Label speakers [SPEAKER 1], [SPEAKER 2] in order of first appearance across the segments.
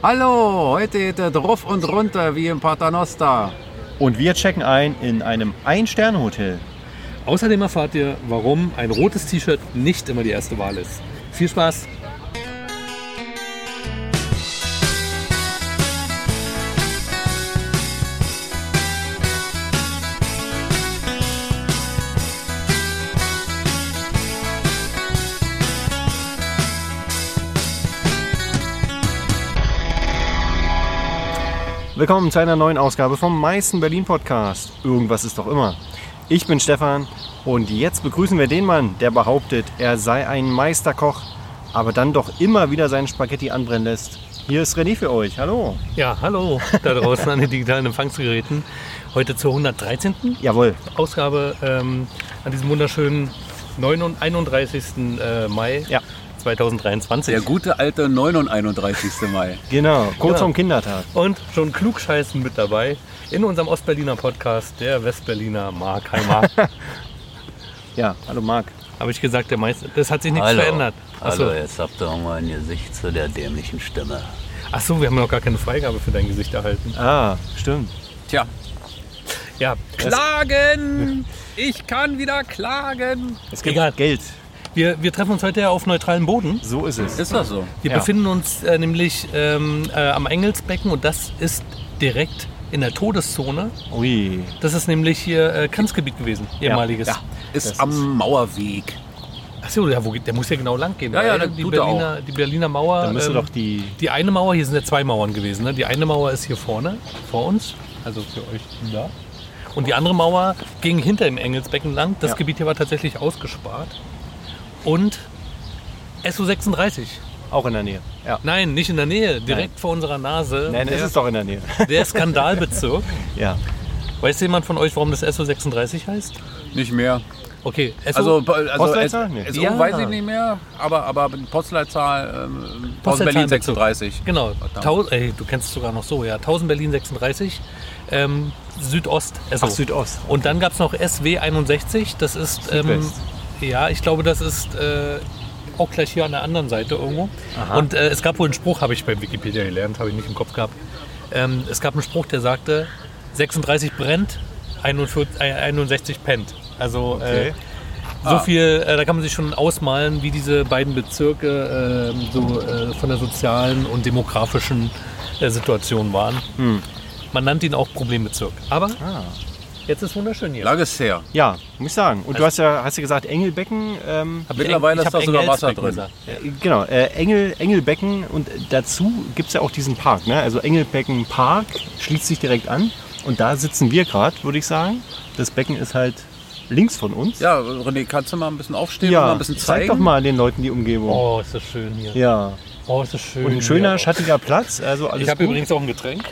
[SPEAKER 1] Hallo, heute geht es drauf und runter wie im Paternoster.
[SPEAKER 2] Und wir checken ein in einem Ein-Sterne-Hotel.
[SPEAKER 3] Außerdem erfahrt ihr, warum ein rotes T-Shirt nicht immer die erste Wahl ist. Viel Spaß!
[SPEAKER 2] Willkommen zu einer neuen Ausgabe vom meisten Berlin Podcast. Irgendwas ist doch immer. Ich bin Stefan und jetzt begrüßen wir den Mann, der behauptet, er sei ein Meisterkoch, aber dann doch immer wieder seinen Spaghetti anbrennen lässt. Hier ist René für euch. Hallo.
[SPEAKER 3] Ja, hallo da draußen an den digitalen Empfangsgeräten. Heute zur 113.
[SPEAKER 2] Jawohl.
[SPEAKER 3] Ausgabe ähm, an diesem wunderschönen 39 31. äh, Mai
[SPEAKER 2] Ja.
[SPEAKER 3] 2023.
[SPEAKER 1] Der gute alte 39. Mai.
[SPEAKER 2] Genau. Kurz
[SPEAKER 3] Ja.
[SPEAKER 2] vorm Kindertag.
[SPEAKER 3] Und schon klugscheißen mit dabei in unserem Ostberliner Podcast, der Westberliner Mark. Hi Mark.
[SPEAKER 2] Ja. Hallo Marc.
[SPEAKER 3] Habe ich gesagt, der Meister. Das hat sich nichts verändert.
[SPEAKER 4] Hallo,
[SPEAKER 3] Achso,
[SPEAKER 4] jetzt habt ihr auch mal ein Gesicht zu der dämlichen Stimme.
[SPEAKER 3] Achso, wir haben noch gar keine Freigabe für dein Gesicht erhalten.
[SPEAKER 2] Ah, stimmt.
[SPEAKER 1] Tja,
[SPEAKER 3] Ja,
[SPEAKER 1] klagen! Ich kann wieder klagen!
[SPEAKER 2] Es gibt
[SPEAKER 3] Egal.
[SPEAKER 2] Geld.
[SPEAKER 3] wir, wir treffen uns heute ja auf neutralem Boden.
[SPEAKER 2] So ist es.
[SPEAKER 1] Ist das so?
[SPEAKER 3] Wir
[SPEAKER 2] Ja.
[SPEAKER 3] befinden uns äh, nämlich ähm, äh, am Engelsbecken und das ist direkt in der Todeszone.
[SPEAKER 2] Ui.
[SPEAKER 3] Das ist nämlich hier äh, Grenzgebiet gewesen, ehemaliges.
[SPEAKER 2] Ja.
[SPEAKER 1] Ist
[SPEAKER 2] Das
[SPEAKER 1] am Mauerweg.
[SPEAKER 3] Achso, ja, wo geht, der muss ja genau lang gehen.
[SPEAKER 1] Ja, ja,
[SPEAKER 3] weil
[SPEAKER 1] der
[SPEAKER 3] die,
[SPEAKER 1] tut er auch.
[SPEAKER 3] Berliner, die Berliner Mauer.
[SPEAKER 2] Dann müssen
[SPEAKER 3] ähm,
[SPEAKER 2] doch die.
[SPEAKER 3] Die eine Mauer, hier sind ja zwei Mauern gewesen. Ne? Die eine Mauer ist hier vorne, vor uns, also für euch da. Und die andere Mauer ging hinter dem Engelsbecken lang. Das
[SPEAKER 2] Ja.
[SPEAKER 3] Gebiet hier war tatsächlich ausgespart. Und SU36.
[SPEAKER 2] Auch in der Nähe. Ja.
[SPEAKER 3] Nein, nicht in der Nähe, direkt vor unserer Nase.
[SPEAKER 2] Nein, es
[SPEAKER 3] der,
[SPEAKER 2] ist doch in der Nähe.
[SPEAKER 3] der Skandalbezirk.
[SPEAKER 2] ja.
[SPEAKER 3] Weiß jemand von euch, warum das SU36 heißt?
[SPEAKER 1] Nicht mehr.
[SPEAKER 3] Okay, SU,
[SPEAKER 1] Also, also
[SPEAKER 2] Postleitzahl?
[SPEAKER 1] Es,
[SPEAKER 2] Nee.
[SPEAKER 1] es
[SPEAKER 3] Ja.
[SPEAKER 1] weiß ich nicht mehr, aber, aber Postleitzahl, ähm, aus
[SPEAKER 3] Postleitzahl
[SPEAKER 1] Berlin
[SPEAKER 3] Bezug.
[SPEAKER 1] 36.
[SPEAKER 3] Genau,
[SPEAKER 1] Verdammt.
[SPEAKER 3] Tau- ey, du kennst es sogar noch so, ja. 1000 Berlin 36, ähm, Südost, SO.
[SPEAKER 2] Ach, Südost.
[SPEAKER 3] Und dann gab es noch SW61, das ist, ähm,
[SPEAKER 2] Südwest.
[SPEAKER 3] ja, ich glaube, das ist äh, auch gleich hier an der anderen Seite irgendwo. Und äh, es gab wohl einen Spruch, habe ich bei Wikipedia gelernt, habe ich nicht im Kopf gehabt. Ähm, es gab einen Spruch, der sagte, 36 brennt, 41, äh, 61 pennt. Also äh,
[SPEAKER 2] Okay.
[SPEAKER 3] so
[SPEAKER 1] Ah.
[SPEAKER 3] viel, äh, da kann man sich schon ausmalen, wie diese beiden Bezirke ähm, so äh, von der sozialen und demografischen äh, Situation waren.
[SPEAKER 1] Hm.
[SPEAKER 3] Man nannte ihn auch Problembezirk. Aber
[SPEAKER 2] Ah.
[SPEAKER 3] jetzt ist wunderschön hier.
[SPEAKER 1] Langes her.
[SPEAKER 2] Ja, muss ich sagen. Und du hast ja, hast ja gesagt, Engelbecken. Ähm,
[SPEAKER 3] Also Hab ich
[SPEAKER 1] Mittlerweile
[SPEAKER 3] Eng- ich
[SPEAKER 1] ist
[SPEAKER 3] hab
[SPEAKER 1] da sogar
[SPEAKER 3] Engelsbecken
[SPEAKER 1] Wasser drin.
[SPEAKER 3] gesagt.
[SPEAKER 2] Äh, Genau, äh, Engel, Engelbecken und dazu gibt es ja auch diesen Park. Ne? Also Engelbecken Park schließt sich direkt an und da sitzen wir gerade, würde ich sagen. Das Becken ist halt links von uns.
[SPEAKER 1] Ja, René, kannst du mal ein bisschen aufstehen und mal ein bisschen zeigen?
[SPEAKER 2] zeig doch mal den Leuten die Umgebung.
[SPEAKER 3] Oh, ist das schön hier.
[SPEAKER 2] Ja,
[SPEAKER 3] Oh, ist das schön.
[SPEAKER 2] und ein schöner,
[SPEAKER 3] hier.
[SPEAKER 2] schattiger Platz, also alles
[SPEAKER 3] Ich habe
[SPEAKER 2] gut.
[SPEAKER 3] übrigens auch ein Getränk.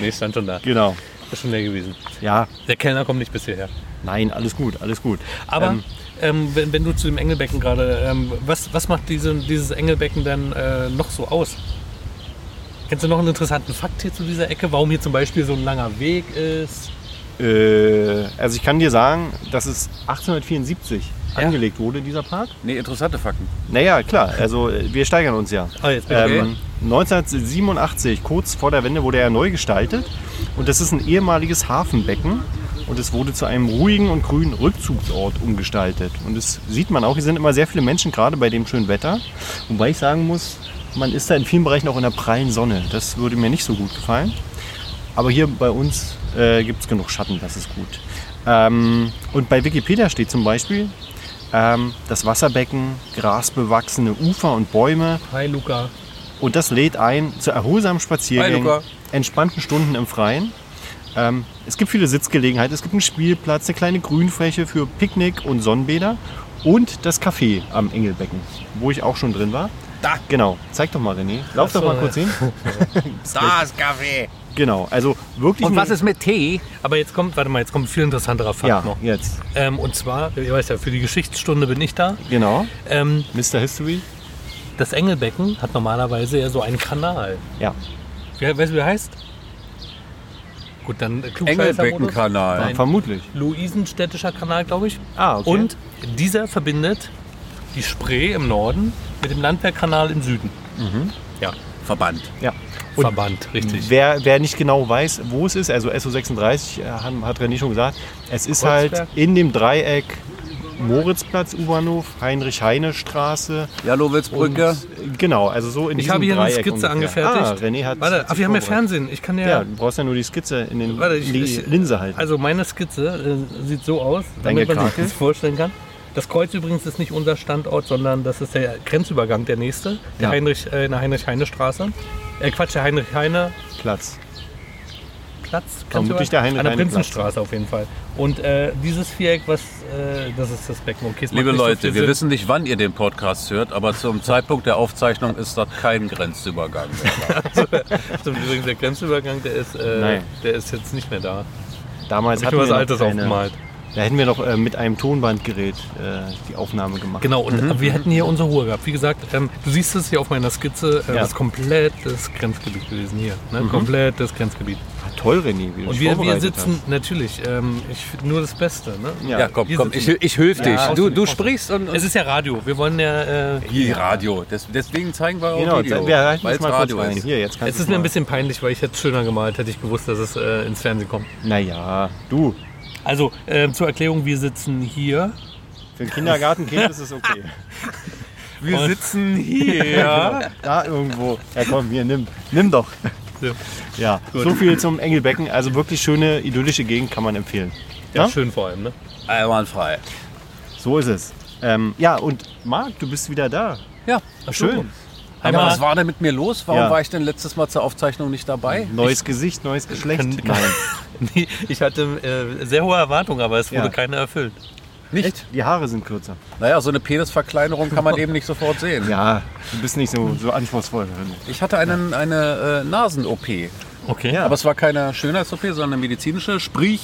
[SPEAKER 3] nee, stand schon da.
[SPEAKER 2] Genau,
[SPEAKER 3] Ist schon leer gewesen.
[SPEAKER 2] ja,
[SPEAKER 3] Der Kellner kommt nicht bis hierher.
[SPEAKER 2] nein, alles gut, alles gut.
[SPEAKER 3] Aber ähm,
[SPEAKER 2] Ähm,
[SPEAKER 3] wenn, wenn du zu dem Engelbecken gerade, ähm, was, was macht diese, dieses Engelbecken dann äh, noch so aus? Kennst du noch einen interessanten Fakt hier zu dieser Ecke? Warum hier zum Beispiel so ein langer Weg ist?
[SPEAKER 2] äh, also ich kann dir sagen, dass es 1874
[SPEAKER 3] Ja.
[SPEAKER 2] angelegt wurde, dieser Park.
[SPEAKER 1] Nee, interessante Fakten.
[SPEAKER 2] Naja, klar, also äh, wir steigern uns ja.
[SPEAKER 3] Ah, jetzt bin ich
[SPEAKER 2] Ähm, 1987, kurz vor der Wende, wurde er neu gestaltet. Und das ist ein ehemaliges Hafenbecken. Und es wurde zu einem ruhigen und grünen Rückzugsort umgestaltet. Und das sieht man auch. Hier sind immer sehr viele Menschen, gerade bei dem schönen Wetter. Wobei ich sagen muss, man ist da in vielen Bereichen auch in der prallen Sonne. Das würde mir nicht so gut gefallen. Aber hier bei uns äh, gibt es genug Schatten, das ist gut. Ähm, und bei Wikipedia steht zum Beispiel, ähm, das Wasserbecken, grasbewachsene Ufer und Bäume
[SPEAKER 3] Hi Luca.
[SPEAKER 2] und das lädt ein zu erholsamen Spaziergängen,
[SPEAKER 1] Hi, Luca.
[SPEAKER 2] entspannten Stunden im Freien. Ähm, es gibt viele Sitzgelegenheiten, es gibt einen Spielplatz, eine kleine Grünfläche für Picknick und Sonnenbäder und das Café am Engelbecken, wo ich auch schon drin war.
[SPEAKER 1] Da.
[SPEAKER 2] Genau, zeig doch mal, René. Lauf
[SPEAKER 3] Ach
[SPEAKER 2] doch
[SPEAKER 3] so,
[SPEAKER 2] mal kurz hin.
[SPEAKER 1] Da ist Kaffee.
[SPEAKER 2] Genau, also wirklich.
[SPEAKER 1] Und
[SPEAKER 2] nur-
[SPEAKER 1] was ist mit Tee?
[SPEAKER 3] Aber jetzt kommt, warte mal, jetzt kommt ein viel interessanterer Fakt
[SPEAKER 2] Ja,
[SPEAKER 3] noch.
[SPEAKER 2] jetzt.
[SPEAKER 3] Ähm, und zwar, ihr weißt ja, für die Geschichtsstunde bin ich da.
[SPEAKER 2] Genau.
[SPEAKER 3] Ähm,
[SPEAKER 2] Mr. History.
[SPEAKER 3] das Engelbecken hat normalerweise ja so einen Kanal.
[SPEAKER 2] Ja.
[SPEAKER 3] Wer, weißt du, wie der heißt? Gut, dann äh, Klugscheißer-Modus.
[SPEAKER 1] Engelbeckenkanal.
[SPEAKER 3] Nein.
[SPEAKER 2] Vermutlich.
[SPEAKER 3] Luisenstädtischer Kanal, glaube ich.
[SPEAKER 2] Ah, okay.
[SPEAKER 3] Und dieser verbindet die Spree im Norden mit dem Landwehrkanal im Süden. Ja,
[SPEAKER 1] Verband.
[SPEAKER 2] Ja. Mhm. Und
[SPEAKER 3] Verband, richtig.
[SPEAKER 2] Wer, wer nicht genau weiß, wo es ist, also SO36, äh, hat, hat René schon gesagt, es ist halt
[SPEAKER 3] Kreuzberg.
[SPEAKER 2] in dem Dreieck Moritzplatz, U-Bahnhof, Heinrich-Heine-Straße. und-
[SPEAKER 1] Jalowitzbrücke.
[SPEAKER 2] Genau, also so in
[SPEAKER 3] Ich
[SPEAKER 2] diesem
[SPEAKER 3] habe hier eine
[SPEAKER 2] Dreieck
[SPEAKER 3] Skizze
[SPEAKER 2] ungefähr.
[SPEAKER 3] angefertigt.
[SPEAKER 2] Ah, René hat
[SPEAKER 3] Warte,
[SPEAKER 2] hat
[SPEAKER 3] ach,
[SPEAKER 2] sich
[SPEAKER 3] wir haben ja
[SPEAKER 2] vorbereitet.
[SPEAKER 3] Fernsehen. Ich kann
[SPEAKER 2] Ja,
[SPEAKER 3] ja.
[SPEAKER 2] du brauchst ja nur die Skizze in, den,
[SPEAKER 3] Warte, ich-
[SPEAKER 2] die
[SPEAKER 3] ich-
[SPEAKER 2] Linse halten.
[SPEAKER 3] Also meine Skizze äh, sieht so aus,
[SPEAKER 2] Dein
[SPEAKER 3] damit man sich
[SPEAKER 2] Gekrakel?
[SPEAKER 3] das vorstellen kann. Das Kreuz übrigens ist nicht unser Standort, sondern das ist der Grenzübergang, der nächste, der
[SPEAKER 2] Ja.
[SPEAKER 3] Heinrich, äh, in der Heinrich-Heine-Straße. Äh, Quatsch, der Heinrich-Heine
[SPEAKER 2] Platz.
[SPEAKER 3] Platz.
[SPEAKER 2] Vermutlich
[SPEAKER 3] Grenzübergang?
[SPEAKER 2] der Heinrich
[SPEAKER 3] An der
[SPEAKER 2] Heine Platz.
[SPEAKER 3] Prinzenstraße auf jeden Fall. Und äh, dieses Viereck, was, äh, das ist das Becken. Okay, es macht
[SPEAKER 4] Liebe
[SPEAKER 3] nicht so
[SPEAKER 4] Leute,
[SPEAKER 3] viel
[SPEAKER 4] wir
[SPEAKER 3] Sinn.
[SPEAKER 4] wissen nicht, wann ihr den Podcast hört, aber zum Zeitpunkt der Aufzeichnung ist das kein Grenzübergang mehr.
[SPEAKER 3] Stimmt, übrigens, der Grenzübergang, der ist, äh,
[SPEAKER 2] Nein.
[SPEAKER 3] der ist jetzt nicht mehr da.
[SPEAKER 2] Damals
[SPEAKER 3] Ich
[SPEAKER 2] hatten
[SPEAKER 3] habe
[SPEAKER 2] wir
[SPEAKER 3] was
[SPEAKER 2] noch
[SPEAKER 3] Altes
[SPEAKER 2] keine-
[SPEAKER 3] aufgemalt.
[SPEAKER 2] Da hätten wir noch äh, mit einem Tonbandgerät äh, die Aufnahme gemacht.
[SPEAKER 3] Genau, und
[SPEAKER 2] mhm,
[SPEAKER 3] wir hätten hier unsere Ruhe gehabt. Wie gesagt, ähm, du siehst es hier auf meiner Skizze, äh,
[SPEAKER 2] Ja.
[SPEAKER 3] das ist komplettes Grenzgebiet gewesen hier. Ne? Komplettes Grenzgebiet.
[SPEAKER 2] Ah, Toll, René, wie du
[SPEAKER 3] Und
[SPEAKER 2] dich
[SPEAKER 3] wir, wir
[SPEAKER 2] vorbereitet
[SPEAKER 3] sitzen
[SPEAKER 2] hast.
[SPEAKER 3] natürlich, ähm, ich, nur das Beste. Ne?
[SPEAKER 2] Ja.
[SPEAKER 4] Ja, komm,
[SPEAKER 3] wir
[SPEAKER 4] komm, ich,
[SPEAKER 3] sitzen-
[SPEAKER 4] ich hilf dich.
[SPEAKER 3] Ja,
[SPEAKER 4] du
[SPEAKER 3] außen-
[SPEAKER 4] du
[SPEAKER 3] außen.
[SPEAKER 4] sprichst und,
[SPEAKER 3] Es
[SPEAKER 4] und
[SPEAKER 3] ist ja Radio, wir wollen ja... Äh,
[SPEAKER 4] hier Radio. Des, deswegen zeigen wir auch
[SPEAKER 2] Genau,
[SPEAKER 4] Video,
[SPEAKER 2] wir halten
[SPEAKER 4] weil's
[SPEAKER 2] uns mal
[SPEAKER 4] Radio
[SPEAKER 2] kurz rein.
[SPEAKER 4] ist.
[SPEAKER 2] Hier, jetzt kannst
[SPEAKER 3] es ist
[SPEAKER 2] du
[SPEAKER 3] mir
[SPEAKER 2] mal-
[SPEAKER 3] ein bisschen peinlich, weil ich hätte es schöner gemalt, hätte ich gewusst, dass es äh, ins Fernsehen kommt.
[SPEAKER 2] Naja, du,
[SPEAKER 3] Also, ähm, zur Erklärung, wir sitzen hier.
[SPEAKER 2] für ein Kindergartenkind ist es okay.
[SPEAKER 4] Wir
[SPEAKER 3] Und-
[SPEAKER 4] sitzen hier.
[SPEAKER 2] Da irgendwo. Ja, komm, hier, nimm, nimm doch.
[SPEAKER 3] Ja.
[SPEAKER 2] Ja, so viel zum Engelbecken. Also wirklich schöne, idyllische Gegend kann man empfehlen. Ja?
[SPEAKER 3] Schön vor allem, ne?
[SPEAKER 4] Einwandfrei.
[SPEAKER 2] So ist es. Ähm, ja, und Marc, du bist wieder da.
[SPEAKER 4] Ja.
[SPEAKER 3] Ach,
[SPEAKER 2] Schön.
[SPEAKER 4] Aber
[SPEAKER 3] Einmal-
[SPEAKER 4] was war denn mit mir los? Warum
[SPEAKER 2] Ja. Mhm.
[SPEAKER 4] war ich denn letztes Mal zur Aufzeichnung nicht dabei?
[SPEAKER 2] Neues Gesicht, neues Geschlecht.
[SPEAKER 3] Kann-
[SPEAKER 2] Nein.
[SPEAKER 3] Nee, ich hatte äh, sehr hohe Erwartungen, aber es wurde
[SPEAKER 2] Ja.
[SPEAKER 3] keine erfüllt.
[SPEAKER 4] Nicht?
[SPEAKER 2] Die Haare sind kürzer.
[SPEAKER 4] Naja, so eine Penisverkleinerung kann man eben nicht sofort sehen.
[SPEAKER 2] Ja, du bist nicht so, so anspruchsvoll. René.
[SPEAKER 4] Ich hatte einen, eine äh, Nasen-OP.
[SPEAKER 3] Okay.
[SPEAKER 2] Ja.
[SPEAKER 4] Aber es war keine Schönheits-OP, sondern eine medizinische. Sprich,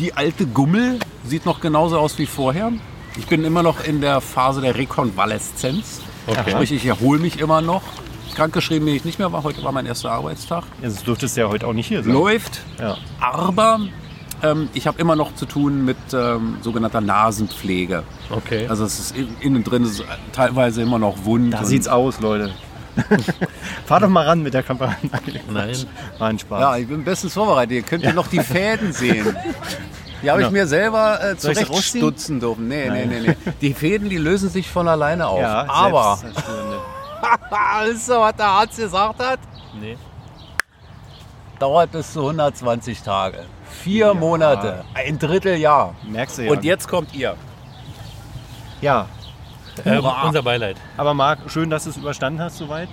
[SPEAKER 4] die alte Gummel sieht noch genauso aus wie vorher. Ich bin immer noch in der Phase der Rekonvaleszenz.
[SPEAKER 3] Okay.
[SPEAKER 4] Sprich, ich erhole mich immer noch. Krankgeschrieben bin ich nicht mehr, war heute war mein erster Arbeitstag.
[SPEAKER 2] Also, du dürftest ja heute auch nicht hier sein.
[SPEAKER 4] Läuft,
[SPEAKER 2] Ja.
[SPEAKER 4] aber ähm, ich habe immer noch zu tun mit ähm, sogenannter Nasenpflege.
[SPEAKER 3] Okay.
[SPEAKER 4] Also es ist in- innen drin ist teilweise immer noch wund.
[SPEAKER 2] Da
[SPEAKER 4] und-
[SPEAKER 2] sieht's aus, Leute. Fahr doch mal ran mit der Kamera. Nein.
[SPEAKER 3] Nein.
[SPEAKER 2] War ein Spaß.
[SPEAKER 4] Ja, ich bin bestens vorbereitet. Ihr könnt ja noch die Fäden sehen. Die habe ich
[SPEAKER 2] Ja.
[SPEAKER 4] mir selber äh,
[SPEAKER 2] Soll ich sie rausziehen?
[SPEAKER 4] zurechtstutzen dürfen. Nee,
[SPEAKER 2] Nein.
[SPEAKER 4] nee, nee, nee. Die Fäden, die lösen sich von alleine auf.
[SPEAKER 2] Ja,
[SPEAKER 4] Aber,
[SPEAKER 2] selbstzerstörende.
[SPEAKER 4] wisst ihr, was der Arzt gesagt hat?
[SPEAKER 3] Nee.
[SPEAKER 4] Dauert bis zu 120 Tage. Vier Monate. Ein Dritteljahr.
[SPEAKER 2] Merkst du ja.
[SPEAKER 4] Und jetzt kommt ihr.
[SPEAKER 2] Ja,
[SPEAKER 3] Ähm,
[SPEAKER 4] Hurra.
[SPEAKER 3] unser Beileid.
[SPEAKER 2] aber Marc, schön, dass du es überstanden hast soweit.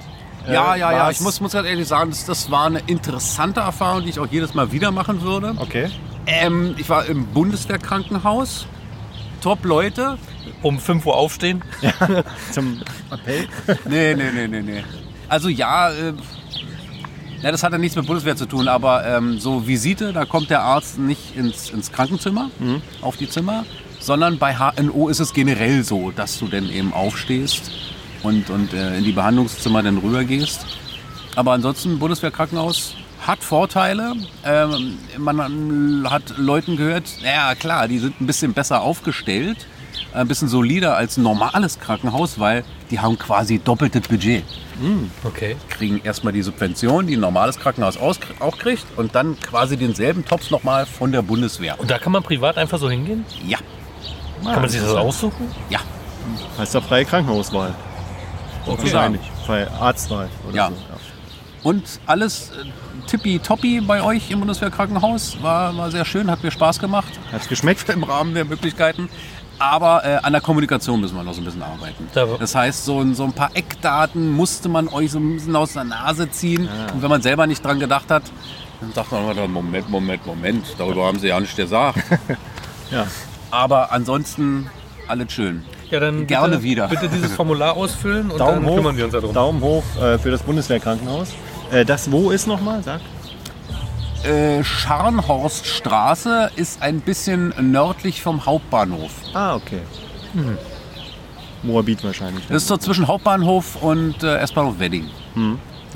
[SPEAKER 4] Ja,
[SPEAKER 2] Äh,
[SPEAKER 4] ja, ja.
[SPEAKER 2] war's-
[SPEAKER 4] Ich muss, muss ganz ehrlich sagen, das, das war eine interessante Erfahrung, die ich auch jedes Mal wieder machen würde.
[SPEAKER 2] Okay.
[SPEAKER 4] Ähm, ich war im Bundeswehrkrankenhaus. Top Leute.
[SPEAKER 3] Um 5 Uhr aufstehen.
[SPEAKER 2] Zum Appell.
[SPEAKER 4] Nee, nee, nee, nee, nee. Also ja, äh, na, das hat ja nichts mit Bundeswehr zu tun, aber ähm, so Visite, da kommt der Arzt nicht ins, ins Krankenzimmer, auf die Zimmer, sondern bei HNO ist es generell so, dass du dann eben aufstehst und, und äh, in die Behandlungszimmer dann rübergehst. Aber ansonsten, Bundeswehrkrankenhaus hat Vorteile. Ähm, man hat Leuten gehört, ja klar, die sind ein bisschen besser aufgestellt, äh, ein bisschen solider als ein normales Krankenhaus, weil die haben quasi doppeltes Budget
[SPEAKER 3] Okay.
[SPEAKER 4] kriegen erstmal die Subvention, die ein normales Krankenhaus aus, auch kriegt und dann quasi denselben Topf nochmal von der Bundeswehr.
[SPEAKER 3] Und da kann man privat einfach so hingehen?
[SPEAKER 4] Ja,
[SPEAKER 3] Kann man sich das aussuchen?
[SPEAKER 4] ja,
[SPEAKER 2] Heißt ja freie Krankenhauswahl. Wahrscheinlich. Freie Arztwahl oder
[SPEAKER 4] Ja.
[SPEAKER 2] so.
[SPEAKER 4] Und alles äh, tippitoppi bei euch im Bundeswehrkrankenhaus. War, war sehr schön, hat mir Spaß gemacht
[SPEAKER 2] Hat's geschmeckt?
[SPEAKER 4] im Rahmen der Möglichkeiten. Aber äh, an der Kommunikation müssen wir noch so ein bisschen arbeiten.
[SPEAKER 3] Da-
[SPEAKER 4] Das heißt, so ein, so ein paar Eckdaten musste man euch so ein bisschen aus der Nase ziehen. Und wenn man selber nicht dran gedacht hat, dann dachte man immer, Moment, Moment, Moment, darüber haben sie ja nicht gesagt.
[SPEAKER 2] Ja.
[SPEAKER 4] Aber ansonsten alles schön.
[SPEAKER 3] Ja, dann
[SPEAKER 4] Gerne
[SPEAKER 3] bitte,
[SPEAKER 4] wieder.
[SPEAKER 3] Bitte dieses Formular ausfüllen und
[SPEAKER 2] Daumen
[SPEAKER 3] dann
[SPEAKER 2] hoch,
[SPEAKER 3] kümmern wir uns darum.
[SPEAKER 2] Daumen hoch äh, für das Bundeswehrkrankenhaus. Äh, das wo ist nochmal? Sag.
[SPEAKER 4] Äh, Scharnhorststraße ist ein bisschen nördlich vom Hauptbahnhof.
[SPEAKER 2] Ah, okay. Moabit wahrscheinlich. ne?
[SPEAKER 4] Das ist so zwischen Hauptbahnhof und äh, S-Bahnhof Wedding.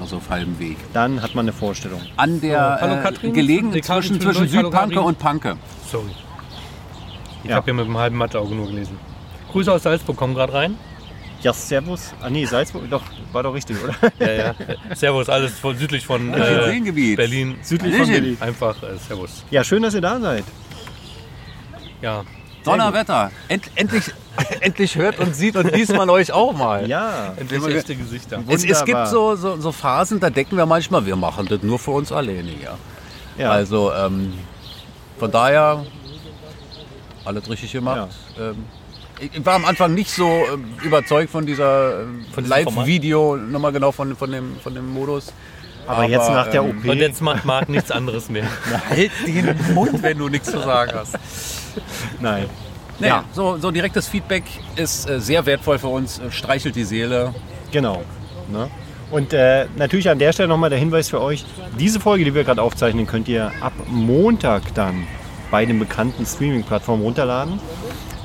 [SPEAKER 4] Also auf halbem Weg.
[SPEAKER 2] Dann hat man eine Vorstellung.
[SPEAKER 4] An der
[SPEAKER 3] So, hallo
[SPEAKER 4] äh,
[SPEAKER 3] Katrin,
[SPEAKER 4] gelegen
[SPEAKER 3] die Karten
[SPEAKER 4] zwischen,
[SPEAKER 3] zwischendurch,
[SPEAKER 4] zwischen
[SPEAKER 3] hallo
[SPEAKER 4] Südpanke
[SPEAKER 3] Katrin.
[SPEAKER 4] und Panke.
[SPEAKER 3] Sorry. Ich
[SPEAKER 2] Ja.
[SPEAKER 3] habe hier mit dem halben Matheauge nur gelesen. Grüße aus Salzburg kommen gerade rein.
[SPEAKER 2] Ja, Servus. Ah nee, Salzburg. Doch, war doch richtig, oder?
[SPEAKER 3] Ja, ja. Servus, alles von, südlich von
[SPEAKER 4] Äh,
[SPEAKER 3] äh,
[SPEAKER 4] Seengebiet.
[SPEAKER 3] Berlin.
[SPEAKER 2] Südlich von
[SPEAKER 4] Hallöchen.
[SPEAKER 2] Berlin.
[SPEAKER 3] Einfach äh, Servus.
[SPEAKER 2] Ja, schön, dass ihr da seid.
[SPEAKER 3] Ja.
[SPEAKER 4] Donnerwetter.
[SPEAKER 1] End, endlich, endlich hört und sieht und liest man euch auch mal.
[SPEAKER 2] Ja.
[SPEAKER 3] Endlich echte Gesichter.
[SPEAKER 1] Es, es gibt
[SPEAKER 2] Wunderbar.
[SPEAKER 1] so, so, so Phasen, da denken wir manchmal, wir machen das nur für uns alleine. Ja.
[SPEAKER 2] ja.
[SPEAKER 1] Also ähm, von daher, alles richtig gemacht. Ähm, ich ich war am Anfang nicht so ähm, überzeugt von dieser ähm,
[SPEAKER 3] Von diesem
[SPEAKER 1] Live-Video, nochmal genau von, von, dem, von dem Modus.
[SPEAKER 2] aber, jetzt nach der
[SPEAKER 1] ähm,
[SPEAKER 2] OP.
[SPEAKER 3] Und jetzt macht Marc nichts anderes mehr.
[SPEAKER 1] Halt den Mund, wenn du nichts zu sagen hast.
[SPEAKER 2] Nein.
[SPEAKER 1] Nee,
[SPEAKER 2] Ja.
[SPEAKER 1] so, so direktes Feedback ist äh, sehr wertvoll für uns, äh, streichelt die Seele.
[SPEAKER 2] Genau. Ne? Und äh, natürlich an der Stelle nochmal der Hinweis für euch, diese Folge, die wir gerade aufzeichnen, könnt ihr ab Montag dann bei den bekannten Streaming-Plattformen runterladen.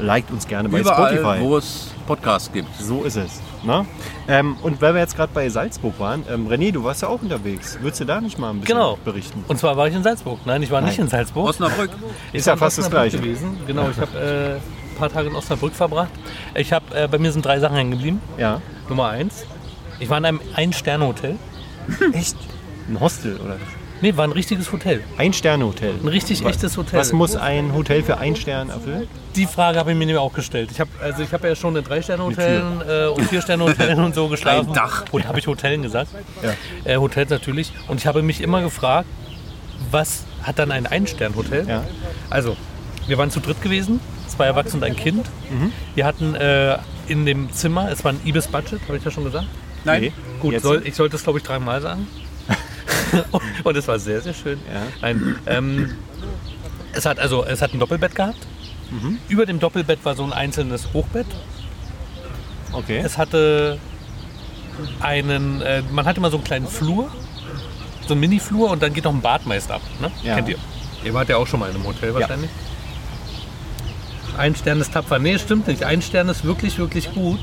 [SPEAKER 2] Liked uns gerne bei
[SPEAKER 1] Überall,
[SPEAKER 2] Spotify.
[SPEAKER 1] wo es Podcasts gibt.
[SPEAKER 2] So ist es. Ne? Ähm, und weil wir jetzt gerade bei Salzburg waren, ähm, René, du warst ja auch unterwegs. Würdest du da nicht mal ein bisschen
[SPEAKER 3] Genau.
[SPEAKER 2] berichten?
[SPEAKER 3] Und zwar war ich in Salzburg. Nein, ich war nicht in Salzburg.
[SPEAKER 1] Osnabrück.
[SPEAKER 3] Ich
[SPEAKER 2] Ist ja
[SPEAKER 3] war in
[SPEAKER 2] fast das
[SPEAKER 3] Osnabrück
[SPEAKER 2] Gleiche.
[SPEAKER 3] Gewesen. Genau, ich habe äh, ein paar Tage in Osnabrück verbracht. Ich habe, äh, bei mir sind drei Sachen hängen geblieben.
[SPEAKER 2] Ja.
[SPEAKER 3] Nummer eins, ich war in einem Ein-Sterne-Hotel.
[SPEAKER 2] Echt? Ein Hostel oder was?
[SPEAKER 3] Nee, war ein richtiges Hotel.
[SPEAKER 2] ein Sterne-Hotel.
[SPEAKER 3] Ein richtig echtes Hotel.
[SPEAKER 2] Was muss ein Hotel für ein Stern erfüllen?
[SPEAKER 3] Die Frage habe ich mir nämlich auch gestellt. Ich habe also ich habe ja schon in Drei-Sterne-Hotelen äh, und Vier-Sterne-Hotelen und so geschlafen.
[SPEAKER 4] Ein Dach.
[SPEAKER 3] Und habe ich Hotelen gesagt.
[SPEAKER 2] Ja.
[SPEAKER 3] Äh, Hotels natürlich. Und ich habe mich immer gefragt, was hat dann ein Ein-Stern-Hotel?
[SPEAKER 2] Ja.
[SPEAKER 3] Also, wir waren zu dritt gewesen, zwei Erwachsene und ein Kind. Wir hatten äh, in dem Zimmer, es war ein Ibis-Budget, habe ich ja schon gesagt.
[SPEAKER 4] Nein.
[SPEAKER 2] Nee.
[SPEAKER 3] Gut,
[SPEAKER 2] Jetzt-
[SPEAKER 3] soll, ich sollte es glaube ich dreimal sagen. und es war sehr, sehr schön.
[SPEAKER 2] Ja.
[SPEAKER 3] Nein, ähm, es, hat, also, es hat ein Doppelbett gehabt.
[SPEAKER 2] Mhm.
[SPEAKER 3] Über dem Doppelbett war so ein einzelnes Hochbett.
[SPEAKER 2] Okay.
[SPEAKER 3] Es hatte einen, äh, man hatte mal so einen kleinen Flur, so einen Mini-Flur und dann geht noch ein Bad meist ab. Ne?
[SPEAKER 2] Ja.
[SPEAKER 3] Kennt ihr? Ihr wart ja auch schon mal in einem Hotel wahrscheinlich. Ein Stern ist tapfer. Nee, stimmt nicht. Ein Stern ist wirklich, wirklich gut.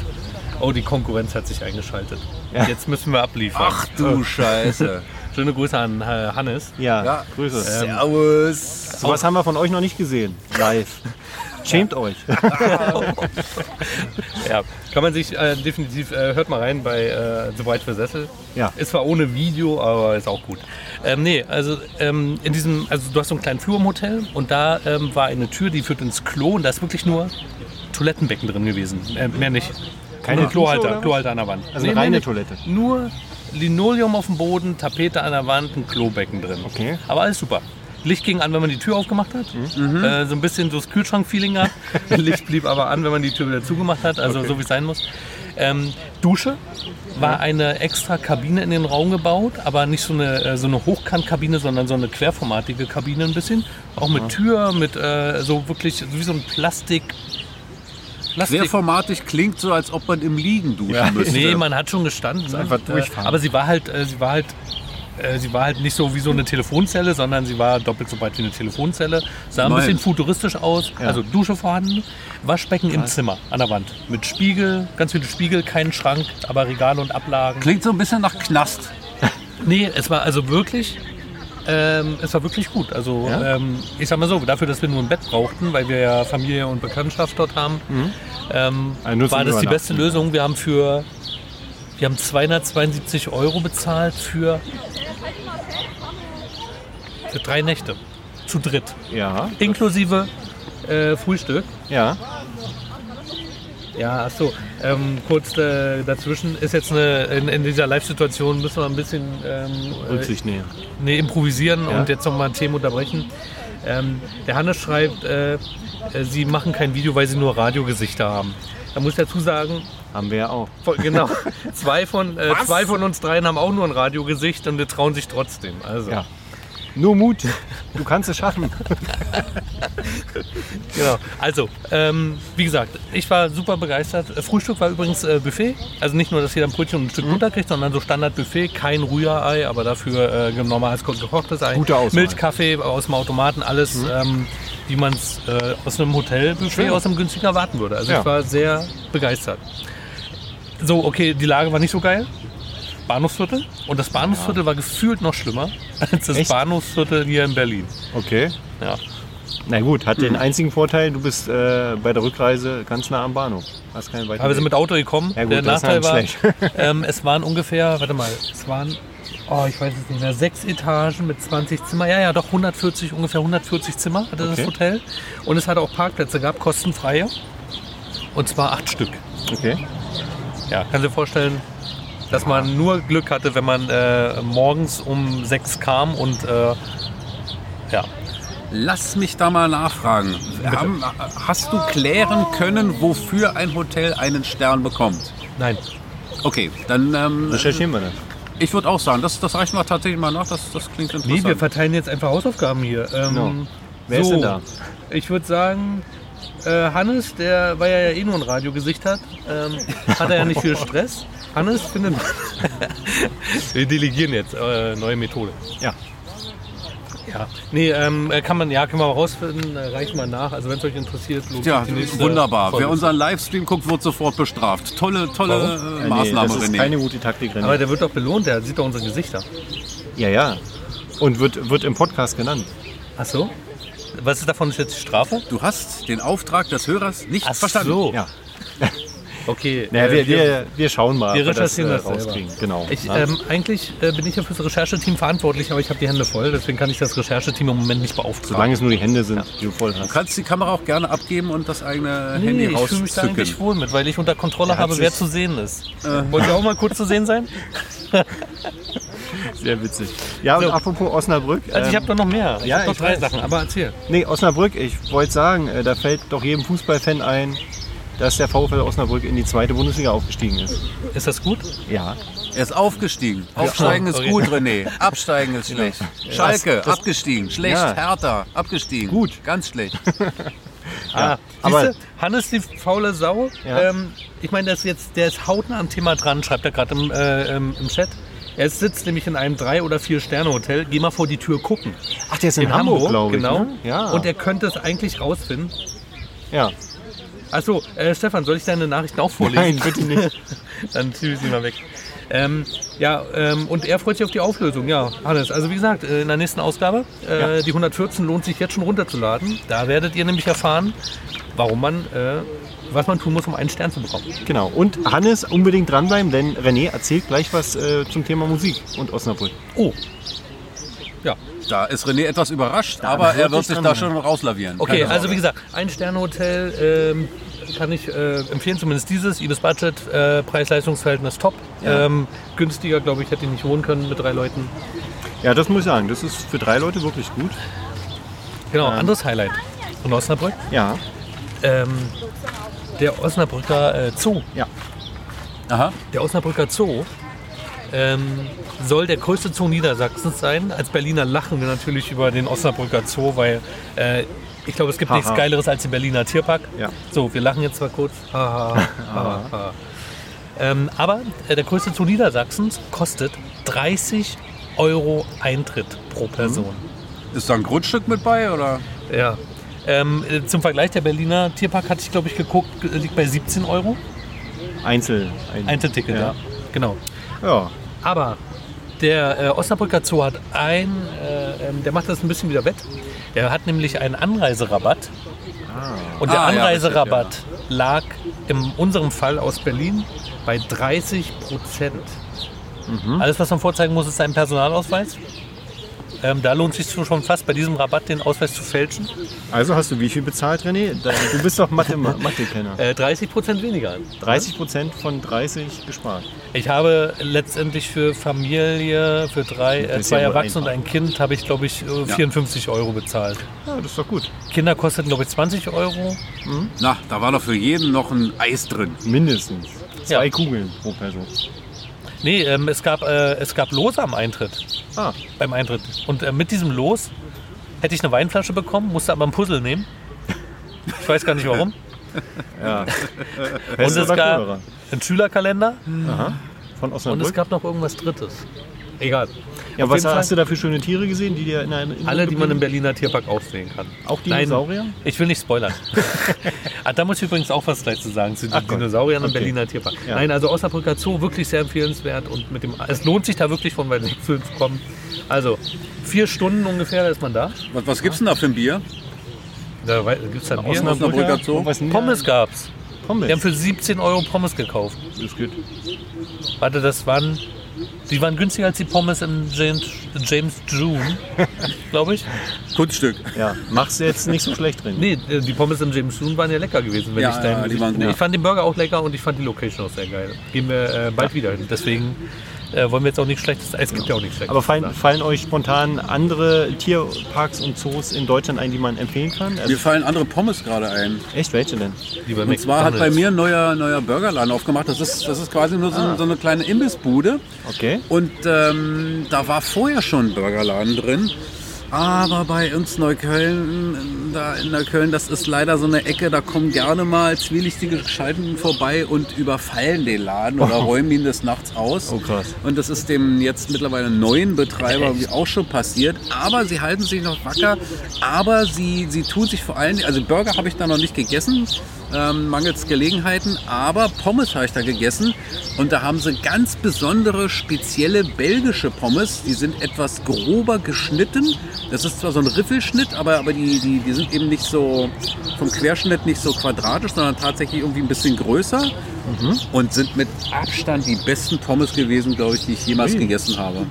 [SPEAKER 3] Oh, die Konkurrenz hat sich eingeschaltet.
[SPEAKER 2] Ja.
[SPEAKER 3] Jetzt müssen wir abliefern.
[SPEAKER 4] Ach du Scheiße.
[SPEAKER 3] Schöne Grüße an äh, Hannes.
[SPEAKER 2] Ja,
[SPEAKER 4] Ja.
[SPEAKER 2] Grüße.
[SPEAKER 4] Servus.
[SPEAKER 2] Sowas haben wir von euch noch nicht gesehen. Live. Schämt euch.
[SPEAKER 3] Ja, kann man sich äh, definitiv, äh, hört mal rein bei äh, The White Sessel.
[SPEAKER 2] Ja.
[SPEAKER 3] Ist zwar ohne Video, aber ist auch gut. Ähm, nee, also ähm, in diesem, also du hast so einen kleinen Flur im Hotel und da ähm, war eine Tür, die führt ins Klo und da ist wirklich nur Toilettenbecken drin gewesen. Äh, mehr nicht.
[SPEAKER 2] Keine
[SPEAKER 3] Nur
[SPEAKER 2] Dusche oder
[SPEAKER 3] Klohalter,
[SPEAKER 2] was?
[SPEAKER 3] Klohalter an der Wand.
[SPEAKER 2] Also reine
[SPEAKER 3] nicht.
[SPEAKER 2] Toilette.
[SPEAKER 3] Nur Linoleum auf dem Boden, Tapete an der Wand, ein Klobecken drin.
[SPEAKER 2] Okay.
[SPEAKER 3] Aber alles super. Licht ging an, wenn man die Tür aufgemacht hat. Äh, so ein bisschen so das Kühlschrank-Feeling gehabt. Licht blieb aber an, wenn man die Tür wieder zugemacht hat. Also so wie es sein muss. Ähm, Dusche war eine extra Kabine in den Raum gebaut, aber nicht so eine, äh, so eine Hochkantkabine, sondern so eine querformatige Kabine ein bisschen. Auch mit Tür, mit äh, so wirklich wie so ein Plastik.
[SPEAKER 4] Sehr
[SPEAKER 3] Plastik
[SPEAKER 4] formatisch klingt so, als ob man im Liegen duschen müsste.
[SPEAKER 3] Nee, man hat schon gestanden. ne?
[SPEAKER 2] einfach
[SPEAKER 3] Und, äh,
[SPEAKER 2] durchfahren.
[SPEAKER 3] Aber sie war halt, äh, sie war halt, äh, sie war halt nicht so wie so eine Telefonzelle, sondern sie war doppelt so breit wie eine Telefonzelle. Sah ein
[SPEAKER 4] Nein.
[SPEAKER 3] bisschen futuristisch aus.
[SPEAKER 2] Ja.
[SPEAKER 3] Also Dusche vorhanden, Waschbecken im Zimmer an der Wand mit Spiegel, ganz viele Spiegel, keinen Schrank, aber Regale und Ablagen.
[SPEAKER 4] Klingt so ein bisschen nach Knast.
[SPEAKER 3] Nee, es war also wirklich. Ähm, es war wirklich gut. Also
[SPEAKER 2] Ja?
[SPEAKER 3] ähm, ich sag mal so, dafür, dass wir nur ein Bett brauchten, weil wir ja Familie und Bekanntschaft dort haben, ähm,
[SPEAKER 2] Also nur zum
[SPEAKER 3] war das die
[SPEAKER 2] Übernachten.
[SPEAKER 3] beste Lösung. Wir haben für wir haben 272 Euro bezahlt für, für drei Nächte. Zu dritt.
[SPEAKER 2] Ja,
[SPEAKER 3] Inklusive äh, Frühstück.
[SPEAKER 2] ja.
[SPEAKER 3] Ja, achso. Ähm, kurz äh, dazwischen ist jetzt eine, in, in dieser Live-Situation müssen wir ein bisschen ähm, äh,
[SPEAKER 2] Rücksicht nehmen.
[SPEAKER 3] Nee, improvisieren
[SPEAKER 2] Ja.
[SPEAKER 3] und jetzt nochmal ein Thema unterbrechen. Ähm, der Hannes schreibt, äh, äh, sie machen kein Video, weil sie nur Radiogesichter haben. Da muss ich dazu sagen,
[SPEAKER 2] Haben wir ja auch.
[SPEAKER 3] voll- genau, zwei von, äh, zwei von uns dreien haben auch nur ein Radiogesicht und wir trauen sich trotzdem. Also,
[SPEAKER 2] Ja. Nur Mut. Du kannst es schaffen.
[SPEAKER 3] genau. also ähm, wie gesagt, ich war super begeistert. Frühstück war übrigens äh, Buffet. Also nicht nur, dass jeder ein Brötchen und ein
[SPEAKER 2] Mhm.
[SPEAKER 3] Stück Butter kriegt, sondern so Standard-Buffet. Kein Rührei, aber dafür äh, normales ko- gekochtes Ei.
[SPEAKER 2] Gute Auswahl. Mhm.
[SPEAKER 3] Milchkaffee aus dem Automaten, alles, ähm, wie man es äh, aus einem Hotelbuffet, aus einem günstigen erwarten würde. Also
[SPEAKER 2] Ja.
[SPEAKER 3] ich war sehr begeistert. So, okay, die Lage war nicht so geil. Bahnhofsviertel. Und das Bahnhofsviertel war gefühlt noch schlimmer als das
[SPEAKER 2] Echt?
[SPEAKER 3] Bahnhofsviertel hier in Berlin.
[SPEAKER 2] Okay.
[SPEAKER 3] Ja.
[SPEAKER 2] Na gut, hat den einzigen Vorteil, du bist äh, bei der Rückreise ganz nah am Bahnhof. Hast keinen weiteren
[SPEAKER 3] Aber wir sind
[SPEAKER 2] Weg.
[SPEAKER 3] mit Auto gekommen.
[SPEAKER 2] Ja gut,
[SPEAKER 3] der
[SPEAKER 2] das ist
[SPEAKER 3] Nachteil war,
[SPEAKER 2] halt
[SPEAKER 3] ähm, es waren ungefähr, warte mal, es waren, oh, ich weiß es nicht mehr, sechs Etagen mit 20 Zimmer. Ja, ja, doch 140, ungefähr 140 Zimmer hatte
[SPEAKER 2] Okay.
[SPEAKER 3] das Hotel. Und es hatte auch Parkplätze gehabt, kostenfreie. Und zwar acht Stück.
[SPEAKER 2] Okay.
[SPEAKER 3] Ja, kannst du dir vorstellen, dass man nur Glück hatte, wenn man äh, morgens um sechs kam und äh, ja,
[SPEAKER 4] Lass mich da mal nachfragen. Haben,
[SPEAKER 1] äh,
[SPEAKER 4] hast du klären können, wofür ein Hotel einen Stern bekommt?
[SPEAKER 3] nein.
[SPEAKER 4] Okay, dann ähm,
[SPEAKER 2] Recherchieren wir das. Äh,
[SPEAKER 4] ich würde auch sagen, das, das reichen wir tatsächlich mal nach. Das, das klingt
[SPEAKER 3] Nee, wir
[SPEAKER 4] interessant.
[SPEAKER 3] verteilen jetzt einfach Hausaufgaben hier. Ähm,
[SPEAKER 2] Genau. Wer ist
[SPEAKER 3] so,
[SPEAKER 2] denn da?
[SPEAKER 3] Ich würde sagen, äh, Hannes, der, weil er ja eh nur ein Radiogesicht hat, ähm, hat er ja nicht viel Stress. Hannes findet. wir delegieren jetzt äh, neue Methode.
[SPEAKER 2] Ja.
[SPEAKER 3] Ja. Nee, ähm, kann man, ja, können wir mal rausfinden, äh, reichen wir nach. Also wenn es euch interessiert, lohnt
[SPEAKER 4] ja,
[SPEAKER 3] sich die nächste
[SPEAKER 4] wunderbar.
[SPEAKER 3] Folge.
[SPEAKER 4] Wer unseren Livestream guckt, wird sofort bestraft. Tolle, tolle äh,
[SPEAKER 2] Ja, nee,
[SPEAKER 4] Maßnahme,
[SPEAKER 2] das ist
[SPEAKER 4] René.
[SPEAKER 2] keine gute Taktik, René.
[SPEAKER 3] Aber der wird doch belohnt, der sieht doch unsere Gesichter.
[SPEAKER 2] ja, ja. Und wird, wird im Podcast genannt.
[SPEAKER 3] Ach so? Was ist davon ist jetzt die Strafe?
[SPEAKER 4] Du hast den Auftrag des Hörers nicht verstanden.
[SPEAKER 3] so.
[SPEAKER 2] Ja.
[SPEAKER 3] Okay.
[SPEAKER 2] Naja,
[SPEAKER 3] Oh. äh,
[SPEAKER 2] wir, wir, wir schauen mal,
[SPEAKER 3] wir
[SPEAKER 2] ob
[SPEAKER 3] recherchieren
[SPEAKER 2] äh,
[SPEAKER 3] das selber.
[SPEAKER 2] rauskriegen. Genau.
[SPEAKER 3] Ich,
[SPEAKER 2] Ja.
[SPEAKER 3] ähm, eigentlich äh, bin ich ja fürs Rechercheteam verantwortlich, aber ich habe die Hände voll, deswegen kann ich das Rechercheteam im Moment nicht beauftragen.
[SPEAKER 2] Solange es nur die Hände sind, die du voll
[SPEAKER 4] Du
[SPEAKER 2] hast.
[SPEAKER 4] kannst die Kamera auch gerne abgeben und das eigene Handy
[SPEAKER 3] ich fühle mich da
[SPEAKER 4] rauszücken.
[SPEAKER 3] eigentlich wohl mit, weil ich unter Kontrolle
[SPEAKER 2] Er hat
[SPEAKER 3] habe, wer
[SPEAKER 2] sich- Äh.
[SPEAKER 3] zu sehen ist. Wollt ihr auch mal kurz zu sehen sein?
[SPEAKER 2] Sehr witzig. Ja, und
[SPEAKER 3] So.
[SPEAKER 2] apropos Osnabrück.
[SPEAKER 3] Also ich
[SPEAKER 2] ähm,
[SPEAKER 3] habe doch noch mehr. Ich
[SPEAKER 2] ja,
[SPEAKER 3] habe noch
[SPEAKER 2] ich
[SPEAKER 3] drei
[SPEAKER 2] weiß.
[SPEAKER 3] Sachen, aber erzähl.
[SPEAKER 2] Nee, Osnabrück, ich wollte sagen, äh, da fällt doch jedem Fußballfan ein, dass der VfL Osnabrück in die zweite Bundesliga aufgestiegen ist.
[SPEAKER 3] Ist das gut?
[SPEAKER 2] Ja.
[SPEAKER 4] Er ist aufgestiegen. Aufsteigen ist
[SPEAKER 3] Okay.
[SPEAKER 4] gut, René. Absteigen ist schlecht. Schalke,
[SPEAKER 2] Genau. Das- das-
[SPEAKER 4] abgestiegen. Schlecht.
[SPEAKER 2] Ja.
[SPEAKER 4] Hertha, abgestiegen.
[SPEAKER 2] Gut.
[SPEAKER 4] Ganz schlecht.
[SPEAKER 3] Ja, ah,
[SPEAKER 2] aber-
[SPEAKER 3] siehste, Hannes die faule Sau.
[SPEAKER 2] Ja.
[SPEAKER 3] Ähm, ich meine, der ist jetzt, der ist hautnah am Thema dran, schreibt er gerade im, äh, im, im Chat. Er sitzt nämlich in einem drei oder vier Sterne Hotel. Geh mal vor die Tür gucken.
[SPEAKER 2] Ach, der ist in, Hamburg, glaube ich.
[SPEAKER 3] genau.
[SPEAKER 2] Ne? Ja.
[SPEAKER 3] Und er könnte es eigentlich rausfinden.
[SPEAKER 2] ja.
[SPEAKER 3] Achso, äh, Stefan, soll ich deine Nachrichten auch vorlesen?
[SPEAKER 2] Nein, bitte nicht.
[SPEAKER 3] Dann schiebe ich sie mal weg. Ähm, ja, ähm, und er freut sich auf die Auflösung, ja, Hannes. Also wie gesagt, äh, in der nächsten Ausgabe, äh, die 114 lohnt sich jetzt schon runterzuladen. Da werdet ihr nämlich erfahren, warum man, äh, was man tun muss, um einen Stern zu bekommen.
[SPEAKER 2] Genau. Und Hannes, unbedingt dranbleiben, denn René erzählt gleich was äh, zum Thema Musik und Osnabrück.
[SPEAKER 3] Oh,
[SPEAKER 4] Da ist René etwas überrascht, aber er wird sich da schon rauslavieren.
[SPEAKER 3] okay,
[SPEAKER 4] Keine
[SPEAKER 3] also
[SPEAKER 4] Sorge.
[SPEAKER 3] wie gesagt, ein Sternhotel ähm, kann ich äh, empfehlen, zumindest dieses, Ibis Budget, äh, Preis-Leistungs-Verhältnis top. Ähm, günstiger, glaube ich, hätte ich nicht wohnen können mit drei Leuten.
[SPEAKER 2] Ja, das muss ich sagen. Das ist für drei Leute wirklich gut.
[SPEAKER 3] Genau,
[SPEAKER 2] Ähm,
[SPEAKER 3] anderes Highlight. Und Osnabrück?
[SPEAKER 2] Ja.
[SPEAKER 3] Ähm, der Osnabrücker äh, Zoo.
[SPEAKER 4] Aha.
[SPEAKER 3] Der Osnabrücker Zoo ähm, soll der größte Zoo Niedersachsens sein. Als Berliner lachen wir natürlich über den Osnabrücker Zoo, weil äh, ich glaube, es gibt
[SPEAKER 2] Haha.
[SPEAKER 3] nichts Geileres als den Berliner Tierpark.
[SPEAKER 2] Ja.
[SPEAKER 3] So, wir lachen jetzt mal kurz. Ha, ha, ha, ha. Ähm, aber äh, der größte Zoo Niedersachsens kostet 30 Euro Eintritt pro
[SPEAKER 2] Mhm.
[SPEAKER 3] Person.
[SPEAKER 4] Ist da ein Grundstück mit bei? Oder?
[SPEAKER 3] Ja. Ähm, äh, zum Vergleich, der Berliner Tierpark hatte ich, glaube ich, geguckt, g- liegt bei 17 Euro.
[SPEAKER 2] Einzel. ein-
[SPEAKER 3] Einzelticket, ja.
[SPEAKER 2] ja.
[SPEAKER 3] Genau.
[SPEAKER 2] Ja.
[SPEAKER 3] Aber der äh, Osnabrücker Zoo hat ein, äh, ähm, der macht das ein bisschen wieder wett. Der hat nämlich einen Anreiserabatt. Und der
[SPEAKER 4] Ah, ja,
[SPEAKER 3] Anreiserabatt lag in unserem Fall aus Berlin bei 30 Prozent.
[SPEAKER 4] Mhm.
[SPEAKER 3] Alles, was man vorzeigen muss, ist ein Personalausweis. Ähm, da lohnt sich schon fast bei diesem Rabatt den Ausweis zu fälschen.
[SPEAKER 2] Also hast du wie viel bezahlt, René? Da- Du bist doch Mathe- Mathe-Kenner.
[SPEAKER 3] Äh, 30 Prozent weniger.
[SPEAKER 2] 30 Prozent von 30 gespart.
[SPEAKER 3] Ich habe letztendlich für Familie, für drei, äh,
[SPEAKER 2] Das ist
[SPEAKER 3] zwei
[SPEAKER 2] ja wohl
[SPEAKER 3] Erwachsene und ein
[SPEAKER 2] einfach.
[SPEAKER 3] Kind, habe ich glaube ich äh, 54 Euro bezahlt.
[SPEAKER 2] Ja, das ist doch gut.
[SPEAKER 3] Kinder kosteten glaube ich 20 Euro.
[SPEAKER 4] Na, da war doch für jeden noch ein Eis drin.
[SPEAKER 2] Mindestens. Zwei
[SPEAKER 3] Ja.
[SPEAKER 2] Kugeln pro Person.
[SPEAKER 3] Nee, ähm, es, gab, äh, es gab Los am Eintritt,
[SPEAKER 2] Ah,
[SPEAKER 3] beim Eintritt. Und äh, mit diesem Los hätte ich eine Weinflasche bekommen, musste aber ein Puzzle nehmen. Ich weiß gar nicht warum.
[SPEAKER 2] ja.
[SPEAKER 3] Und
[SPEAKER 2] Pest
[SPEAKER 3] es
[SPEAKER 2] oder
[SPEAKER 3] gab
[SPEAKER 2] Cholera?
[SPEAKER 3] einen Schülerkalender
[SPEAKER 2] Aha. Von
[SPEAKER 3] und es
[SPEAKER 2] Osnabrück.
[SPEAKER 3] gab noch irgendwas Drittes. Egal.
[SPEAKER 2] ja,
[SPEAKER 3] auf
[SPEAKER 2] was
[SPEAKER 3] jeden Fall-
[SPEAKER 2] hast du da für schöne Tiere gesehen, die dir in einem in
[SPEAKER 3] Alle, die man im Berliner Tierpark aufsehen kann.
[SPEAKER 2] Auch
[SPEAKER 3] Nein.
[SPEAKER 2] Dinosaurier?
[SPEAKER 3] Ich will nicht spoilern. ah, da muss ich übrigens auch was gleich zu sagen zu den
[SPEAKER 2] Ach Gott.
[SPEAKER 3] Dinosauriern im
[SPEAKER 2] Okay.
[SPEAKER 3] Berliner Tierpark.
[SPEAKER 2] Ja.
[SPEAKER 3] Nein, also Osnabrücker Zoo wirklich sehr empfehlenswert und mit dem es lohnt sich da wirklich von weit weg zu kommen. Also vier Stunden ungefähr da ist man da.
[SPEAKER 4] Was, was gibt's denn da für ein Bier?
[SPEAKER 3] Da gibt es da Bier.
[SPEAKER 1] Osnabrücker Zoo.
[SPEAKER 2] Was denn?
[SPEAKER 3] Pommes gab's.
[SPEAKER 2] Pommes.
[SPEAKER 3] Die haben für 17 Euro Pommes gekauft.
[SPEAKER 2] ist gut.
[SPEAKER 3] Warte, das waren. Die waren günstiger als die Pommes im James, James June, glaube ich.
[SPEAKER 4] Kunststück.
[SPEAKER 2] Ja, mach's jetzt nicht so schlecht drin.
[SPEAKER 3] Nee, äh, die Pommes im James June waren ja lecker gewesen. Wenn
[SPEAKER 4] Ja,
[SPEAKER 3] ich
[SPEAKER 4] ja, die waren
[SPEAKER 3] ich,
[SPEAKER 4] gut.
[SPEAKER 3] ich fand den Burger auch lecker und ich fand die Location auch sehr geil. Gehen wir äh, bald wieder hin. Deswegen äh, wollen wir jetzt auch nichts Schlechtes. Es gibt ja auch nichts Schlechtes.
[SPEAKER 2] Aber fallen, fallen euch spontan andere Tierparks und Zoos in Deutschland ein, die man empfehlen kann? Also,
[SPEAKER 4] Mir fallen andere Pommes gerade ein.
[SPEAKER 2] echt, welche denn?
[SPEAKER 3] Lieber
[SPEAKER 4] Und zwar hat bei
[SPEAKER 3] McDonald's.
[SPEAKER 4] mir ein neuer, neuer Burgerladen aufgemacht. Das ist, das ist quasi nur so,
[SPEAKER 2] Ah.
[SPEAKER 4] so eine kleine Imbissbude.
[SPEAKER 2] Okay.
[SPEAKER 4] Und ähm, da war vorher schon ein Burgerladen drin. Aber bei uns Neukölln, da in Neukölln, das ist leider so eine Ecke, da kommen gerne mal zwielichtige Gestalten vorbei und überfallen den Laden oder räumen ihn des Nachts aus.
[SPEAKER 2] Oh, krass.
[SPEAKER 4] Und das ist dem jetzt mittlerweile neuen Betreiber irgendwie auch schon passiert. Aber sie halten sich noch wacker. Aber sie, sie tun sich vor allen Dingen, also Burger habe ich da noch nicht gegessen, ähm, mangels Gelegenheiten. Aber Pommes habe ich da gegessen. Und da haben sie ganz besondere, spezielle belgische Pommes. Die sind etwas grober geschnitten. Das ist zwar so ein Riffelschnitt, aber, aber die, die, die sind eben nicht so vom Querschnitt nicht so quadratisch, sondern tatsächlich irgendwie ein bisschen größer und sind mit Abstand die besten Pommes gewesen, glaube ich, die ich jemals gegessen habe.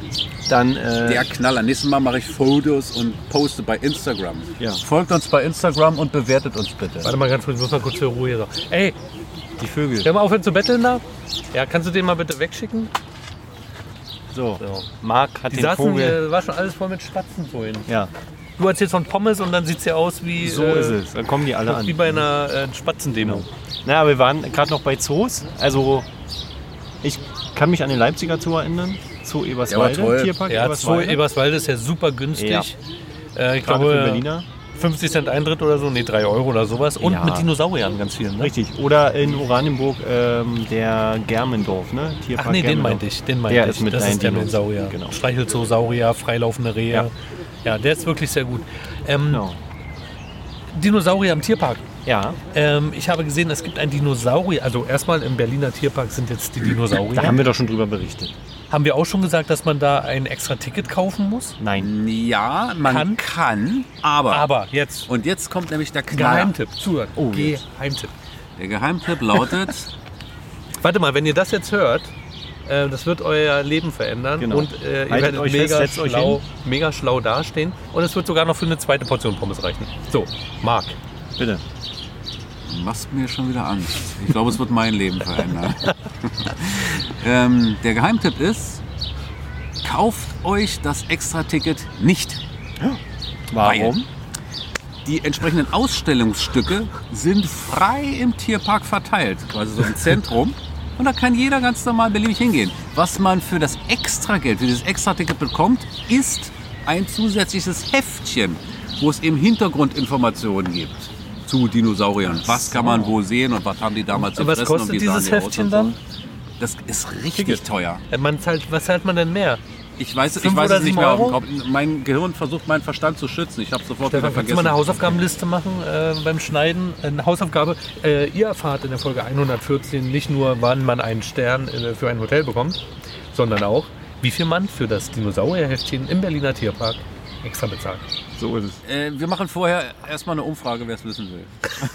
[SPEAKER 2] Dann, äh,
[SPEAKER 4] Der Knaller. Nächstes Mal mache ich Fotos und poste bei Instagram.
[SPEAKER 2] ja.
[SPEAKER 1] Folgt uns bei Instagram und bewertet uns bitte.
[SPEAKER 3] Warte mal ganz kurz, ich muss mal kurz zur Ruhe hier sagen. Ey,
[SPEAKER 2] die Vögel.
[SPEAKER 3] hör mal aufhören zu betteln da. Ja, kannst du den mal bitte wegschicken?
[SPEAKER 2] So,
[SPEAKER 3] So.
[SPEAKER 2] Marc hat
[SPEAKER 3] Die
[SPEAKER 2] den
[SPEAKER 3] saßen,
[SPEAKER 2] Vogel.
[SPEAKER 3] äh, war schon alles voll mit Spatzen vorhin.
[SPEAKER 2] Ja,
[SPEAKER 3] Du erzählst von Pommes und dann sieht ja aus wie,
[SPEAKER 2] so
[SPEAKER 3] äh,
[SPEAKER 2] ist es. Dann kommen die alle
[SPEAKER 3] wie
[SPEAKER 2] an.
[SPEAKER 3] bei einer äh, Spatzendemo.
[SPEAKER 2] Na, aber wir waren gerade noch bei Zoos. Also, ich kann mich an den Leipziger Zoo erinnern. Zoo Eberswalde,
[SPEAKER 4] Ja, war toll.
[SPEAKER 2] Tierpark
[SPEAKER 3] Ja, Zoo
[SPEAKER 2] Eberswalde.
[SPEAKER 3] Eberswalde ist ja super günstig. Äh,
[SPEAKER 2] Gerade für
[SPEAKER 3] ich glaube,
[SPEAKER 2] Berliner.
[SPEAKER 3] 50 Cent Eintritt oder so, nee, 3 Euro oder sowas. Und
[SPEAKER 2] Ja.
[SPEAKER 3] mit Dinosauriern ganz vielen. Ne?
[SPEAKER 2] Richtig. Oder in Oranienburg ähm, der Germendorf, ne? Tierpark
[SPEAKER 3] Ach nee, den
[SPEAKER 2] Germendorf.
[SPEAKER 3] meinte ich. Den meinte
[SPEAKER 2] Der
[SPEAKER 3] ich.
[SPEAKER 2] ist mit
[SPEAKER 3] das
[SPEAKER 2] deinen
[SPEAKER 3] ist der
[SPEAKER 2] Dinos.
[SPEAKER 3] Dinosaurier.
[SPEAKER 2] Genau.
[SPEAKER 3] Streichelzoosaurier, freilaufende Rehe.
[SPEAKER 2] Ja.
[SPEAKER 3] Ja. der ist wirklich sehr gut. Ähm,
[SPEAKER 2] Genau.
[SPEAKER 3] Dinosaurier im Tierpark.
[SPEAKER 2] Ja,
[SPEAKER 3] Ähm, ich habe gesehen, es gibt ein Dinosaurier. Also erstmal im Berliner Tierpark sind jetzt die Dinosaurier.
[SPEAKER 2] da haben wir doch schon drüber berichtet.
[SPEAKER 3] Haben wir auch schon gesagt, dass man da ein extra Ticket kaufen muss?
[SPEAKER 2] Nein.
[SPEAKER 4] Ja, man kann,
[SPEAKER 3] Kann.
[SPEAKER 4] aber.
[SPEAKER 3] Aber jetzt
[SPEAKER 4] Und jetzt kommt nämlich der Knaller.
[SPEAKER 3] Geheimtipp. Zuhören.
[SPEAKER 2] Oh, jetzt.
[SPEAKER 3] Geheimtipp.
[SPEAKER 4] Der Geheimtipp lautet,
[SPEAKER 3] Warte mal, wenn ihr das jetzt hört, äh, das wird euer Leben verändern
[SPEAKER 2] Genau.
[SPEAKER 3] und äh, ihr
[SPEAKER 2] Haltet
[SPEAKER 3] werdet
[SPEAKER 2] euch fest,
[SPEAKER 3] mega,
[SPEAKER 2] setzt euch
[SPEAKER 3] schlau, mega schlau dastehen und es wird sogar noch für eine zweite Portion Pommes reichen. So, Marc,
[SPEAKER 2] Bitte.
[SPEAKER 4] machst mir schon wieder Angst. Ich glaube, es wird mein Leben verändern. ähm, der Geheimtipp ist, kauft euch das Extra-Ticket nicht.
[SPEAKER 2] Warum?
[SPEAKER 4] Die entsprechenden Ausstellungsstücke sind frei im Tierpark verteilt, also so im Zentrum. Und da kann jeder ganz normal beliebig hingehen. Was man für das Extrageld, für dieses Extraticket bekommt, ist ein zusätzliches Heftchen, wo es eben Hintergrundinformationen gibt zu Dinosauriern. Was kann man wo sehen und was haben die damals
[SPEAKER 3] Und was
[SPEAKER 4] gefressen und
[SPEAKER 3] kostet
[SPEAKER 4] wie sahen
[SPEAKER 3] dieses
[SPEAKER 4] die aus
[SPEAKER 3] Heftchen
[SPEAKER 4] und so.
[SPEAKER 3] dann?
[SPEAKER 4] Das ist richtig teuer.
[SPEAKER 3] äh, man zahlt, was zahlt man denn mehr?
[SPEAKER 4] Ich weiß, ich
[SPEAKER 3] Fünf
[SPEAKER 4] weiß
[SPEAKER 3] oder
[SPEAKER 4] es nicht
[SPEAKER 3] sieben
[SPEAKER 4] mehr.
[SPEAKER 3] Euro?
[SPEAKER 4] Ob- Mein Gehirn versucht, meinen Verstand zu schützen. Ich habe sofort
[SPEAKER 3] Stefan,
[SPEAKER 4] wieder
[SPEAKER 3] kannst du mal
[SPEAKER 4] vergessen.
[SPEAKER 3] eine Hausaufgabenliste machen äh, beim Schneiden? Eine Hausaufgabe. Äh, ihr erfahrt in der Folge 114 nicht nur, wann man einen Stern äh, für ein Hotel bekommt, sondern auch, wie viel man für das Dinosaurierheftchen im Berliner Tierpark extra bezahlt.
[SPEAKER 2] So ist es.
[SPEAKER 4] Äh, wir machen vorher erstmal eine Umfrage, wer es wissen will.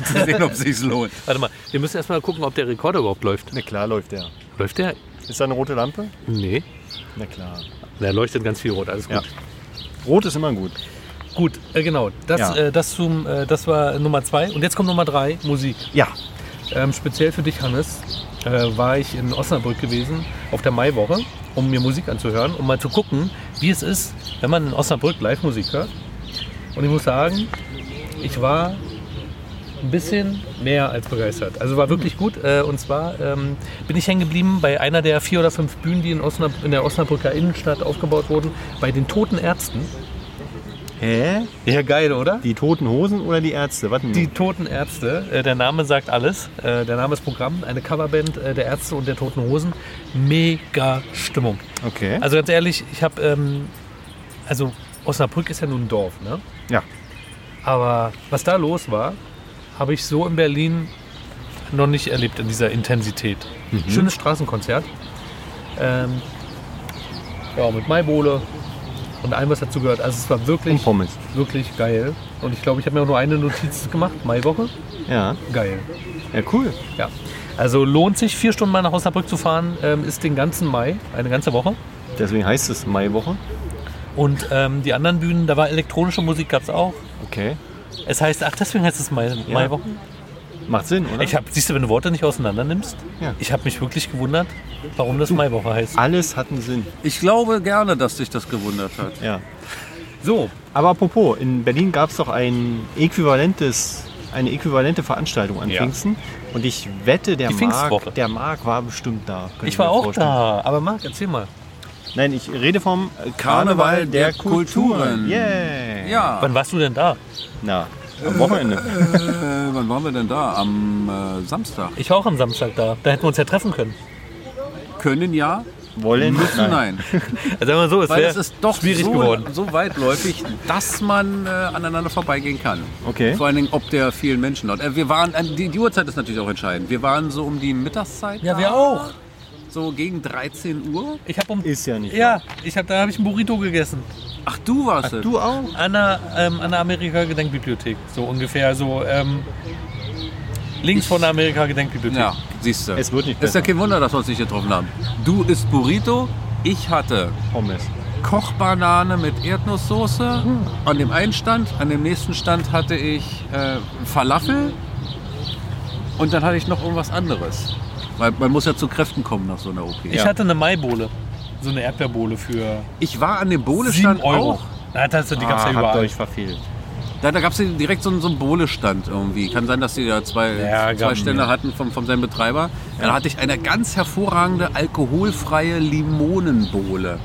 [SPEAKER 4] Zu sehen, ob es sich lohnt.
[SPEAKER 3] Warte mal, wir müssen erstmal gucken, ob der Rekorder überhaupt läuft.
[SPEAKER 2] Na klar läuft der.
[SPEAKER 3] Läuft der?
[SPEAKER 2] Ist da eine rote Lampe?
[SPEAKER 3] Nee.
[SPEAKER 2] Na klar.
[SPEAKER 3] Der leuchtet ganz viel rot, alles gut.
[SPEAKER 2] Ja. Rot ist immer gut.
[SPEAKER 3] Gut, äh, genau. Das,
[SPEAKER 2] Ja.
[SPEAKER 3] äh, das, zum, äh, das war Nummer zwei. Und jetzt kommt Nummer drei, Musik.
[SPEAKER 2] Ja.
[SPEAKER 3] Ähm, speziell für dich, Hannes, äh, war ich in Osnabrück gewesen auf der Maiwoche, um mir Musik anzuhören, um mal zu gucken, wie es ist, wenn man in Osnabrück Live-Musik hört. Und ich muss sagen, ich war ein bisschen mehr als begeistert. Also war wirklich gut. Äh, und zwar ähm, bin ich hängen geblieben bei einer der vier oder fünf Bühnen, die in, Osnab in der Osnabrücker Innenstadt aufgebaut wurden, bei den Toten Ärzten.
[SPEAKER 2] Hä?
[SPEAKER 3] Ja, geil, oder?
[SPEAKER 2] Die toten Hosen oder die Ärzte? Warten
[SPEAKER 3] Die Toten Ärzte, äh, der Name sagt alles. Äh, der Name ist Programm, eine Coverband äh, der Ärzte und der Toten Hosen. Mega Stimmung.
[SPEAKER 2] Okay.
[SPEAKER 3] Also ganz ehrlich, ich habe, ähm, also Osnabrück ist ja nun ein Dorf, ne?
[SPEAKER 2] Ja.
[SPEAKER 3] Aber was da los war, habe ich so in Berlin noch nicht erlebt in dieser Intensität.
[SPEAKER 2] Mhm.
[SPEAKER 3] Schönes Straßenkonzert. Ähm, ja, mit Maibohle und allem, was dazu gehört. Also es war wirklich,
[SPEAKER 2] Und Um Pommes.
[SPEAKER 3] wirklich geil. Und ich glaube, ich habe mir auch nur eine Notiz gemacht, Maiwoche.
[SPEAKER 2] Ja,
[SPEAKER 3] Geil.
[SPEAKER 2] ja cool.
[SPEAKER 3] Ja. Also lohnt sich, vier Stunden mal nach Osnabrück zu fahren, ähm, ist den ganzen Mai, eine ganze Woche.
[SPEAKER 2] Deswegen heißt es Maiwoche.
[SPEAKER 3] Und ähm, die anderen Bühnen, da war elektronische Musik, gab es auch.
[SPEAKER 2] Okay.
[SPEAKER 3] Es heißt, ach, deswegen heißt es Mai, Maiwoche.
[SPEAKER 2] Macht Sinn, oder?
[SPEAKER 3] Ich habe, siehst du, wenn du Worte nicht auseinander nimmst,
[SPEAKER 2] Ja.
[SPEAKER 3] ich habe mich wirklich gewundert, warum das Maiwoche heißt.
[SPEAKER 2] Alles hat einen Sinn.
[SPEAKER 4] Ich glaube gerne, dass dich das gewundert hat.
[SPEAKER 2] Ja.
[SPEAKER 3] Ah, So,
[SPEAKER 2] Aber apropos, in Berlin gab es doch ein äquivalentes, eine äquivalente Veranstaltung an
[SPEAKER 3] Ja.
[SPEAKER 2] Pfingsten. Und ich wette, der
[SPEAKER 3] Die Pfingstwoche.
[SPEAKER 2] Marc, der Marc war bestimmt da. könnte
[SPEAKER 3] ich war
[SPEAKER 2] mir
[SPEAKER 3] auch
[SPEAKER 2] vorstellen.
[SPEAKER 3] da. Aber Marc, erzähl mal.
[SPEAKER 2] Nein, ich rede vom äh, Karneval,
[SPEAKER 4] Karneval
[SPEAKER 2] der,
[SPEAKER 4] der
[SPEAKER 2] Kulturen.
[SPEAKER 4] Kulturen.
[SPEAKER 2] Yeah.
[SPEAKER 4] Ja.
[SPEAKER 3] Wann warst du denn da?
[SPEAKER 2] Na, am Wochenende.
[SPEAKER 4] Äh, wann waren wir denn da? Am äh, Samstag.
[SPEAKER 3] Ich war auch am Samstag da. Da hätten wir uns ja treffen können.
[SPEAKER 4] Können ja,
[SPEAKER 2] Wollen
[SPEAKER 4] müssen nein.
[SPEAKER 3] Also sagen wir so, es
[SPEAKER 4] Weil es
[SPEAKER 3] wäre
[SPEAKER 4] ist doch
[SPEAKER 3] schwierig
[SPEAKER 4] so,
[SPEAKER 3] geworden.
[SPEAKER 4] so weitläufig, dass man äh, aneinander vorbeigehen kann.
[SPEAKER 2] Okay.
[SPEAKER 4] Vor allen Dingen ob der vielen Menschen dort. Äh, wir waren, äh, die, die Uhrzeit ist natürlich auch entscheidend. Wir waren so um die Mittagszeit.
[SPEAKER 3] Ja,
[SPEAKER 4] da,
[SPEAKER 3] wir auch.
[SPEAKER 4] So gegen 13 Uhr.
[SPEAKER 3] Ich habe um
[SPEAKER 2] Ist ja nicht.
[SPEAKER 3] ja, ich hab, da habe ich ein Burrito gegessen.
[SPEAKER 4] Ach, du warst es.
[SPEAKER 2] Du auch?
[SPEAKER 3] An der, ähm, an der Amerika-Gedenkbibliothek. So ungefähr. So ähm, links von der Amerika-Gedenkbibliothek.
[SPEAKER 4] Ja, siehst du.
[SPEAKER 2] Es wird nicht
[SPEAKER 4] Ist ja
[SPEAKER 2] besser.
[SPEAKER 4] kein Wunder, dass wir uns nicht getroffen haben. Du isst Burrito, ich hatte
[SPEAKER 2] Pommes.
[SPEAKER 4] Kochbanane mit Erdnusssoße an dem einen Stand, an dem nächsten Stand hatte ich äh, Falafel und dann hatte ich noch irgendwas anderes. Weil man muss ja zu Kräften kommen nach so einer OP.
[SPEAKER 3] Ich hatte eine Maibohle. So eine Erdbeerbohle für
[SPEAKER 4] Ich war an dem
[SPEAKER 3] 7
[SPEAKER 4] Bohle-Stand
[SPEAKER 3] Euro.
[SPEAKER 4] auch.
[SPEAKER 3] Na, das, die gab's
[SPEAKER 2] Ah,
[SPEAKER 3] ja
[SPEAKER 2] habt
[SPEAKER 3] überall.
[SPEAKER 2] euch verfehlt.
[SPEAKER 4] Da, da gab es direkt so einen, so einen Bohle-Stand irgendwie. Kann sein, dass die da zwei,
[SPEAKER 3] Ja,
[SPEAKER 4] zwei
[SPEAKER 3] gab-
[SPEAKER 4] Stände hatten von, von seinem Betreiber. Dann hatte ich eine ganz hervorragende alkoholfreie Limonenbohle.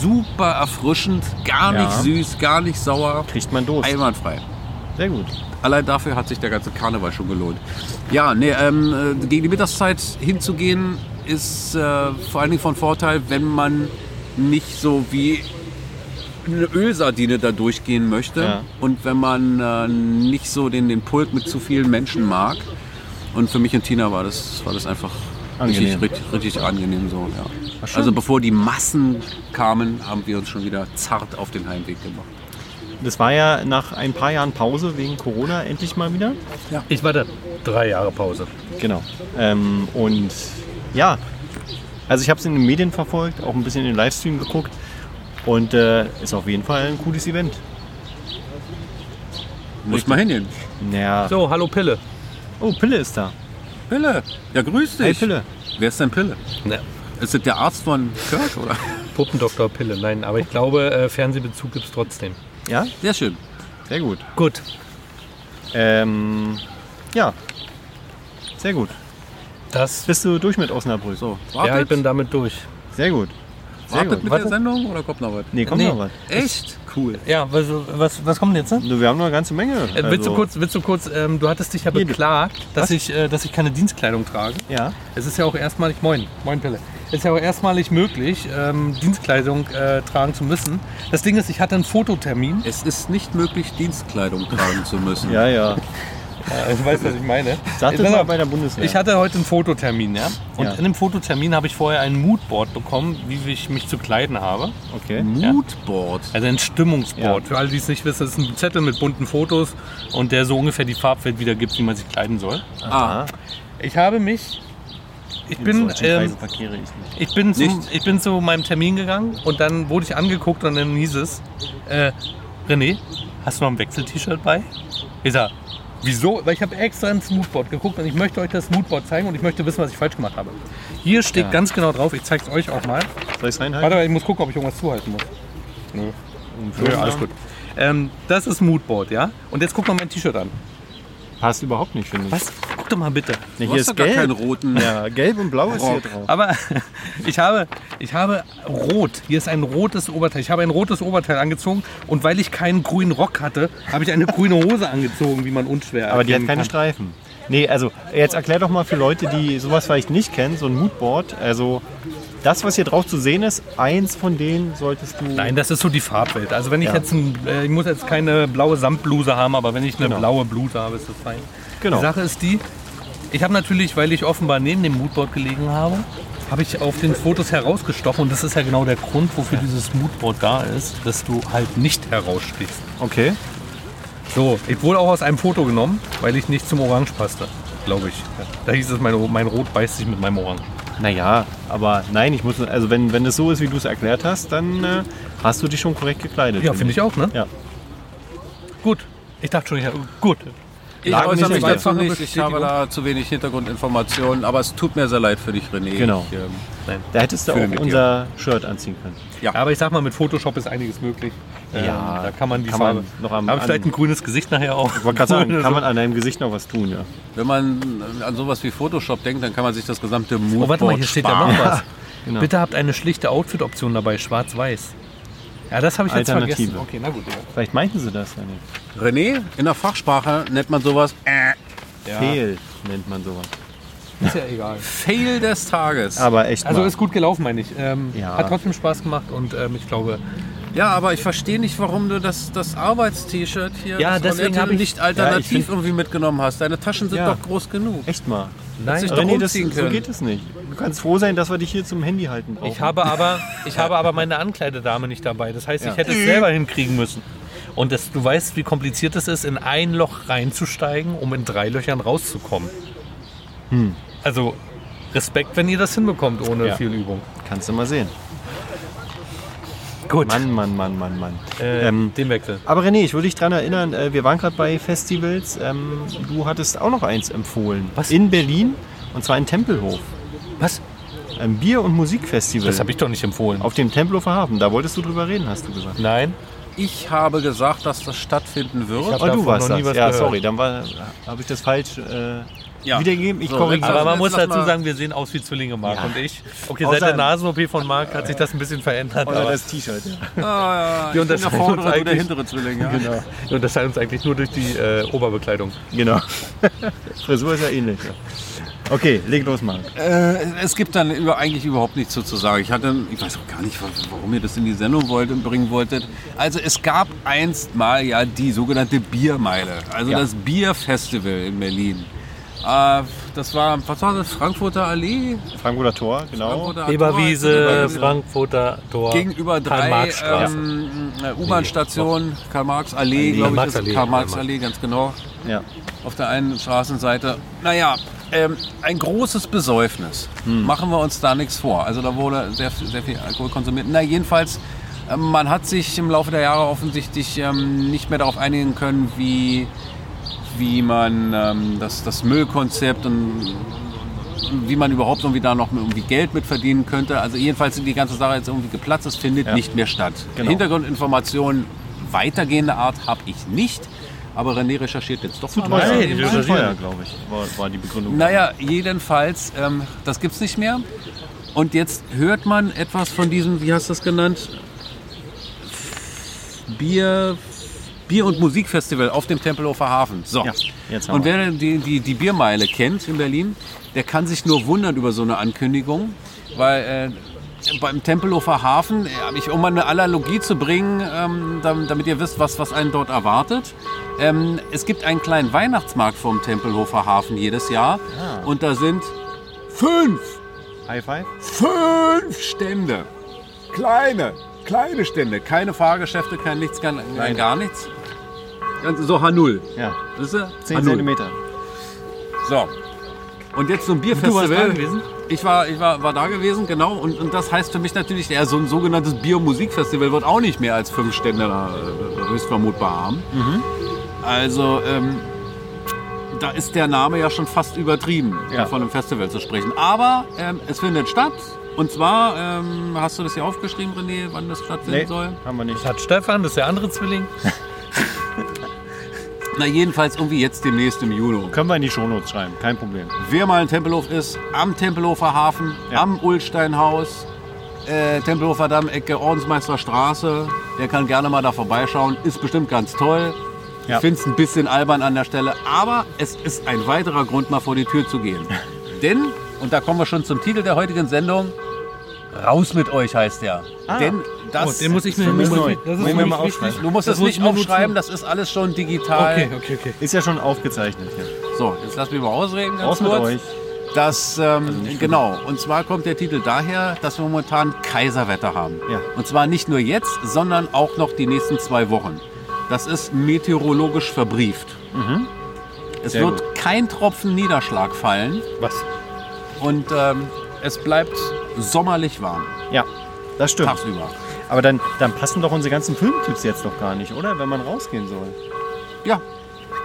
[SPEAKER 4] Super erfrischend, gar
[SPEAKER 2] Ja.
[SPEAKER 4] nicht süß, gar nicht sauer.
[SPEAKER 2] Kriegt man Durst.
[SPEAKER 4] Einwandfrei.
[SPEAKER 2] Sehr gut.
[SPEAKER 4] Allein dafür hat sich der ganze Karneval schon gelohnt. Ja, nee, ähm, äh, gegen die Mittagszeit hinzugehen ist äh, vor allen Dingen von Vorteil, wenn man nicht so wie eine Ölsardine da durchgehen möchte
[SPEAKER 2] Ja.
[SPEAKER 4] und wenn man äh, nicht so den, den Pulk mit zu vielen Menschen mag. Und für mich und Tina war das, war das einfach
[SPEAKER 2] Angenehm.
[SPEAKER 4] richtig, richtig, richtig angenehm so. Ja. Also bevor die Massen kamen, haben wir uns schon wieder zart auf den Heimweg gemacht.
[SPEAKER 2] Das war ja nach ein paar Jahren Pause wegen Corona endlich mal wieder.
[SPEAKER 3] Ich war da drei Jahre Pause.
[SPEAKER 2] Genau. Ähm, und ja, also ich habe es in den Medien verfolgt, auch ein bisschen in den Livestream geguckt und äh, ist auf jeden Fall ein cooles Event.
[SPEAKER 4] Muss mal hingehen.
[SPEAKER 2] Naja.
[SPEAKER 3] So, hallo Pille.
[SPEAKER 2] Oh, Pille ist da.
[SPEAKER 4] Pille, ja grüß dich.
[SPEAKER 2] Hey Pille.
[SPEAKER 4] Wer ist denn Pille?
[SPEAKER 3] Ne.
[SPEAKER 4] Ist das der Arzt von Kirk, oder?
[SPEAKER 3] Puppendoktor Pille, nein, aber ich glaube, äh, Fernsehbezug gibt's trotzdem.
[SPEAKER 2] Ja,
[SPEAKER 4] Sehr schön.
[SPEAKER 2] sehr gut.
[SPEAKER 3] Gut,
[SPEAKER 2] Ähm, ja, sehr gut.
[SPEAKER 3] das.
[SPEAKER 2] Bist du durch mit Osnabrück?
[SPEAKER 4] So, wartet,
[SPEAKER 3] Ja, ich bin damit durch.
[SPEAKER 2] Sehr gut. Sehr
[SPEAKER 4] wartet
[SPEAKER 2] gut.
[SPEAKER 4] mit
[SPEAKER 3] Warte.
[SPEAKER 4] der Sendung oder kommt noch was?
[SPEAKER 2] Nee, kommt
[SPEAKER 3] Nee.
[SPEAKER 2] noch was.
[SPEAKER 4] Echt? Cool.
[SPEAKER 3] Ja, was, was, was kommt denn jetzt? Ne?
[SPEAKER 2] Du, Wir haben noch eine ganze Menge.
[SPEAKER 3] Äh, willst
[SPEAKER 2] Also,
[SPEAKER 3] du kurz, willst du kurz, ähm, du hattest dich ja
[SPEAKER 2] Hier, du-
[SPEAKER 3] beklagt, dass ich, äh, dass ich keine Dienstkleidung trage.
[SPEAKER 2] Ja.
[SPEAKER 3] Es ist ja auch erstmalig, moin, moin Pille. Es ist ja auch erstmalig möglich, ähm, Dienstkleidung äh, tragen zu müssen. Das Ding ist, ich hatte einen Fototermin.
[SPEAKER 4] Es ist nicht möglich, Dienstkleidung tragen zu müssen.
[SPEAKER 2] Ja, ja.
[SPEAKER 3] Äh, du weißt, was ich meine.
[SPEAKER 2] Sag
[SPEAKER 3] Pass
[SPEAKER 2] das mal
[SPEAKER 3] auf.
[SPEAKER 2] bei der Bundeswehr.
[SPEAKER 3] Ich hatte heute einen Fototermin, ja. Und
[SPEAKER 2] Ja.
[SPEAKER 3] in dem Fototermin habe ich vorher ein Moodboard bekommen, wie ich mich zu kleiden habe.
[SPEAKER 2] okay.
[SPEAKER 4] Moodboard.
[SPEAKER 3] Also ein Stimmungsboard.
[SPEAKER 2] Ja.
[SPEAKER 3] Für alle, die es nicht wissen, das ist ein Zettel mit bunten Fotos und der so ungefähr die Farbwelt wiedergibt, wie man sich kleiden soll.
[SPEAKER 4] Ah,
[SPEAKER 3] Ich habe mich. Ich
[SPEAKER 2] In
[SPEAKER 3] bin,
[SPEAKER 2] solchen
[SPEAKER 3] ähm,
[SPEAKER 2] Kreisen verkehre ich mich.
[SPEAKER 3] ich, bin zum,
[SPEAKER 4] Nicht.
[SPEAKER 3] ich bin zu meinem Termin gegangen und dann wurde ich angeguckt und dann hieß es, äh, René, hast du noch ein Wechsel-T-Shirt bei? Ich sag, wieso? Weil ich habe extra ins Moodboard geguckt und ich möchte euch das Moodboard zeigen und ich möchte wissen, was ich falsch gemacht habe. Hier steht
[SPEAKER 2] Ja.
[SPEAKER 3] ganz genau drauf, ich zeige es euch auch mal.
[SPEAKER 2] Soll ich es reinhalten?
[SPEAKER 3] Warte mal, ich muss gucken, ob ich irgendwas zuhalten muss.
[SPEAKER 2] Um
[SPEAKER 3] Nö,
[SPEAKER 2] Firmen-
[SPEAKER 3] alles gut. Ähm, das ist Moodboard, ja? Und jetzt guck mal mein T-Shirt an.
[SPEAKER 2] Passt überhaupt nicht, finde ich.
[SPEAKER 3] Was? Guck doch mal bitte.
[SPEAKER 2] Nee,
[SPEAKER 4] du hast doch gar keinen roten.
[SPEAKER 2] Ja, gelb und blau ist hier
[SPEAKER 4] Rock.
[SPEAKER 2] drauf.
[SPEAKER 3] Aber ich habe, ich habe rot. Hier ist ein rotes Oberteil. Ich habe ein rotes Oberteil angezogen und weil ich keinen grünen Rock hatte, habe ich eine grüne Hose angezogen, wie man unschwer
[SPEAKER 2] Aber die hat
[SPEAKER 3] erkennen
[SPEAKER 2] keine
[SPEAKER 3] kann.
[SPEAKER 2] Streifen. Nee, also jetzt erklär doch mal für Leute, die sowas vielleicht nicht kennen, so ein Moodboard. Also das, was hier drauf zu sehen ist, eins von denen solltest du.
[SPEAKER 3] Nein, das ist so die Farbwelt. Also wenn ich
[SPEAKER 2] Ja.
[SPEAKER 3] jetzt, ein, äh, ich muss jetzt keine blaue Samtbluse haben, aber wenn ich eine
[SPEAKER 2] Genau.
[SPEAKER 3] blaue Bluse habe, ist das fein.
[SPEAKER 2] genau.
[SPEAKER 3] Die Sache ist die, ich habe natürlich, weil ich offenbar neben dem Moodboard gelegen habe, habe ich auf den Fotos herausgestochen und das ist ja genau der Grund, wofür dieses Moodboard da ist, dass du halt nicht herausstichst.
[SPEAKER 2] Okay.
[SPEAKER 3] So, ich wurde auch aus einem Foto genommen, weil ich nicht zum Orange passte, glaube ich. Da hieß es, mein, mein Rot beißt sich mit meinem Orange.
[SPEAKER 2] Naja, aber nein, ich muss, also wenn, wenn es so ist, wie du es erklärt hast, dann äh, hast du dich schon korrekt gekleidet.
[SPEAKER 3] Ja, finde ich auch, ne?
[SPEAKER 2] Ja.
[SPEAKER 3] Gut. Ich dachte schon, ich habe... Gut.
[SPEAKER 4] Ich
[SPEAKER 2] Lag
[SPEAKER 4] äußere
[SPEAKER 2] nicht
[SPEAKER 4] mich
[SPEAKER 2] bei.
[SPEAKER 4] dazu nicht. Ich habe da zu wenig Hintergrundinformationen, aber es tut mir sehr leid für dich, René.
[SPEAKER 2] Genau.
[SPEAKER 4] Ich, ähm,
[SPEAKER 2] Da hättest du
[SPEAKER 4] Fühle
[SPEAKER 2] auch
[SPEAKER 4] mit dir.
[SPEAKER 2] unser Shirt anziehen können.
[SPEAKER 3] Aber ich sag mal, mit Photoshop ist einiges möglich. Ähm,
[SPEAKER 2] Ja,
[SPEAKER 3] da kann man die
[SPEAKER 2] kann man
[SPEAKER 3] Farbe...
[SPEAKER 2] noch am-
[SPEAKER 3] habe ich vielleicht
[SPEAKER 2] an-
[SPEAKER 3] ein grünes Gesicht nachher auch.
[SPEAKER 2] Ich wollte gerade sagen, kann man an deinem Gesicht noch was tun, ja.
[SPEAKER 4] wenn man äh, an sowas wie Photoshop denkt, dann kann man sich das gesamte Moodboard
[SPEAKER 3] Oh, warte mal, hier steht ja
[SPEAKER 4] sparen.
[SPEAKER 3] noch was.
[SPEAKER 2] genau.
[SPEAKER 3] Bitte habt eine schlichte Outfit-Option dabei, schwarz-weiß. Ja, das habe ich jetzt
[SPEAKER 2] Alternative.
[SPEAKER 3] vergessen. Okay, na gut. Ja.
[SPEAKER 2] Vielleicht meinten sie das ja nicht.
[SPEAKER 4] René, in der Fachsprache nennt man sowas äh,
[SPEAKER 2] Fehl nennt man sowas.
[SPEAKER 3] Ist ja egal.
[SPEAKER 4] Fail des Tages.
[SPEAKER 2] Aber echt
[SPEAKER 3] Also
[SPEAKER 2] mal.
[SPEAKER 3] ist gut gelaufen, meine ich. Ähm,
[SPEAKER 2] Ja.
[SPEAKER 3] Hat trotzdem Spaß gemacht und ähm, ich glaube,
[SPEAKER 4] Ja, aber ich verstehe nicht, warum du das, das Arbeitst-T-Shirt hier
[SPEAKER 3] Ja,
[SPEAKER 4] das
[SPEAKER 3] deswegen
[SPEAKER 4] Oriental
[SPEAKER 3] habe ich-
[SPEAKER 4] nicht
[SPEAKER 2] Ja, ich
[SPEAKER 4] alternativ
[SPEAKER 2] find-
[SPEAKER 4] irgendwie mitgenommen hast. Deine Taschen sind
[SPEAKER 2] Ja.
[SPEAKER 4] doch groß genug.
[SPEAKER 2] echt mal.
[SPEAKER 4] sich
[SPEAKER 3] nein.
[SPEAKER 4] doch
[SPEAKER 2] René, das,
[SPEAKER 4] umziehen
[SPEAKER 2] so
[SPEAKER 4] können.
[SPEAKER 2] geht es nicht. Du kannst froh sein, dass wir dich hier zum Handy halten brauchen.
[SPEAKER 3] Ich habe aber, ich habe aber meine Ankleidedame nicht dabei. Das heißt,
[SPEAKER 2] Ja. Äh.
[SPEAKER 3] ich hätte es selber hinkriegen müssen. Und das, du weißt, wie kompliziert es ist, in ein Loch reinzusteigen, um in drei Löchern rauszukommen. Also Respekt, wenn ihr das hinbekommt ohne
[SPEAKER 2] Hm. Ja.
[SPEAKER 3] viel Übung.
[SPEAKER 2] Kannst du mal sehen.
[SPEAKER 3] Gut,
[SPEAKER 2] Mann, Mann, Mann, Mann, Mann.
[SPEAKER 3] äh,
[SPEAKER 2] Ähm,
[SPEAKER 3] den Wechsel.
[SPEAKER 2] aber René, ich würde dich daran erinnern, äh, wir waren gerade bei Festivals. Ähm, du hattest auch noch eins empfohlen.
[SPEAKER 3] Was?
[SPEAKER 2] In Berlin, und zwar in Tempelhof.
[SPEAKER 3] Was?
[SPEAKER 2] Ein Bier- und Musikfestival.
[SPEAKER 3] Das habe ich doch nicht empfohlen.
[SPEAKER 2] Auf dem Tempelhofer Hafen. Da wolltest du drüber reden, hast du gesagt.
[SPEAKER 3] Nein.
[SPEAKER 4] Ich habe gesagt, dass das stattfinden wird.
[SPEAKER 3] hab
[SPEAKER 2] Oh,
[SPEAKER 3] davon
[SPEAKER 2] du warst
[SPEAKER 3] noch nie
[SPEAKER 2] das.
[SPEAKER 3] was
[SPEAKER 2] Ja,
[SPEAKER 3] gehört.
[SPEAKER 2] sorry, dann war- habe ich das falsch äh,
[SPEAKER 4] Ja.
[SPEAKER 2] wiedergegeben. Ich
[SPEAKER 4] So,
[SPEAKER 2] korrigiere.
[SPEAKER 3] Aber
[SPEAKER 4] Also
[SPEAKER 3] man
[SPEAKER 4] jetzt
[SPEAKER 3] muss
[SPEAKER 4] lass
[SPEAKER 3] dazu
[SPEAKER 4] mal-
[SPEAKER 3] sagen, wir sehen aus wie Zwillinge, Marc
[SPEAKER 2] Ja.
[SPEAKER 3] und ich. Okay,
[SPEAKER 2] Außer-
[SPEAKER 3] seit der Nasen-OP von Marc hat sich das ein bisschen verändert.
[SPEAKER 2] Oder
[SPEAKER 3] aber
[SPEAKER 2] Äh, das T-Shirt. Ja.
[SPEAKER 4] Ah, ja, ich bin der
[SPEAKER 3] unterscheiden uns
[SPEAKER 4] vordere, du der
[SPEAKER 3] eigentlich. Genau.
[SPEAKER 4] hintere Zwilling. Ja.
[SPEAKER 3] Wir unterscheiden uns eigentlich nur durch die äh, Oberbekleidung.
[SPEAKER 2] Genau. Frisur ist ja ähnlich. ja. Okay, leg los, Marc.
[SPEAKER 4] Äh, es gibt dann über, eigentlich überhaupt nichts dazu zu sagen. Ich hatte, ich weiß auch gar nicht, wa- warum ihr das in die Sendung wollt und bringen wolltet. Also es gab einst mal ja die sogenannte Biermeile, also
[SPEAKER 2] Ja.
[SPEAKER 4] das Bierfestival in Berlin. Äh, das war, was war das, Frankfurter Allee?
[SPEAKER 2] Frankfurter Tor, genau.
[SPEAKER 4] Frankfurter Tor?
[SPEAKER 3] Eberwiese,
[SPEAKER 4] Eberwiese.
[SPEAKER 3] Frankfurter Tor.
[SPEAKER 4] Gegenüber drei
[SPEAKER 3] Karl-Marx-Straße.
[SPEAKER 4] ähm, äh, U-Bahn-Stationen, Karl-Marx-Allee, glaube ich, ist
[SPEAKER 3] Karl-Marx-Allee,
[SPEAKER 4] Karl-Marx-Allee, ganz genau.
[SPEAKER 2] Ja.
[SPEAKER 4] auf der einen Straßenseite. Naja, ähm, ein großes Besäufnis. Machen wir uns da nichts vor. Also da wurde sehr, sehr viel Alkohol konsumiert. Na, jedenfalls, ähm, man hat sich im Laufe der Jahre offensichtlich ähm, nicht mehr darauf einigen können, wie, wie man ähm, das, das Müllkonzept und wie man überhaupt irgendwie da noch irgendwie Geld mit verdienen könnte. Also jedenfalls sind die ganze Sache jetzt irgendwie geplatzt. Es findet
[SPEAKER 2] Ja.
[SPEAKER 4] nicht mehr statt.
[SPEAKER 2] Genau.
[SPEAKER 4] Hintergrundinformationen weitergehender Art habe ich nicht. Aber René recherchiert jetzt doch mal.
[SPEAKER 3] Nein,
[SPEAKER 2] Teuer,
[SPEAKER 3] die
[SPEAKER 2] zu
[SPEAKER 3] recherchieren.
[SPEAKER 2] teuer, glaube ich, war, war die Begründung.
[SPEAKER 4] Naja, jedenfalls, ähm, das gibt's nicht mehr. Und jetzt hört man etwas von diesem, wie hast du das genannt? Bier, Bier- und Musikfestival auf dem Tempelhofer Hafen. So.
[SPEAKER 2] Ja, jetzt haben
[SPEAKER 4] und
[SPEAKER 2] wir.
[SPEAKER 4] wer die, die, die Biermeile kennt in Berlin, der kann sich nur wundern über so eine Ankündigung, weil äh, beim Tempelhofer Hafen, äh, ich, um mal eine Analogie zu bringen, ähm, dam- damit ihr wisst, was, was einen dort erwartet, ähm, es gibt einen kleinen Weihnachtsmarkt vom Tempelhofer Hafen jedes Jahr
[SPEAKER 2] Ah.
[SPEAKER 4] und da sind fünf
[SPEAKER 2] High Five?
[SPEAKER 4] Fünf Stände. Kleine, kleine Stände. Keine Fahrgeschäfte, kein nichts, kein, kein gar nichts. Ganz So H0.
[SPEAKER 2] Ja.
[SPEAKER 4] Wisst ihr?
[SPEAKER 2] 10
[SPEAKER 4] H0.
[SPEAKER 2] Zentimeter.
[SPEAKER 4] So. Und jetzt so ein Bierfestival.
[SPEAKER 3] warst da gewesen?
[SPEAKER 4] Ich war, ich war, war da gewesen, genau. Und, und das heißt für mich natürlich, ja, so ein sogenanntes Biomusikfestival wird auch nicht mehr als fünf Stände da, äh, höchstvermutbar haben.
[SPEAKER 3] Mhm.
[SPEAKER 4] Also ähm, da ist der Name ja schon fast übertrieben,
[SPEAKER 2] Ja.
[SPEAKER 4] von einem Festival zu sprechen. Aber ähm, es findet statt. Und zwar, ähm, hast du das hier aufgeschrieben, René, wann das stattfinden soll?
[SPEAKER 2] haben wir nicht.
[SPEAKER 3] Hat Stefan, das ist der andere Zwilling.
[SPEAKER 4] Na, jedenfalls irgendwie jetzt demnächst im Juni.
[SPEAKER 2] Können wir in die Shownotes schreiben, kein Problem.
[SPEAKER 4] Wer mal in Tempelhof ist, am Tempelhofer Hafen,
[SPEAKER 2] Ja.
[SPEAKER 4] am Ulsteinhaus, äh, Tempelhofer Damm, Ecke Ordensmeister Straße, der kann gerne mal da vorbeischauen. Ist bestimmt ganz toll.
[SPEAKER 2] Ja.
[SPEAKER 4] Ich finde es ein bisschen albern an der Stelle, aber es ist ein weiterer Grund, mal vor die Tür zu gehen. Denn, und da kommen wir schon zum Titel der heutigen Sendung, Raus mit euch heißt der. Denn das,
[SPEAKER 3] Oh, den muss ich mir,
[SPEAKER 2] für mich
[SPEAKER 3] muss ich
[SPEAKER 2] neu.
[SPEAKER 3] mir- das ist
[SPEAKER 2] Muss ich
[SPEAKER 3] für
[SPEAKER 2] mir
[SPEAKER 3] mich
[SPEAKER 2] mal
[SPEAKER 3] wichtig.
[SPEAKER 2] aufschreiben.
[SPEAKER 4] du musst
[SPEAKER 3] das
[SPEAKER 4] es
[SPEAKER 3] muss
[SPEAKER 4] nicht
[SPEAKER 3] ich mir
[SPEAKER 4] aufschreiben,
[SPEAKER 3] notieren.
[SPEAKER 4] das ist alles schon digital.
[SPEAKER 3] Okay, okay, okay.
[SPEAKER 2] Ist ja schon aufgezeichnet hier.
[SPEAKER 4] So, jetzt lass mich mal ausreden. ganz
[SPEAKER 2] Raus mit
[SPEAKER 4] kurz.
[SPEAKER 2] euch.
[SPEAKER 4] Das, ähm, genau. Und zwar kommt der Titel daher, dass wir momentan Kaiserwetter haben.
[SPEAKER 2] Ja.
[SPEAKER 4] Und zwar nicht nur jetzt, sondern auch noch die nächsten zwei Wochen. Das ist meteorologisch verbrieft. Es
[SPEAKER 2] Sehr
[SPEAKER 4] wird
[SPEAKER 2] gut.
[SPEAKER 4] kein Tropfen Niederschlag fallen
[SPEAKER 2] Was?
[SPEAKER 4] und ähm, es bleibt sommerlich warm,
[SPEAKER 2] Ja, das stimmt.
[SPEAKER 4] tagsüber.
[SPEAKER 2] Aber dann, dann passen doch unsere ganzen Filmtipps jetzt doch gar nicht, oder? Wenn man rausgehen soll.
[SPEAKER 4] Ja,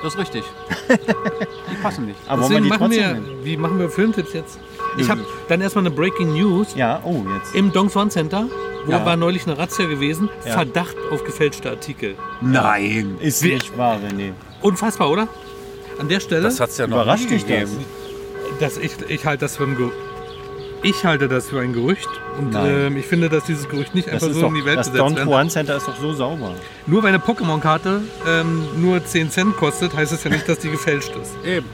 [SPEAKER 4] das ist richtig. die passen nicht.
[SPEAKER 2] Aber
[SPEAKER 3] Deswegen
[SPEAKER 2] wollen wir
[SPEAKER 3] machen
[SPEAKER 2] die
[SPEAKER 3] wir,
[SPEAKER 2] trotzdem nehmen?
[SPEAKER 3] wie machen wir Filmtipps jetzt?
[SPEAKER 2] Nö.
[SPEAKER 3] Ich habe dann erstmal eine Breaking News.
[SPEAKER 2] Ja, oh, jetzt.
[SPEAKER 3] Im Dong Swan Center, wo
[SPEAKER 2] Ja.
[SPEAKER 3] war neulich eine Razzia gewesen,
[SPEAKER 2] Ja.
[SPEAKER 3] Verdacht auf gefälschte Artikel.
[SPEAKER 4] Nein.
[SPEAKER 2] Ist
[SPEAKER 3] Wir-
[SPEAKER 2] nicht wahr, René.
[SPEAKER 3] Unfassbar, oder? An der Stelle,
[SPEAKER 1] Das hat es ja noch
[SPEAKER 2] Überrascht
[SPEAKER 1] nie
[SPEAKER 2] dich das?
[SPEAKER 1] gegeben.
[SPEAKER 3] das ich, ich halte das für ein Gerücht. Ich halte das für ein Gerücht und
[SPEAKER 2] Nein.
[SPEAKER 3] ähm, ich finde, dass dieses Gerücht nicht
[SPEAKER 2] Das,
[SPEAKER 3] einfach
[SPEAKER 2] ist
[SPEAKER 3] so
[SPEAKER 2] doch,
[SPEAKER 3] in die Welt
[SPEAKER 2] das
[SPEAKER 3] gesetzt
[SPEAKER 2] Don
[SPEAKER 3] werden.
[SPEAKER 2] Juan Center ist doch so sauber.
[SPEAKER 3] Nur weil eine Pokémon-Karte ähm, nur 10 Cent kostet, heißt es ja nicht, dass die gefälscht ist.
[SPEAKER 4] Eben.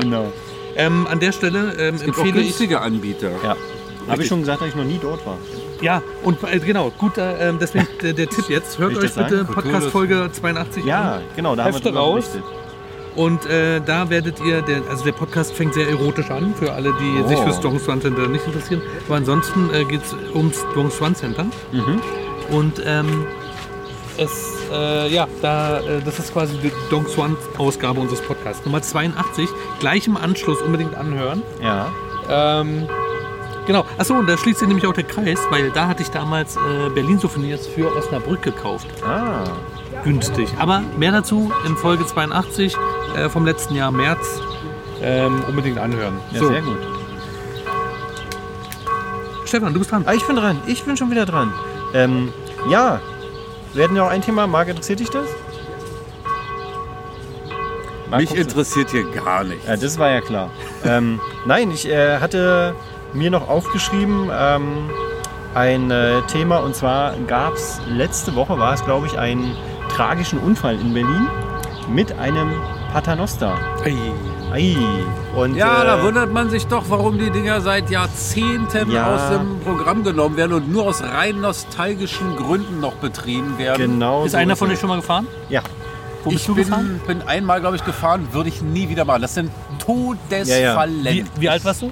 [SPEAKER 2] Genau.
[SPEAKER 3] Ähm, an der Stelle ähm,
[SPEAKER 4] Gibt auch
[SPEAKER 3] empfehle ich
[SPEAKER 4] günstige Anbieter.
[SPEAKER 2] Ja. Habe ich schon gesagt, dass ich noch nie dort war.
[SPEAKER 3] Ja, und äh, genau, gut, äh, ähm, deswegen der, der Tipp jetzt. Hört
[SPEAKER 2] ich
[SPEAKER 3] euch
[SPEAKER 2] das sagen?
[SPEAKER 3] bitte Podcast-Folge 82
[SPEAKER 2] Ja,
[SPEAKER 3] an.
[SPEAKER 2] genau, da haben wir
[SPEAKER 3] Hefte
[SPEAKER 2] drüber
[SPEAKER 3] raus.
[SPEAKER 2] berichtet.
[SPEAKER 3] Und äh, da werdet ihr, der, also der Podcast fängt sehr erotisch an, für alle, die sich fürs Dong Swan Center nicht interessieren. Aber ansonsten äh, geht es ums Dong Swan Center. Und ähm, es, äh, ja, da, äh, das ist quasi die Dong Swan Ausgabe unseres Podcasts. Nummer 82, gleich im Anschluss unbedingt anhören.
[SPEAKER 2] Ja.
[SPEAKER 3] Ähm, genau. Achso, und da schließt sich nämlich auch der Kreis, weil da hatte ich damals äh, Berlin Souvenirs für Osnabrück gekauft.
[SPEAKER 2] Ah,
[SPEAKER 3] Günstig. Aber mehr dazu in Folge 82 äh, vom letzten Jahr März. Ähm, unbedingt anhören.
[SPEAKER 2] ja,
[SPEAKER 3] so,
[SPEAKER 2] sehr gut.
[SPEAKER 3] Stefan, du bist dran.
[SPEAKER 2] Ah, ich bin dran. Ich bin schon wieder dran. Ähm, ja, wir hatten ja auch ein Thema. Marc, interessiert dich das? Marc,
[SPEAKER 4] Mich
[SPEAKER 2] guckst du-
[SPEAKER 4] interessiert hier gar nicht.
[SPEAKER 2] Ja, das war ja klar. ähm, nein, ich äh, hatte mir noch aufgeschrieben ähm, ein äh, Thema und zwar gab es letzte Woche war es glaube ich einen tragischen Unfall in Berlin mit einem Paternoster. Ei. Und,
[SPEAKER 4] Ja, da
[SPEAKER 2] äh,
[SPEAKER 4] wundert man sich doch, warum die Dinger seit Jahrzehnten
[SPEAKER 2] Ja.
[SPEAKER 4] aus dem Programm genommen werden und nur aus rein nostalgischen Gründen noch betrieben werden.
[SPEAKER 2] genau.
[SPEAKER 3] Ist
[SPEAKER 2] so
[SPEAKER 3] einer
[SPEAKER 2] ist
[SPEAKER 3] von
[SPEAKER 2] es.
[SPEAKER 3] euch schon mal gefahren?
[SPEAKER 2] Ja.
[SPEAKER 3] Wo bist
[SPEAKER 4] Ich
[SPEAKER 3] du gefahren?
[SPEAKER 4] bin, bin einmal, glaube ich, gefahren, würde ich nie wieder machen. Das sind Todesfallen.
[SPEAKER 3] Wie, wie alt warst du?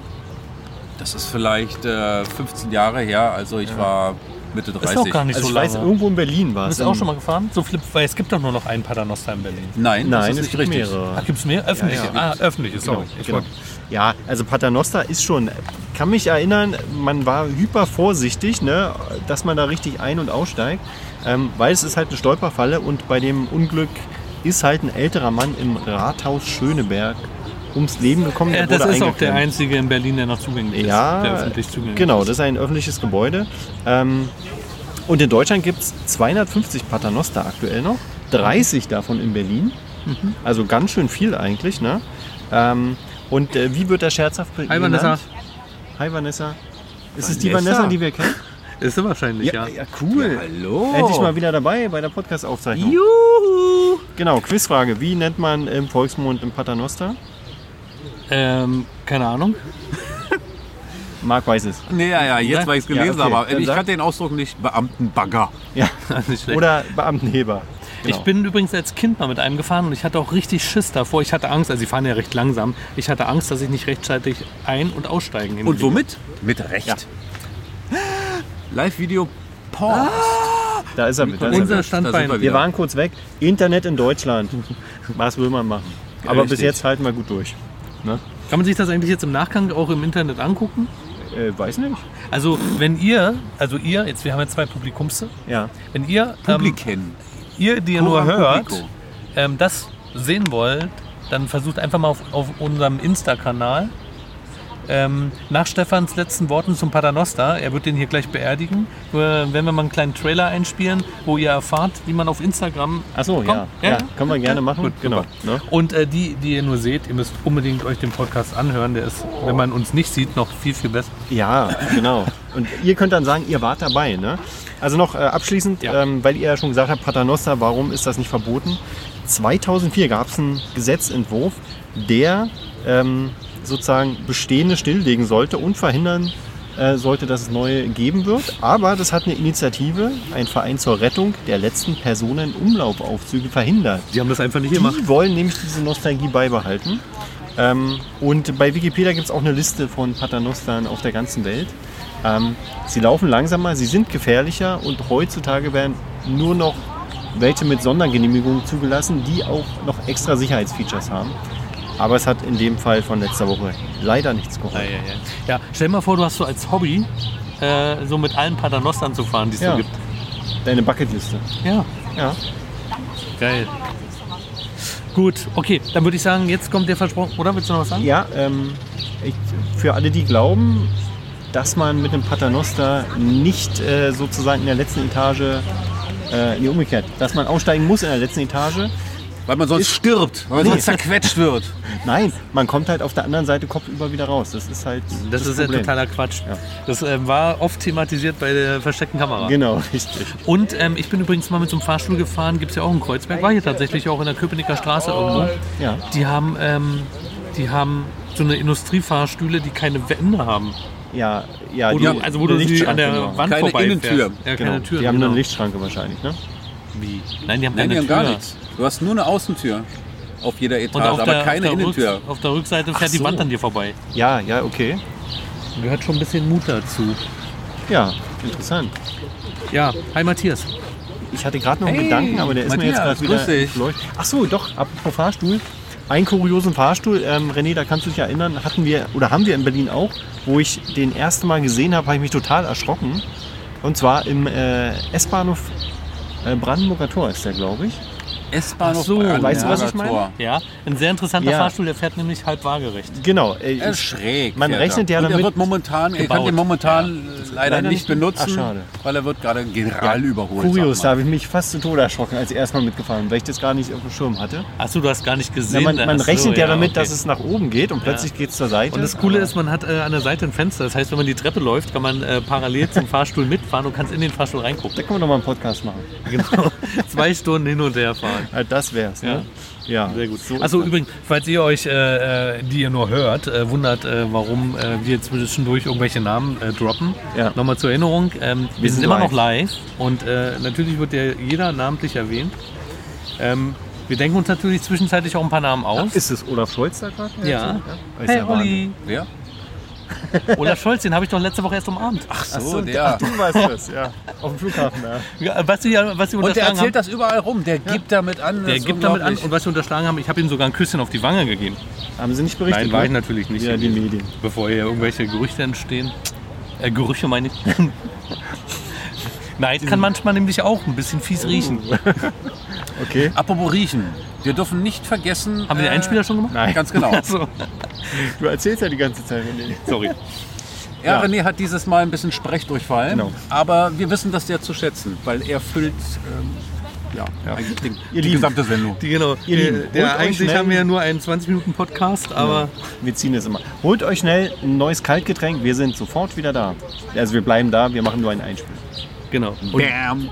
[SPEAKER 4] Das ist vielleicht äh, 15 Jahre her, also ich war Mitte 30.
[SPEAKER 3] Ist auch gar nicht
[SPEAKER 2] Also
[SPEAKER 3] so
[SPEAKER 2] ich
[SPEAKER 3] lange.
[SPEAKER 2] weiß, irgendwo in Berlin war es.
[SPEAKER 3] bist du auch schon mal gefahren? So flip, weil es gibt doch nur noch einen Paternoster in Berlin.
[SPEAKER 4] Nein, das
[SPEAKER 2] Nein,
[SPEAKER 4] ist
[SPEAKER 2] es
[SPEAKER 4] nicht
[SPEAKER 2] gibt
[SPEAKER 4] richtig.
[SPEAKER 2] mehrere.
[SPEAKER 3] Ach, gibt es mehr? Öffentliche.
[SPEAKER 2] ja.
[SPEAKER 3] Ah, öffentliche,
[SPEAKER 2] Genau,
[SPEAKER 3] sorry. Ich
[SPEAKER 2] genau.
[SPEAKER 3] wollte-
[SPEAKER 2] Ja, also Paternoster ist schon, kann mich erinnern, man war hyper vorsichtig, ne, dass man da richtig ein- und aussteigt, ähm, weil es ist halt eine Stolperfalle und bei dem Unglück ist halt ein älterer Mann im Rathaus Schöneberg ums Leben gekommen. der
[SPEAKER 3] Ja, Äh, das
[SPEAKER 2] wurde
[SPEAKER 3] ist auch der
[SPEAKER 2] eingeklemmt.
[SPEAKER 3] einzige in Berlin, der noch zugänglich
[SPEAKER 2] Ja,
[SPEAKER 3] ist. Der öffentlich zugänglich
[SPEAKER 2] genau,
[SPEAKER 3] ist.
[SPEAKER 2] das ist ein öffentliches Gebäude. Ähm, und in Deutschland gibt es 250 Paternoster aktuell noch, 30 davon in Berlin.
[SPEAKER 3] Mhm.
[SPEAKER 2] Also ganz schön viel eigentlich. Ne? Ähm, und äh, wie wird der scherzhaft be-
[SPEAKER 3] Hi, Vanessa.
[SPEAKER 2] genannt? Hi Vanessa. Ist es die
[SPEAKER 4] Vanessa?
[SPEAKER 2] Vanessa, die wir kennen?
[SPEAKER 3] Ist er wahrscheinlich, ja.
[SPEAKER 2] cool.
[SPEAKER 4] Hallo.
[SPEAKER 2] Endlich mal wieder dabei bei der Podcast-Aufzeichnung.
[SPEAKER 3] Juhu!
[SPEAKER 2] Genau, Quizfrage. Wie nennt man im Volksmund im Paternoster?
[SPEAKER 3] Ähm, keine Ahnung.
[SPEAKER 2] Marc weiß es.
[SPEAKER 4] Nee, ja, ja, jetzt,
[SPEAKER 3] Nein?
[SPEAKER 4] weil ich es gelesen
[SPEAKER 2] Ja, okay.
[SPEAKER 4] habe.
[SPEAKER 2] Dann
[SPEAKER 4] Ich
[SPEAKER 2] sag.
[SPEAKER 4] kannte den Ausdruck nicht. Beamtenbagger.
[SPEAKER 2] Ja.
[SPEAKER 3] Nicht schlecht.
[SPEAKER 2] Oder Beamtenheber. Genau.
[SPEAKER 3] Ich bin übrigens als Kind mal mit einem gefahren und ich hatte auch richtig Schiss davor. Ich hatte Angst, also sie fahren ja recht langsam. Ich hatte Angst, dass ich nicht rechtzeitig ein- und aussteigen
[SPEAKER 4] Und
[SPEAKER 3] hinbekomme.
[SPEAKER 4] womit? Mit Recht. Live-Video
[SPEAKER 2] Ah,
[SPEAKER 4] Porn.
[SPEAKER 2] Da ist er mit. da ist er mit.
[SPEAKER 3] Unser
[SPEAKER 4] Da sind
[SPEAKER 3] Standbein.
[SPEAKER 4] wir
[SPEAKER 2] Wir
[SPEAKER 4] wieder.
[SPEAKER 2] waren kurz weg. Internet in Deutschland. Was will man machen? Aber bis
[SPEAKER 4] Richtig.
[SPEAKER 2] jetzt halten wir gut durch.
[SPEAKER 3] Kann man sich das eigentlich jetzt im Nachgang auch im Internet angucken?
[SPEAKER 2] Äh, weiß nicht.
[SPEAKER 3] Also wenn ihr, also ihr, jetzt wir haben ja zwei Publikums,
[SPEAKER 2] Ja.
[SPEAKER 3] wenn ihr, ähm,
[SPEAKER 4] Publiken.
[SPEAKER 3] ihr, die ihr nur
[SPEAKER 4] Coram
[SPEAKER 3] hört,
[SPEAKER 4] publico.
[SPEAKER 3] ähm, das sehen wollt, dann versucht einfach mal auf, auf unserem Insta-Kanal ähm, nach Stefans letzten Worten zum Paternoster, er wird den hier gleich beerdigen, äh, wenn wir mal einen kleinen Trailer einspielen, wo ihr erfahrt, wie man auf Instagram
[SPEAKER 2] Achso,
[SPEAKER 3] Komm,
[SPEAKER 2] ja.
[SPEAKER 3] ja,
[SPEAKER 2] ja.
[SPEAKER 3] ja.
[SPEAKER 2] Können wir gerne machen. genau. Ne?
[SPEAKER 3] und äh, die, die ihr nur seht, ihr müsst unbedingt euch den Podcast anhören, der ist, wenn man uns nicht sieht, noch viel, viel besser.
[SPEAKER 2] Ja, genau. Und ihr könnt dann sagen, ihr wart dabei. Ne? Also noch äh, abschließend,
[SPEAKER 3] Ja.
[SPEAKER 2] ähm, weil ihr ja schon gesagt habt, Paternoster, warum ist das nicht verboten? 2004 gab es einen Gesetzentwurf, der ähm, sozusagen bestehende stilllegen sollte und verhindern äh, sollte, dass es neue geben wird. Aber das hat eine Initiative, ein Verein zur Rettung der letzten Personenumlaufaufzüge verhindert.
[SPEAKER 3] Die haben das einfach nicht
[SPEAKER 2] Die wollen nämlich diese Nostalgie beibehalten. Ähm, und bei Wikipedia gibt es auch eine Liste von Paternostern auf der ganzen Welt. Ähm, sie laufen langsamer, sie sind gefährlicher und heutzutage werden nur noch welche mit Sondergenehmigungen zugelassen, die auch noch extra Sicherheitsfeatures haben. Aber es hat in dem Fall von letzter Woche leider nichts
[SPEAKER 3] Ja,
[SPEAKER 2] geholfen.
[SPEAKER 3] ja, ja. ja, stell dir mal vor, du hast so als Hobby, äh, so mit allen Paternostern zu fahren, die es
[SPEAKER 2] Ja.
[SPEAKER 3] so gibt.
[SPEAKER 2] Deine Bucketliste.
[SPEAKER 3] Ja,
[SPEAKER 2] Ja.
[SPEAKER 3] geil. Gut, okay, dann würde ich sagen, jetzt kommt der versprochen, oder? Willst du noch was sagen?
[SPEAKER 2] Ja, ähm, ich, für alle, die glauben, dass man mit einem Paternoster nicht äh, sozusagen in der letzten Etage, äh, nee, umgekehrt, dass man aussteigen muss in der letzten Etage.
[SPEAKER 4] Weil man sonst stirbt, weil man sonst zerquetscht wird.
[SPEAKER 2] Nein, man kommt halt auf der anderen Seite kopfüber wieder raus. Das ist halt.
[SPEAKER 3] Das, ist ja
[SPEAKER 2] Problem.
[SPEAKER 3] totaler Quatsch.
[SPEAKER 2] Ja.
[SPEAKER 3] Das ähm, war oft thematisiert bei der versteckten Kamera.
[SPEAKER 2] Genau, richtig.
[SPEAKER 3] Und ähm, ich bin übrigens mal mit so einem Fahrstuhl gefahren, gibt es ja auch in Kreuzberg, war hier tatsächlich auch in der Köpenicker Straße irgendwo.
[SPEAKER 2] Ja.
[SPEAKER 3] Die haben, ähm, die haben so eine Industriefahrstühle, die keine Wände haben.
[SPEAKER 2] Ja, ja.
[SPEAKER 3] Wo
[SPEAKER 2] die-
[SPEAKER 3] du, also wo du
[SPEAKER 2] die
[SPEAKER 3] sie an der
[SPEAKER 2] Lichtschranke,
[SPEAKER 3] Wand
[SPEAKER 4] Keine
[SPEAKER 3] vorbeifährst.
[SPEAKER 4] Innentür.
[SPEAKER 3] Ja,
[SPEAKER 2] Genau.
[SPEAKER 3] keine Tür.
[SPEAKER 2] die haben nur
[SPEAKER 3] genau.
[SPEAKER 2] eine Lichtschranke wahrscheinlich, ne?
[SPEAKER 3] Wie? Nein, die haben
[SPEAKER 4] Nein,
[SPEAKER 3] keine
[SPEAKER 4] die haben
[SPEAKER 3] Tür.
[SPEAKER 4] gar nichts. Du hast nur eine Außentür auf jeder Etage,
[SPEAKER 3] Und auf
[SPEAKER 4] aber
[SPEAKER 3] der,
[SPEAKER 4] keine
[SPEAKER 3] auf der
[SPEAKER 4] Innentür.
[SPEAKER 3] Rücks- auf der Rückseite fährt die
[SPEAKER 2] so.
[SPEAKER 3] Wand an dir vorbei.
[SPEAKER 2] Ja, ja, okay.
[SPEAKER 3] Gehört schon ein bisschen Mut dazu.
[SPEAKER 2] Ja, interessant.
[SPEAKER 3] Ja, hi Matthias.
[SPEAKER 2] Ich hatte gerade noch einen
[SPEAKER 4] Hey,
[SPEAKER 2] Gedanken, aber der ist mir jetzt
[SPEAKER 4] Matthias,
[SPEAKER 2] gerade wieder.
[SPEAKER 4] grüß dich.
[SPEAKER 2] entfleucht. Ach so, doch, apropos Fahrstuhl. Einen kuriosen Fahrstuhl, ähm, René, da kannst du dich erinnern, hatten wir oder haben wir in Berlin auch, wo ich den ersten Mal gesehen habe, habe ich mich total erschrocken. Und zwar im äh, S-Bahnhof äh, Brandenburger Tor ist der, glaube ich.
[SPEAKER 4] S-Bahnhof
[SPEAKER 3] Ach so,
[SPEAKER 4] Brandenburger
[SPEAKER 2] weißt du, was ich meine?
[SPEAKER 4] Tor.
[SPEAKER 3] Ja, ein sehr interessanter
[SPEAKER 2] Ja.
[SPEAKER 3] Fahrstuhl, der fährt nämlich halb waagerecht.
[SPEAKER 2] Genau. äh,
[SPEAKER 4] Er ist
[SPEAKER 2] ich-
[SPEAKER 4] schräg.
[SPEAKER 2] Man
[SPEAKER 4] fährt
[SPEAKER 2] rechnet ja
[SPEAKER 4] Und
[SPEAKER 2] damit-
[SPEAKER 4] Er wird momentan, er kann
[SPEAKER 3] gebaut.
[SPEAKER 4] den momentan äh, leider,
[SPEAKER 2] leider
[SPEAKER 4] nicht
[SPEAKER 2] nicht-
[SPEAKER 4] benutzen,
[SPEAKER 2] Ach, schade.
[SPEAKER 4] weil er wird gerade general überholt.
[SPEAKER 2] Kurios, da
[SPEAKER 4] sag mal.
[SPEAKER 2] habe ich mich fast zu Tode erschrocken, als ich erstmal mitgefahren bin, weil ich das gar nicht auf dem Schirm hatte.
[SPEAKER 3] Achso, du hast gar nicht
[SPEAKER 2] Na,
[SPEAKER 3] gesehen.
[SPEAKER 2] man man
[SPEAKER 3] Ach so,
[SPEAKER 2] rechnet ja, damit,
[SPEAKER 3] okay.
[SPEAKER 2] dass es nach oben geht und plötzlich geht es zur Seite.
[SPEAKER 3] Und das Coole
[SPEAKER 2] Aber-
[SPEAKER 3] ist, man hat äh, an der Seite ein Fenster. Das heißt, wenn man die Treppe läuft, kann man äh, parallel zum Fahrstuhl mitfahren und kannst in den Fahrstuhl
[SPEAKER 2] Da
[SPEAKER 3] reingucken.
[SPEAKER 2] können wir nochmal einen Podcast machen.
[SPEAKER 3] Genau. Zwei Stunden hin und her fahren.
[SPEAKER 2] Äh, Das wär's, ne? Ja, Also, sehr gut. So
[SPEAKER 3] Achso, Also übrigens, falls ihr euch, äh, äh, die ihr nur hört, äh, wundert, äh, warum äh, wir zwischendurch irgendwelche Namen äh, droppen.
[SPEAKER 2] Ja.
[SPEAKER 3] Nochmal zur Erinnerung, ähm, wir,
[SPEAKER 2] Wir
[SPEAKER 3] sind,
[SPEAKER 2] sind
[SPEAKER 3] immer
[SPEAKER 2] live.
[SPEAKER 3] noch live und äh, natürlich wird ja jeder namentlich erwähnt. Ähm, wir denken uns natürlich zwischenzeitlich auch ein paar Namen aus.
[SPEAKER 2] Ist es Olaf Scholz da gerade?
[SPEAKER 3] ja.
[SPEAKER 2] Ist
[SPEAKER 3] Hey
[SPEAKER 2] ja
[SPEAKER 3] Olli.
[SPEAKER 4] Wer?
[SPEAKER 3] Olaf Scholz, den habe ich doch letzte Woche erst umarmt.
[SPEAKER 4] Ach so,
[SPEAKER 2] So,
[SPEAKER 4] der.
[SPEAKER 2] Du weißt das, ja. Auf dem Flughafen, ja.
[SPEAKER 3] Ja, Was sie, was sie
[SPEAKER 4] Und der
[SPEAKER 3] unterschlagen
[SPEAKER 4] erzählt
[SPEAKER 3] haben,
[SPEAKER 4] das überall rum. Der gibt damit an.
[SPEAKER 3] der
[SPEAKER 4] das ist
[SPEAKER 3] gibt damit an.
[SPEAKER 4] unglaublich.
[SPEAKER 3] Und was sie unterschlagen haben, ich habe ihm sogar ein Küsschen auf die Wange gegeben.
[SPEAKER 2] Haben sie nicht berichtet? ne?
[SPEAKER 3] natürlich nicht.
[SPEAKER 2] Ja, die Medien.
[SPEAKER 3] Bevor hier irgendwelche Gerüchte entstehen. Äh, Gerüche meine ich. Neid kann manchmal nämlich auch ein bisschen fies riechen.
[SPEAKER 2] Okay.
[SPEAKER 4] Apropos Riechen. Wir dürfen nicht vergessen. äh,
[SPEAKER 3] Haben wir den Einspieler schon gemacht?
[SPEAKER 2] Nein.
[SPEAKER 4] Ganz genau.
[SPEAKER 3] Achso,
[SPEAKER 2] Du erzählst ja die ganze Zeit. René.
[SPEAKER 3] sorry.
[SPEAKER 2] Ja.
[SPEAKER 4] Ja, René hat dieses Mal ein bisschen Sprechdurchfall,
[SPEAKER 2] Genau.
[SPEAKER 4] aber wir wissen das sehr zu schätzen, weil er füllt ähm, ja, eigentlich den,
[SPEAKER 2] Ihr
[SPEAKER 4] die
[SPEAKER 2] Lieben.
[SPEAKER 4] gesamte Sendung.
[SPEAKER 3] Die, genau.
[SPEAKER 2] Ihr Lieben,
[SPEAKER 3] der- der-
[SPEAKER 2] holt euch
[SPEAKER 3] eigentlich
[SPEAKER 2] schnell-
[SPEAKER 3] haben wir ja nur einen Genau. 20-Minuten-Podcast, aber
[SPEAKER 2] Wir ziehen es immer. Holt euch schnell ein neues Kaltgetränk. Wir sind sofort wieder da. Also wir bleiben da. Wir machen nur einen Einspiel.
[SPEAKER 3] genau.
[SPEAKER 4] Bam.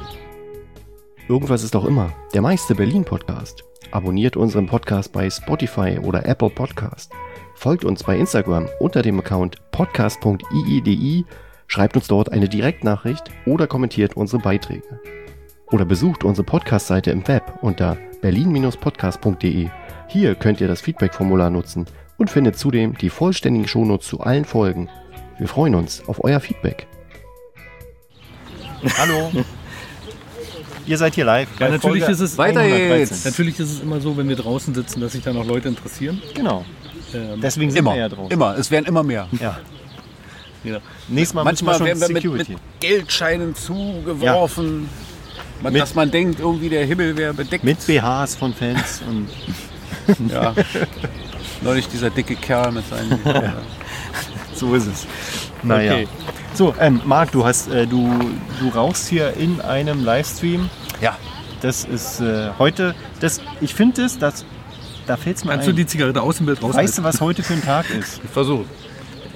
[SPEAKER 5] Irgendwas ist auch immer. Der meiste Berlin-Podcast. Abonniert unseren Podcast bei Spotify oder Apple Podcast. Folgt uns bei Instagram unter dem Account podcast.iidi. Schreibt uns dort eine Direktnachricht oder kommentiert unsere Beiträge. Oder besucht unsere Podcast-Seite im Web unter berlin-podcast.de. Hier könnt ihr das Feedback-Formular nutzen und findet zudem die vollständigen Shownotes zu allen Folgen. Wir freuen uns auf euer Feedback.
[SPEAKER 2] Hallo. Ihr seid hier live.
[SPEAKER 3] Ja, natürlich ist es-
[SPEAKER 4] Weiter geht's.
[SPEAKER 3] Natürlich ist es immer so, wenn wir draußen sitzen, dass sich da noch Leute interessieren.
[SPEAKER 2] Genau.
[SPEAKER 3] Ähm,
[SPEAKER 2] Deswegen sind
[SPEAKER 4] Immer,
[SPEAKER 2] wir ja drauf.
[SPEAKER 4] immer. Es werden immer mehr.
[SPEAKER 2] Ja.
[SPEAKER 3] ja.
[SPEAKER 2] Nächstes Mal müssen
[SPEAKER 4] Manchmal
[SPEAKER 2] wir
[SPEAKER 4] werden
[SPEAKER 2] schon
[SPEAKER 4] wir mit, mit
[SPEAKER 2] Security.
[SPEAKER 4] Geldscheinen zugeworfen, man,
[SPEAKER 2] Mit-
[SPEAKER 4] dass man denkt, irgendwie der Himmel wäre bedeckt.
[SPEAKER 2] mit BHs von Fans und
[SPEAKER 4] Ja. Neulich dieser dicke Kerl mit seinen.
[SPEAKER 2] So ist es. Naja.
[SPEAKER 3] Okay.
[SPEAKER 2] So, ähm, Marc, du, hast, äh, du, du rauchst hier in einem Livestream.
[SPEAKER 4] ja,
[SPEAKER 2] Das ist äh, heute, das, ich finde es, das, da fällt es mir
[SPEAKER 3] Kannst du
[SPEAKER 2] ein.
[SPEAKER 3] die Zigarette aus dem Bild rausnehmen?
[SPEAKER 2] weißt du, was heute für ein Tag ist?
[SPEAKER 1] Ich versuche.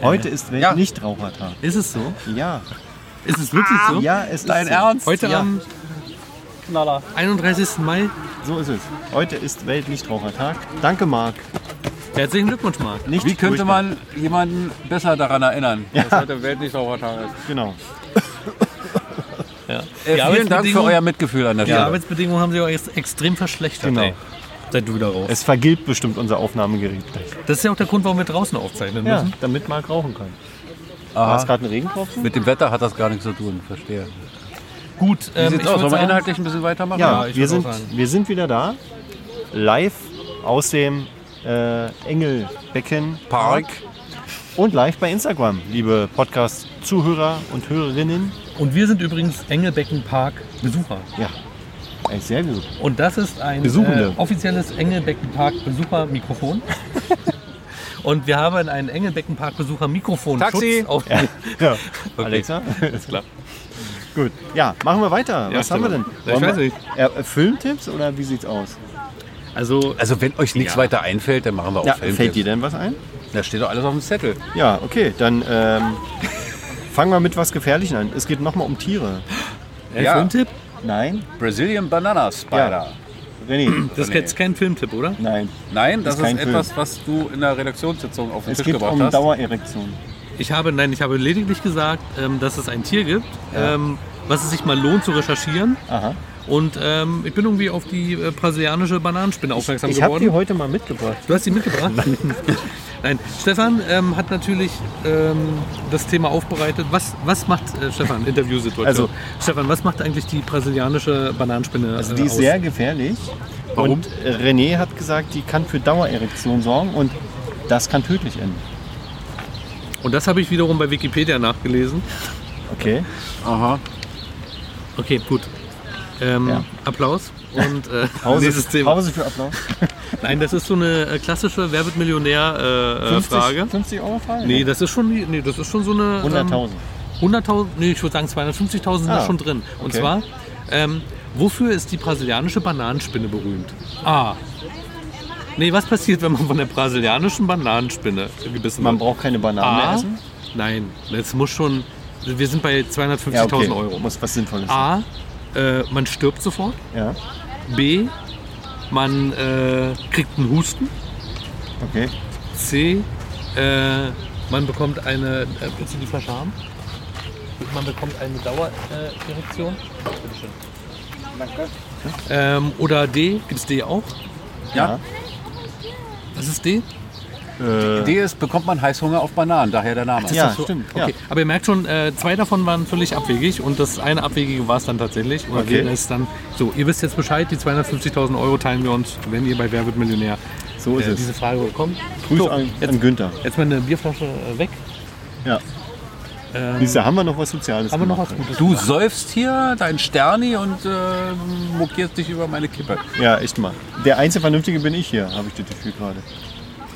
[SPEAKER 2] Heute ist
[SPEAKER 4] Ja.
[SPEAKER 2] Weltnichtrauchertag.
[SPEAKER 3] Ist es so?
[SPEAKER 2] Ja.
[SPEAKER 3] Ist es wirklich so?
[SPEAKER 2] Ja, es
[SPEAKER 4] dein
[SPEAKER 2] ist
[SPEAKER 4] Ernst?
[SPEAKER 3] Heute
[SPEAKER 2] Ja.
[SPEAKER 3] am 31. Mai.
[SPEAKER 2] So. so ist es. Heute ist Weltnichtrauchertag. Danke, Marc.
[SPEAKER 3] Herzlichen Glücklich, Marc.
[SPEAKER 2] Nicht
[SPEAKER 4] Wie könnte
[SPEAKER 2] ruhig
[SPEAKER 4] man jemanden besser daran erinnern, dass heute Welt nicht Sauertag ist?
[SPEAKER 2] bleiben. Genau.
[SPEAKER 3] Ja.
[SPEAKER 4] Äh, vielen Dank für euer Mitgefühl an der
[SPEAKER 3] Die
[SPEAKER 4] Stelle.
[SPEAKER 3] Arbeitsbedingungen haben sich auch ex extrem verschlechtert.
[SPEAKER 2] genau.
[SPEAKER 3] ey. seit du wieder raus.
[SPEAKER 2] Es vergilbt bestimmt unser Aufnahmegerät gleich.
[SPEAKER 3] Das ist ja auch der Grund, warum wir draußen aufzeichnen
[SPEAKER 2] Ja,
[SPEAKER 3] müssen.
[SPEAKER 2] damit Marc rauchen kann. War es gerade ein Regentropfen?
[SPEAKER 4] Mit dem Wetter hat das gar nichts zu tun, verstehe.
[SPEAKER 3] Gut, ähm,
[SPEAKER 4] Sieht's aus? Sollen
[SPEAKER 3] würd
[SPEAKER 4] wir
[SPEAKER 3] sagen,
[SPEAKER 4] inhaltlich ein bisschen weitermachen?
[SPEAKER 2] Ja,
[SPEAKER 3] Ja, ich
[SPEAKER 2] wir,
[SPEAKER 3] würd
[SPEAKER 2] sind,
[SPEAKER 3] auch sagen.
[SPEAKER 2] wir sind wieder da. Live aus dem äh, Engelbecken
[SPEAKER 4] Park.
[SPEAKER 2] und live bei Instagram, liebe Podcast-Zuhörer und Hörerinnen.
[SPEAKER 3] Und wir sind übrigens Engelbecken Park Besucher.
[SPEAKER 2] Ja, eigentlich sehr gesucht.
[SPEAKER 3] Und das ist ein äh,
[SPEAKER 2] Besuchende.
[SPEAKER 3] offizielles Engelbeckenpark Besucher Mikrofon. Und wir haben einen Engelbeckenpark Besucher Mikrofon.
[SPEAKER 4] Taxi!
[SPEAKER 3] Auf
[SPEAKER 2] Ja. Alexa?
[SPEAKER 3] Ist klar.
[SPEAKER 2] Gut. Ja, machen wir weiter. Was haben wir denn?
[SPEAKER 3] Ich weiß
[SPEAKER 2] wir,
[SPEAKER 3] nicht.
[SPEAKER 2] Äh, Filmtipps oder wie sieht's aus?
[SPEAKER 3] Also,
[SPEAKER 4] Also wenn euch nichts
[SPEAKER 3] Ja.
[SPEAKER 4] weiter einfällt, dann machen wir auch
[SPEAKER 2] Ja,
[SPEAKER 4] Filmtipps.
[SPEAKER 2] fällt dir denn was ein?
[SPEAKER 4] Da steht doch alles auf dem Zettel.
[SPEAKER 2] Ja, okay, dann ähm, fangen wir mit was Gefährlichem an. Es geht nochmal um Tiere.
[SPEAKER 3] ein
[SPEAKER 4] Ja.
[SPEAKER 3] Filmtipp?
[SPEAKER 2] Nein?
[SPEAKER 4] Brazilian Banana Spider.
[SPEAKER 2] René?
[SPEAKER 3] Das ist jetzt kein Filmtipp, oder?
[SPEAKER 2] Nein.
[SPEAKER 4] Nein, das
[SPEAKER 2] Ist
[SPEAKER 4] ist,
[SPEAKER 2] kein Film.
[SPEAKER 4] etwas, was du in der Redaktionssitzung auf den
[SPEAKER 2] Es
[SPEAKER 4] Tisch
[SPEAKER 2] geht
[SPEAKER 4] gebracht
[SPEAKER 2] um
[SPEAKER 4] hast.
[SPEAKER 2] Dauererektion.
[SPEAKER 3] Ich habe, nein, ich habe lediglich gesagt, ähm, dass es ein Tier gibt, ähm, was es sich mal lohnt zu recherchieren.
[SPEAKER 2] Aha.
[SPEAKER 3] Und ähm, ich bin irgendwie auf die äh, brasilianische Bananenspinne aufmerksam
[SPEAKER 2] Ich habe die
[SPEAKER 3] geworden.
[SPEAKER 2] heute mal mitgebracht.
[SPEAKER 3] Du hast die mitgebracht? Nein. Stefan ähm, hat natürlich ähm, das Thema aufbereitet. Was, was macht, äh, Stefan, Interviewsituation.
[SPEAKER 2] Also-
[SPEAKER 3] Stefan, was macht eigentlich die brasilianische Bananenspinne
[SPEAKER 2] Also
[SPEAKER 3] äh,
[SPEAKER 2] die ist
[SPEAKER 3] aus?
[SPEAKER 2] sehr gefährlich.
[SPEAKER 4] Warum?
[SPEAKER 2] Und René hat gesagt, die kann für Dauererektion sorgen und das kann tödlich enden.
[SPEAKER 3] Und das habe ich wiederum bei Wikipedia nachgelesen.
[SPEAKER 2] Okay.
[SPEAKER 4] Aha.
[SPEAKER 3] Okay, gut. Ähm,
[SPEAKER 2] Ja.
[SPEAKER 3] Applaus. Und äh,
[SPEAKER 2] Pause,
[SPEAKER 3] nächstes Thema.
[SPEAKER 2] Pause für Applaus.
[SPEAKER 3] Nein, das ist so eine äh, klassische Wer wird Millionär-Frage. Äh, äh,
[SPEAKER 2] 50,
[SPEAKER 3] Frage.
[SPEAKER 2] 50 Euro Frage?
[SPEAKER 3] Nee, das ist schon, die- nee, das ist schon so eine.
[SPEAKER 2] 100.000.
[SPEAKER 3] Ähm, 100.000, nee, ich würde sagen 250.000 sind
[SPEAKER 2] Ah,
[SPEAKER 3] da schon drin. Und
[SPEAKER 2] okay.
[SPEAKER 3] zwar, ähm, wofür ist die brasilianische Bananenspinne berühmt? A. Nee, was passiert, wenn man von der brasilianischen Bananenspinne gebissen
[SPEAKER 2] Man
[SPEAKER 3] wird?
[SPEAKER 2] braucht keine Bananen mehr
[SPEAKER 3] A.
[SPEAKER 2] essen.
[SPEAKER 3] Nein, das muss schon. Wir sind bei 250.000 Euro.
[SPEAKER 2] Muss was Sinnvolles sein.
[SPEAKER 3] A. Äh, man stirbt sofort.
[SPEAKER 2] Ja,
[SPEAKER 3] B. Man äh, kriegt einen Husten. Äh,
[SPEAKER 2] okay.
[SPEAKER 3] C. Äh, man bekommt eine. Äh, willst du die Flasche haben? Man bekommt eine Dauererektion. Danke. Ähm, oder D. Gibt es D auch?
[SPEAKER 4] Ja.
[SPEAKER 3] Was ist D?
[SPEAKER 2] Äh,
[SPEAKER 4] Die Idee ist, bekommt man Heißhunger auf Bananen, daher der Name.
[SPEAKER 2] ja, stimmt.
[SPEAKER 3] Okay.
[SPEAKER 2] Ja.
[SPEAKER 3] Aber ihr merkt schon, äh, zwei davon waren völlig abwegig und das eine abwegige war es dann tatsächlich. Und
[SPEAKER 2] Okay.
[SPEAKER 3] okay. ist dann so. Ihr wisst jetzt Bescheid, die 250.000 Euro teilen wir uns, wenn ihr bei Wer wird Millionär
[SPEAKER 2] So ist
[SPEAKER 3] äh,
[SPEAKER 2] es.
[SPEAKER 3] diese Frage bekommt.
[SPEAKER 2] Grüß an, an Günther.
[SPEAKER 3] Jetzt mal eine Bierflasche äh, weg.
[SPEAKER 2] Ja.
[SPEAKER 3] Ähm,
[SPEAKER 2] Siehst du, haben wir noch was Soziales
[SPEAKER 3] haben wir noch was
[SPEAKER 2] gemacht.
[SPEAKER 3] Gutes?
[SPEAKER 4] Du säufst hier dein Sterni und äh, mokierst dich über meine Kippe.
[SPEAKER 2] Ja, echt mal. Der einzige Vernünftige bin ich hier, habe ich das Gefühl gerade.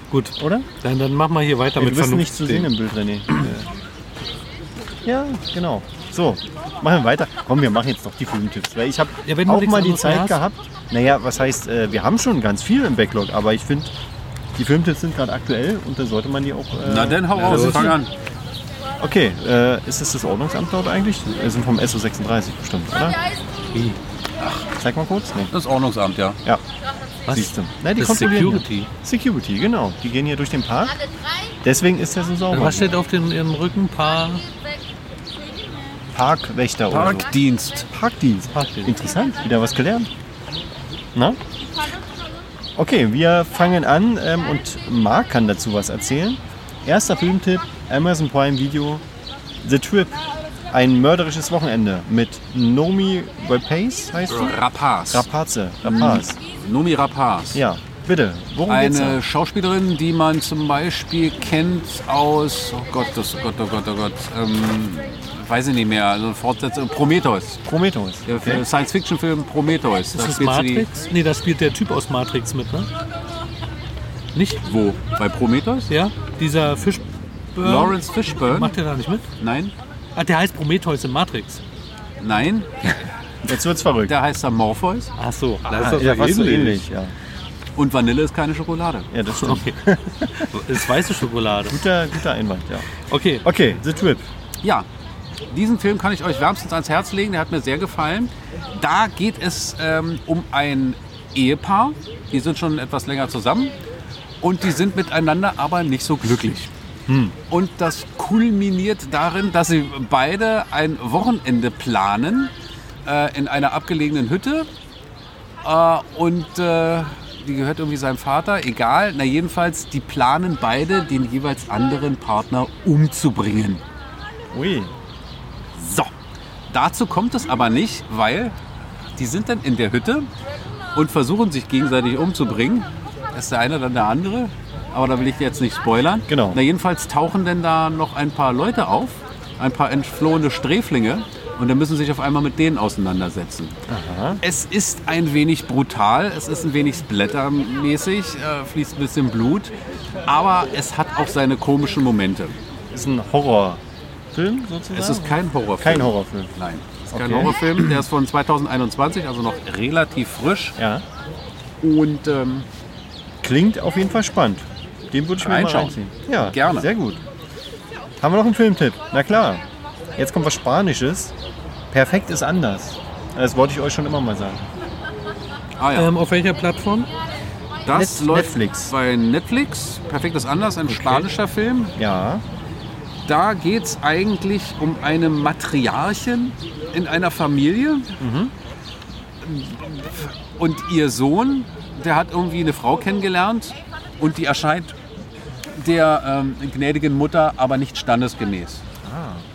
[SPEAKER 3] Gut.
[SPEAKER 2] Oder?
[SPEAKER 3] Dann, dann machen wir hier weiter
[SPEAKER 2] Ey, du
[SPEAKER 3] mit
[SPEAKER 2] bist nicht
[SPEAKER 3] Vernunft.
[SPEAKER 2] zu sehen im Bild, René. Äh, ja, genau. So, machen wir weiter. Komm, wir machen jetzt noch die Filmtipps. Weil ich habe
[SPEAKER 3] Ja, wenn du
[SPEAKER 2] auch
[SPEAKER 3] nichts
[SPEAKER 2] mal die
[SPEAKER 3] anderes
[SPEAKER 2] Zeit
[SPEAKER 3] mehr hast.
[SPEAKER 2] gehabt. Naja, was heißt, äh, wir haben schon ganz viel im Backlog, aber ich finde, die Filmtipps sind gerade aktuell und da sollte man die auch. Äh,
[SPEAKER 4] Na dann hau
[SPEAKER 3] na,
[SPEAKER 4] raus,
[SPEAKER 3] los.
[SPEAKER 4] fang an.
[SPEAKER 2] Okay, äh, ist es das Ordnungsamt dort eigentlich? Wir sind vom SO36 bestimmt, oder?
[SPEAKER 3] Wie?
[SPEAKER 2] Zeig mal kurz. Nee.
[SPEAKER 4] Das Ordnungsamt, ja.
[SPEAKER 2] Ja,
[SPEAKER 3] Was?
[SPEAKER 2] siehst du. Na, die
[SPEAKER 3] Das
[SPEAKER 2] kontrollieren
[SPEAKER 3] Security.
[SPEAKER 2] Hier. Security, genau. Die gehen hier durch den Park. Deswegen ist der so sauber.
[SPEAKER 3] Was steht auf dem ihrem Rücken? Paar.
[SPEAKER 2] Parkwächter oder so.
[SPEAKER 4] Parkdienst.
[SPEAKER 2] Parkdienst.
[SPEAKER 3] Parkdienst.
[SPEAKER 2] Interessant, wieder was gelernt. Na? Okay, wir fangen an ähm, und Marc kann dazu was erzählen. Erster Filmtipp, Amazon Prime Video, The Trip. Ein mörderisches Wochenende mit Nomi Rapace heißt sie?
[SPEAKER 4] Rapaz.
[SPEAKER 2] Rapaze, Rapaz.
[SPEAKER 4] Nomi Rapaz.
[SPEAKER 2] Ja, bitte, worum geht's da?
[SPEAKER 4] Mhm. Eine Schauspielerin, die man zum Beispiel kennt aus, oh Gott, das, oh Gott, oh Gott, oh Gott, ähm, weiß ich nicht mehr, also Fortsetzung, Prometheus,
[SPEAKER 2] Prometheus.
[SPEAKER 4] der
[SPEAKER 2] Okay.
[SPEAKER 4] Science-Fiction-Film Prometheus.
[SPEAKER 3] Ist das
[SPEAKER 4] spielt sie die-
[SPEAKER 3] Matrix? Nee, da spielt der Typ aus Matrix mit, ne? Nicht?
[SPEAKER 4] Wo? Bei Prometheus?
[SPEAKER 3] Ja? Dieser Fisch. äh,
[SPEAKER 4] Lawrence Fishburne?
[SPEAKER 3] Macht der da nicht mit?
[SPEAKER 4] Nein,
[SPEAKER 3] Ah, der heißt Prometheus in Matrix.
[SPEAKER 4] nein,
[SPEAKER 2] Jetzt wird's verrückt.
[SPEAKER 4] der heißt dann Morpheus
[SPEAKER 3] Ach so. Das
[SPEAKER 2] Ah, ja, fast so ähnlich, ja.
[SPEAKER 4] und Vanille ist keine Schokolade.
[SPEAKER 2] Ja, das stimmt.
[SPEAKER 3] Okay. Ist weiße Schokolade.
[SPEAKER 2] Guter, guter Einwand, ja.
[SPEAKER 3] Okay.
[SPEAKER 2] Okay, The Trip.
[SPEAKER 4] Ja, diesen Film kann ich euch wärmstens ans Herz legen, der hat mir sehr gefallen. Da geht es ähm, um ein Ehepaar, die sind schon etwas länger zusammen und die sind miteinander aber nicht so glücklich. Und das kulminiert darin, dass sie beide ein Wochenende planen äh, in einer abgelegenen Hütte äh, und äh, die gehört irgendwie seinem Vater, egal. Na jedenfalls, die planen beide, den jeweils anderen Partner umzubringen.
[SPEAKER 2] Ui.
[SPEAKER 4] So, dazu kommt es aber nicht, weil die sind dann in der Hütte und versuchen sich gegenseitig umzubringen. Ist der eine dann der andere, aber da will ich jetzt nicht spoilern.
[SPEAKER 2] Genau.
[SPEAKER 4] Na jedenfalls tauchen denn da noch ein paar Leute auf, ein paar entflohene Sträflinge und dann müssen sie sich auf einmal mit denen auseinandersetzen. Es ist ein wenig brutal, es ist ein wenig splattermäßig, äh, fließt ein bisschen Blut, aber es hat auch seine komischen Momente.
[SPEAKER 2] Ist ein Horrorfilm sozusagen?
[SPEAKER 4] Es ist kein Horrorfilm.
[SPEAKER 2] kein Horrorfilm.
[SPEAKER 4] Nein, es ist kein
[SPEAKER 2] Okay.
[SPEAKER 4] Horrorfilm. Der ist von 2021, also noch relativ frisch.
[SPEAKER 2] Ja.
[SPEAKER 4] Und ähm,
[SPEAKER 2] Klingt auf jeden Fall spannend. Den würde ich mir mal
[SPEAKER 4] Reinschauen.
[SPEAKER 2] reinziehen. Ja,
[SPEAKER 4] Gerne.
[SPEAKER 2] Sehr gut. Haben wir noch einen Filmtipp? Na klar. Jetzt kommt was Spanisches. Perfekt ist anders. Das wollte ich euch schon immer mal sagen.
[SPEAKER 4] ah ja,
[SPEAKER 3] Ähm, auf welcher Plattform?
[SPEAKER 4] das
[SPEAKER 2] Net-
[SPEAKER 4] läuft
[SPEAKER 2] Netflix.
[SPEAKER 4] bei Netflix. Perfekt ist anders, ein spanischer Film.
[SPEAKER 2] Ja.
[SPEAKER 4] Da geht es eigentlich um eine Matriarchin in einer Familie. Und ihr Sohn, der hat irgendwie eine Frau kennengelernt und die erscheint der ähm, gnädigen Mutter aber nicht standesgemäß.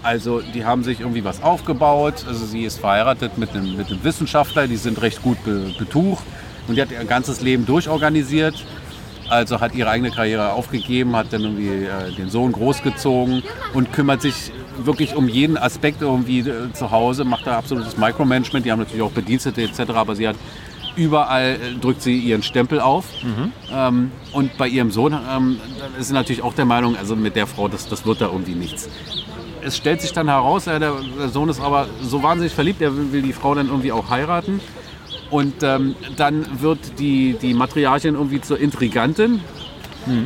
[SPEAKER 4] Also die haben sich irgendwie was aufgebaut. Also sie ist verheiratet mit einem, mit einem Wissenschaftler, die sind recht gut be betucht und die hat ihr ganzes Leben durchorganisiert. Also hat ihre eigene Karriere aufgegeben, hat dann irgendwie äh, den Sohn großgezogen und kümmert sich wirklich um jeden Aspekt irgendwie äh, zu Hause, macht da absolutes Micromanagement. Die haben natürlich auch Bedienstete etc., aber sie hat überall äh, drückt sie ihren Stempel auf. Ähm, und bei ihrem Sohn ähm, ist sie natürlich auch der Meinung, also mit der Frau, das, das wird da irgendwie nichts es stellt sich dann heraus, ja, der Sohn ist aber so wahnsinnig verliebt, er will will die Frau dann irgendwie auch heiraten. Und ähm, dann wird die, die Matriarchin irgendwie zur Intrigantin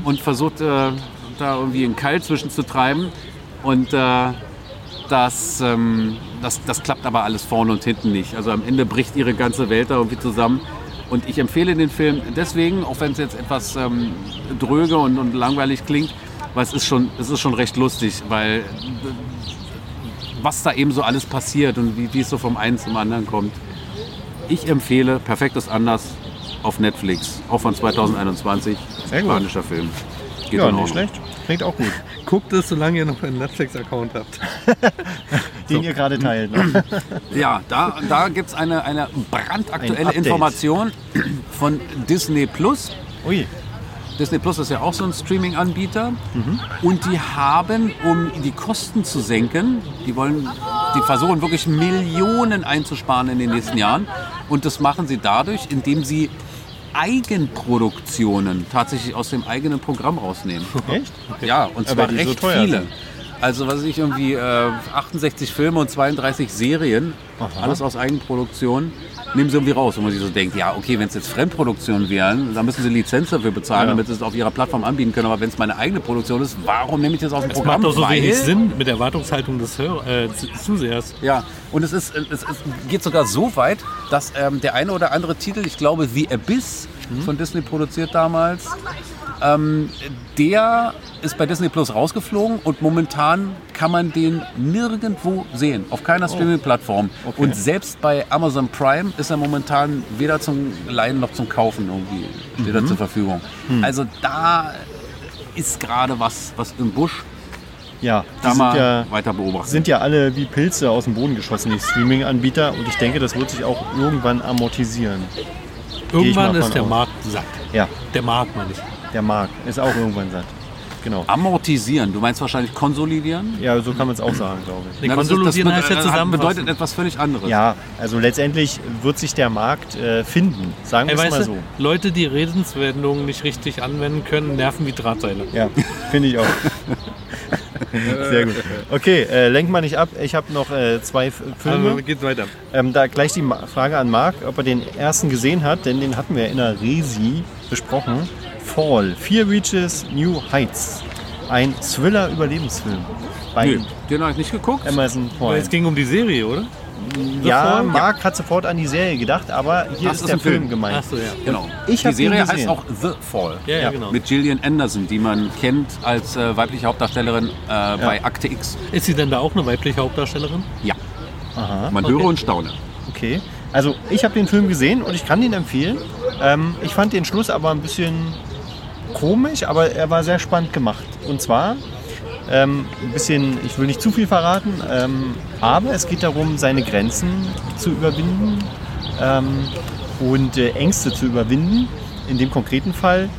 [SPEAKER 4] und versucht äh, da irgendwie einen Keil zwischenzutreiben. Und äh, das, ähm, das, das klappt aber alles vorne und hinten nicht. Also am Ende bricht ihre ganze Welt da irgendwie zusammen. Und ich empfehle den Film deswegen, auch wenn es jetzt etwas ähm, dröge und, und langweilig klingt, weil es ist schon, es ist schon recht lustig, weil äh, was da eben so alles passiert und wie, wie es so vom einen zum anderen kommt. Ich empfehle Perfektes Anders auf Netflix, auch von 2021,
[SPEAKER 2] Sehr gut.
[SPEAKER 4] spanischer Film. Geht
[SPEAKER 2] Ja,
[SPEAKER 4] in Ordnung.
[SPEAKER 2] nicht schlecht. Klingt auch gut.
[SPEAKER 3] Guckt es, solange ihr noch einen Netflix-Account habt.
[SPEAKER 2] Den ihr gerade teilt. ne?
[SPEAKER 4] Ja, da, da gibt es eine, eine
[SPEAKER 2] Ein
[SPEAKER 4] brandaktuelle
[SPEAKER 2] Update.
[SPEAKER 4] Information von Disney Plus.
[SPEAKER 2] Ui.
[SPEAKER 4] Disney Plus ist ja auch so ein Streaming-Anbieter. Und die haben, um die Kosten zu senken, die wollen, die versuchen wirklich Millionen einzusparen in den nächsten Jahren. Und das machen sie dadurch, indem sie Eigenproduktionen tatsächlich aus dem eigenen Programm rausnehmen.
[SPEAKER 2] Echt?
[SPEAKER 4] Ja, und
[SPEAKER 2] Aber
[SPEAKER 4] zwar
[SPEAKER 2] die so
[SPEAKER 4] recht
[SPEAKER 2] teuer ne?
[SPEAKER 4] viele.
[SPEAKER 2] sind.
[SPEAKER 4] Also was weiß ich irgendwie äh, 68 Filme und 32 Serien, alles aus Eigenproduktion, nehmen sie irgendwie raus, wo man sich so denkt, ja okay, wenn es jetzt Fremdproduktionen wären, dann müssen sie Lizenz dafür
[SPEAKER 2] Ja.
[SPEAKER 4] bezahlen, damit sie es auf ihrer Plattform anbieten können. Aber wenn es meine eigene Produktion ist, warum nehme ich das aus dem
[SPEAKER 3] Es
[SPEAKER 4] Programm?
[SPEAKER 3] macht doch so
[SPEAKER 4] Weil-
[SPEAKER 3] wenig Sinn mit der Erwartungshaltung des Hör äh, des Zusehers.
[SPEAKER 4] Ja, und es, ist, es, es geht sogar so weit, dass ähm, der eine oder andere Titel, ich glaube The Abyss,
[SPEAKER 2] Mhm.
[SPEAKER 4] von Disney produziert damals, ähm, der ist bei Disney Plus rausgeflogen und momentan kann man den nirgendwo sehen, auf keiner
[SPEAKER 2] Oh.
[SPEAKER 4] Streaming-Plattform. Und selbst bei Amazon Prime ist er momentan weder zum Leihen noch zum Kaufen irgendwie steht
[SPEAKER 2] Mhm.
[SPEAKER 4] er zur Verfügung.
[SPEAKER 2] Hm.
[SPEAKER 4] Also da ist gerade was, was im Busch.
[SPEAKER 2] Ja, die
[SPEAKER 4] Da
[SPEAKER 2] sind
[SPEAKER 4] mal
[SPEAKER 2] ja,
[SPEAKER 4] weiter beobachten.
[SPEAKER 2] sind ja alle wie Pilze aus dem Boden geschossen, die Streaming-Anbieter. Und ich denke, das wird sich auch irgendwann amortisieren. ich mal
[SPEAKER 3] Irgendwann
[SPEAKER 2] von
[SPEAKER 3] ist der
[SPEAKER 2] aus.
[SPEAKER 3] Markt satt.
[SPEAKER 2] Ja,
[SPEAKER 3] Der Markt, meine ich.
[SPEAKER 2] der Markt ist auch irgendwann satt. Genau.
[SPEAKER 4] Amortisieren, du meinst wahrscheinlich konsolidieren?
[SPEAKER 2] Ja, so kann man es auch sagen, glaube ich.
[SPEAKER 3] Nee,
[SPEAKER 4] Na, das ist-
[SPEAKER 3] konsolidieren
[SPEAKER 4] das
[SPEAKER 3] heißt ja
[SPEAKER 4] bede-
[SPEAKER 3] zusammenfassen.
[SPEAKER 4] bedeutet etwas völlig anderes.
[SPEAKER 2] Ja, also letztendlich wird sich der Markt äh, finden. Sagen wir
[SPEAKER 3] Ey,
[SPEAKER 2] es
[SPEAKER 3] weißt
[SPEAKER 2] mal
[SPEAKER 3] du,
[SPEAKER 2] so.
[SPEAKER 3] Leute, die Redenswendungen nicht richtig anwenden können, nerven wie Drahtseile.
[SPEAKER 2] Ja, finde ich auch. Sehr gut. Okay, äh, lenk mal nicht ab. Ich habe noch äh, zwei F- Filme.
[SPEAKER 3] geht weiter.
[SPEAKER 2] Ähm, da gleich die Ma- Frage an Marc, ob er den ersten gesehen hat, denn den hatten wir in der Resi besprochen. Fall, Fear Reaches New Heights. Ein Thriller-Überlebensfilm. Bei
[SPEAKER 4] Nö, den habe ich nicht geguckt.
[SPEAKER 2] Amazon
[SPEAKER 3] Aber
[SPEAKER 2] Prime.
[SPEAKER 3] es ging um die Serie, oder?
[SPEAKER 2] Ja,
[SPEAKER 3] Fall?
[SPEAKER 2] Marc hat sofort an die Serie gedacht, aber hier
[SPEAKER 4] Das
[SPEAKER 2] ist,
[SPEAKER 4] ist
[SPEAKER 2] der
[SPEAKER 4] ein Film.
[SPEAKER 2] Film gemeint.
[SPEAKER 3] Achso, ja.
[SPEAKER 4] genau.
[SPEAKER 2] ich hab
[SPEAKER 4] die Serie
[SPEAKER 2] ihn gesehen.
[SPEAKER 4] heißt auch The Fall.
[SPEAKER 3] Ja,
[SPEAKER 2] Ja.
[SPEAKER 3] ja, genau.
[SPEAKER 4] Mit Gillian Anderson, die man kennt als äh, weibliche Hauptdarstellerin äh, bei Akte X.
[SPEAKER 3] Ist sie denn da auch eine weibliche Hauptdarstellerin?
[SPEAKER 4] Ja,
[SPEAKER 2] Aha,
[SPEAKER 4] man
[SPEAKER 3] Okay.
[SPEAKER 4] höre und staune.
[SPEAKER 2] okay. Also ich habe den Film gesehen und ich kann den empfehlen. Ähm, ich fand den Schluss aber ein bisschen komisch, aber er war sehr spannend gemacht. Und zwar ähm, ein bisschen, ich will nicht zu viel verraten, ähm, aber es geht darum, seine Grenzen zu überwinden ähm, und äh, Ängste zu überwinden. In dem konkreten Fall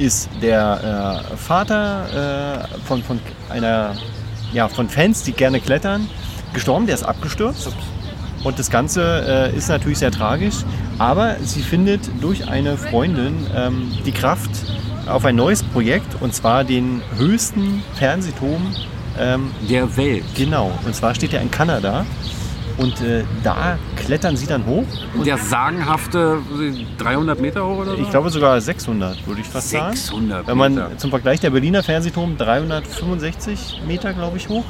[SPEAKER 2] ist der äh, Vater äh, von, von einer ja, von Fans, die gerne klettern, gestorben, der ist abgestürzt. Und das Ganze äh, ist natürlich sehr tragisch, aber sie findet durch eine Freundin ähm, die Kraft auf ein neues Projekt und zwar den höchsten Fernsehturm. Ähm,
[SPEAKER 1] Der Welt.
[SPEAKER 2] genau, und zwar steht er in Kanada und äh, da klettern sie dann hoch.
[SPEAKER 1] Der sagenhafte
[SPEAKER 4] äh,
[SPEAKER 1] 300 Meter hoch oder so?
[SPEAKER 2] Ich glaube sogar 600, würde ich fast sagen.
[SPEAKER 1] 600
[SPEAKER 2] Wenn man
[SPEAKER 1] Meter.
[SPEAKER 2] zum Vergleich der Berliner Fernsehturm 365 Meter, glaube ich, hoch.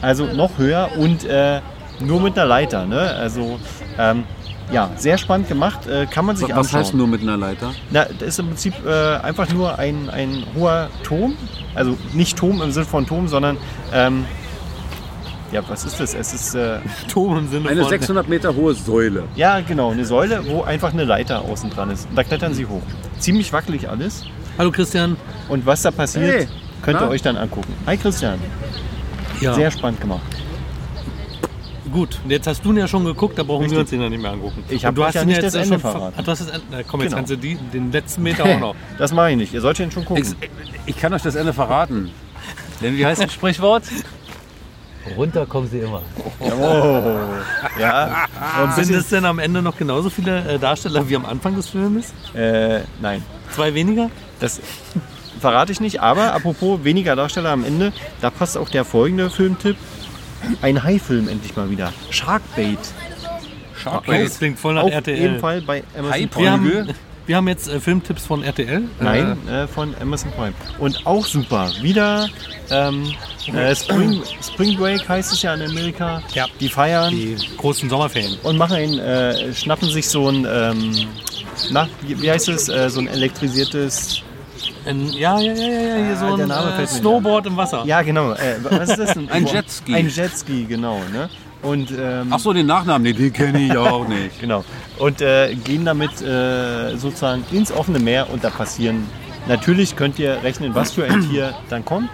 [SPEAKER 2] Also noch höher und äh, nur mit einer Leiter. Ne? Also ähm, ja, sehr spannend gemacht. Äh, kann man sich
[SPEAKER 1] Was
[SPEAKER 2] anschauen.
[SPEAKER 1] heißt nur mit einer Leiter?
[SPEAKER 2] Na, das ist im Prinzip äh, einfach nur ein, ein hoher Turm. Also nicht Turm im Sinne von Turm, sondern ähm, ja, was ist das? Es ist äh,
[SPEAKER 3] Turm im Sinne
[SPEAKER 1] Eine
[SPEAKER 3] von.
[SPEAKER 1] 600 Meter hohe Säule.
[SPEAKER 2] ja genau eine Säule, wo einfach eine Leiter außen dran ist. Und da klettern sie hoch. Ziemlich wackelig alles.
[SPEAKER 3] Hallo Christian.
[SPEAKER 2] Und was da passiert,
[SPEAKER 1] Hey,
[SPEAKER 2] könnt ihr
[SPEAKER 1] na?
[SPEAKER 2] euch dann angucken. Hi Christian,
[SPEAKER 3] Ja,
[SPEAKER 2] sehr spannend gemacht.
[SPEAKER 3] gut. Und jetzt hast du ihn ja schon geguckt, da brauchen
[SPEAKER 2] Richtig.
[SPEAKER 3] wir uns den ja nicht mehr angucken.
[SPEAKER 2] Ich
[SPEAKER 3] Und
[SPEAKER 2] hab
[SPEAKER 3] du
[SPEAKER 2] euch
[SPEAKER 3] hast
[SPEAKER 2] ja
[SPEAKER 3] ihn
[SPEAKER 2] nicht
[SPEAKER 3] jetzt
[SPEAKER 2] das
[SPEAKER 3] schon
[SPEAKER 2] Ende
[SPEAKER 3] ver-
[SPEAKER 2] verraten.
[SPEAKER 3] Ah, Du hast das Ende. Na, komm, jetzt
[SPEAKER 2] Genau.
[SPEAKER 3] kannst du die, den letzten Meter auch noch.
[SPEAKER 2] Das mache ich nicht. Ihr sollt ihn schon gucken.
[SPEAKER 1] Ich, ich kann euch das Ende verraten. Denn wie heißt das Sprichwort?
[SPEAKER 3] Runter kommen sie immer.
[SPEAKER 2] Oh. Ja. Und
[SPEAKER 3] Sind
[SPEAKER 2] sind
[SPEAKER 3] es denn am Ende noch genauso viele äh, Darsteller wie am Anfang des Filmes?
[SPEAKER 2] es, äh, nein.
[SPEAKER 3] Zwei weniger?
[SPEAKER 2] Das verrate ich nicht, aber apropos weniger Darsteller am Ende, da passt auch der folgende Filmtipp. Ein Hai-Film endlich mal wieder. Sharkbait.
[SPEAKER 3] Okay, das klingt voll nach
[SPEAKER 2] Auch
[SPEAKER 3] RTL.
[SPEAKER 2] ebenfalls bei Amazon
[SPEAKER 1] Hai-
[SPEAKER 3] Wir
[SPEAKER 2] Prime.
[SPEAKER 1] Folge.
[SPEAKER 3] haben, wir haben jetzt äh, Filmtipps von RTL. Äh,
[SPEAKER 2] Nein, äh, von Amazon Prime. Und auch super. Wieder ähm, äh, Spring, Spring Break heißt es ja in Amerika.
[SPEAKER 3] Ja.
[SPEAKER 2] Die feiern
[SPEAKER 3] die großen Sommerferien.
[SPEAKER 2] und machen einen, äh, schnappen sich so ein, ähm, na, wie, wie heißt es, äh, so ein elektrisiertes,
[SPEAKER 3] In, ja, ja, ja, ja, ja, hier so
[SPEAKER 2] Ah, der
[SPEAKER 3] ein
[SPEAKER 2] Name fällt mir
[SPEAKER 3] äh,
[SPEAKER 2] nicht ein.
[SPEAKER 3] Snowboard im Wasser.
[SPEAKER 2] ja genau, äh, was ist das denn?
[SPEAKER 1] Ein Jetski.
[SPEAKER 2] Ein Jetski, genau, ne? Und, ähm,
[SPEAKER 1] Ach so, den Nachnamen, nee, den kenne ich auch nicht.
[SPEAKER 2] Genau. Und äh, gehen damit äh, sozusagen ins offene Meer und da passieren. Natürlich könnt ihr rechnen, was für ein Tier dann kommt.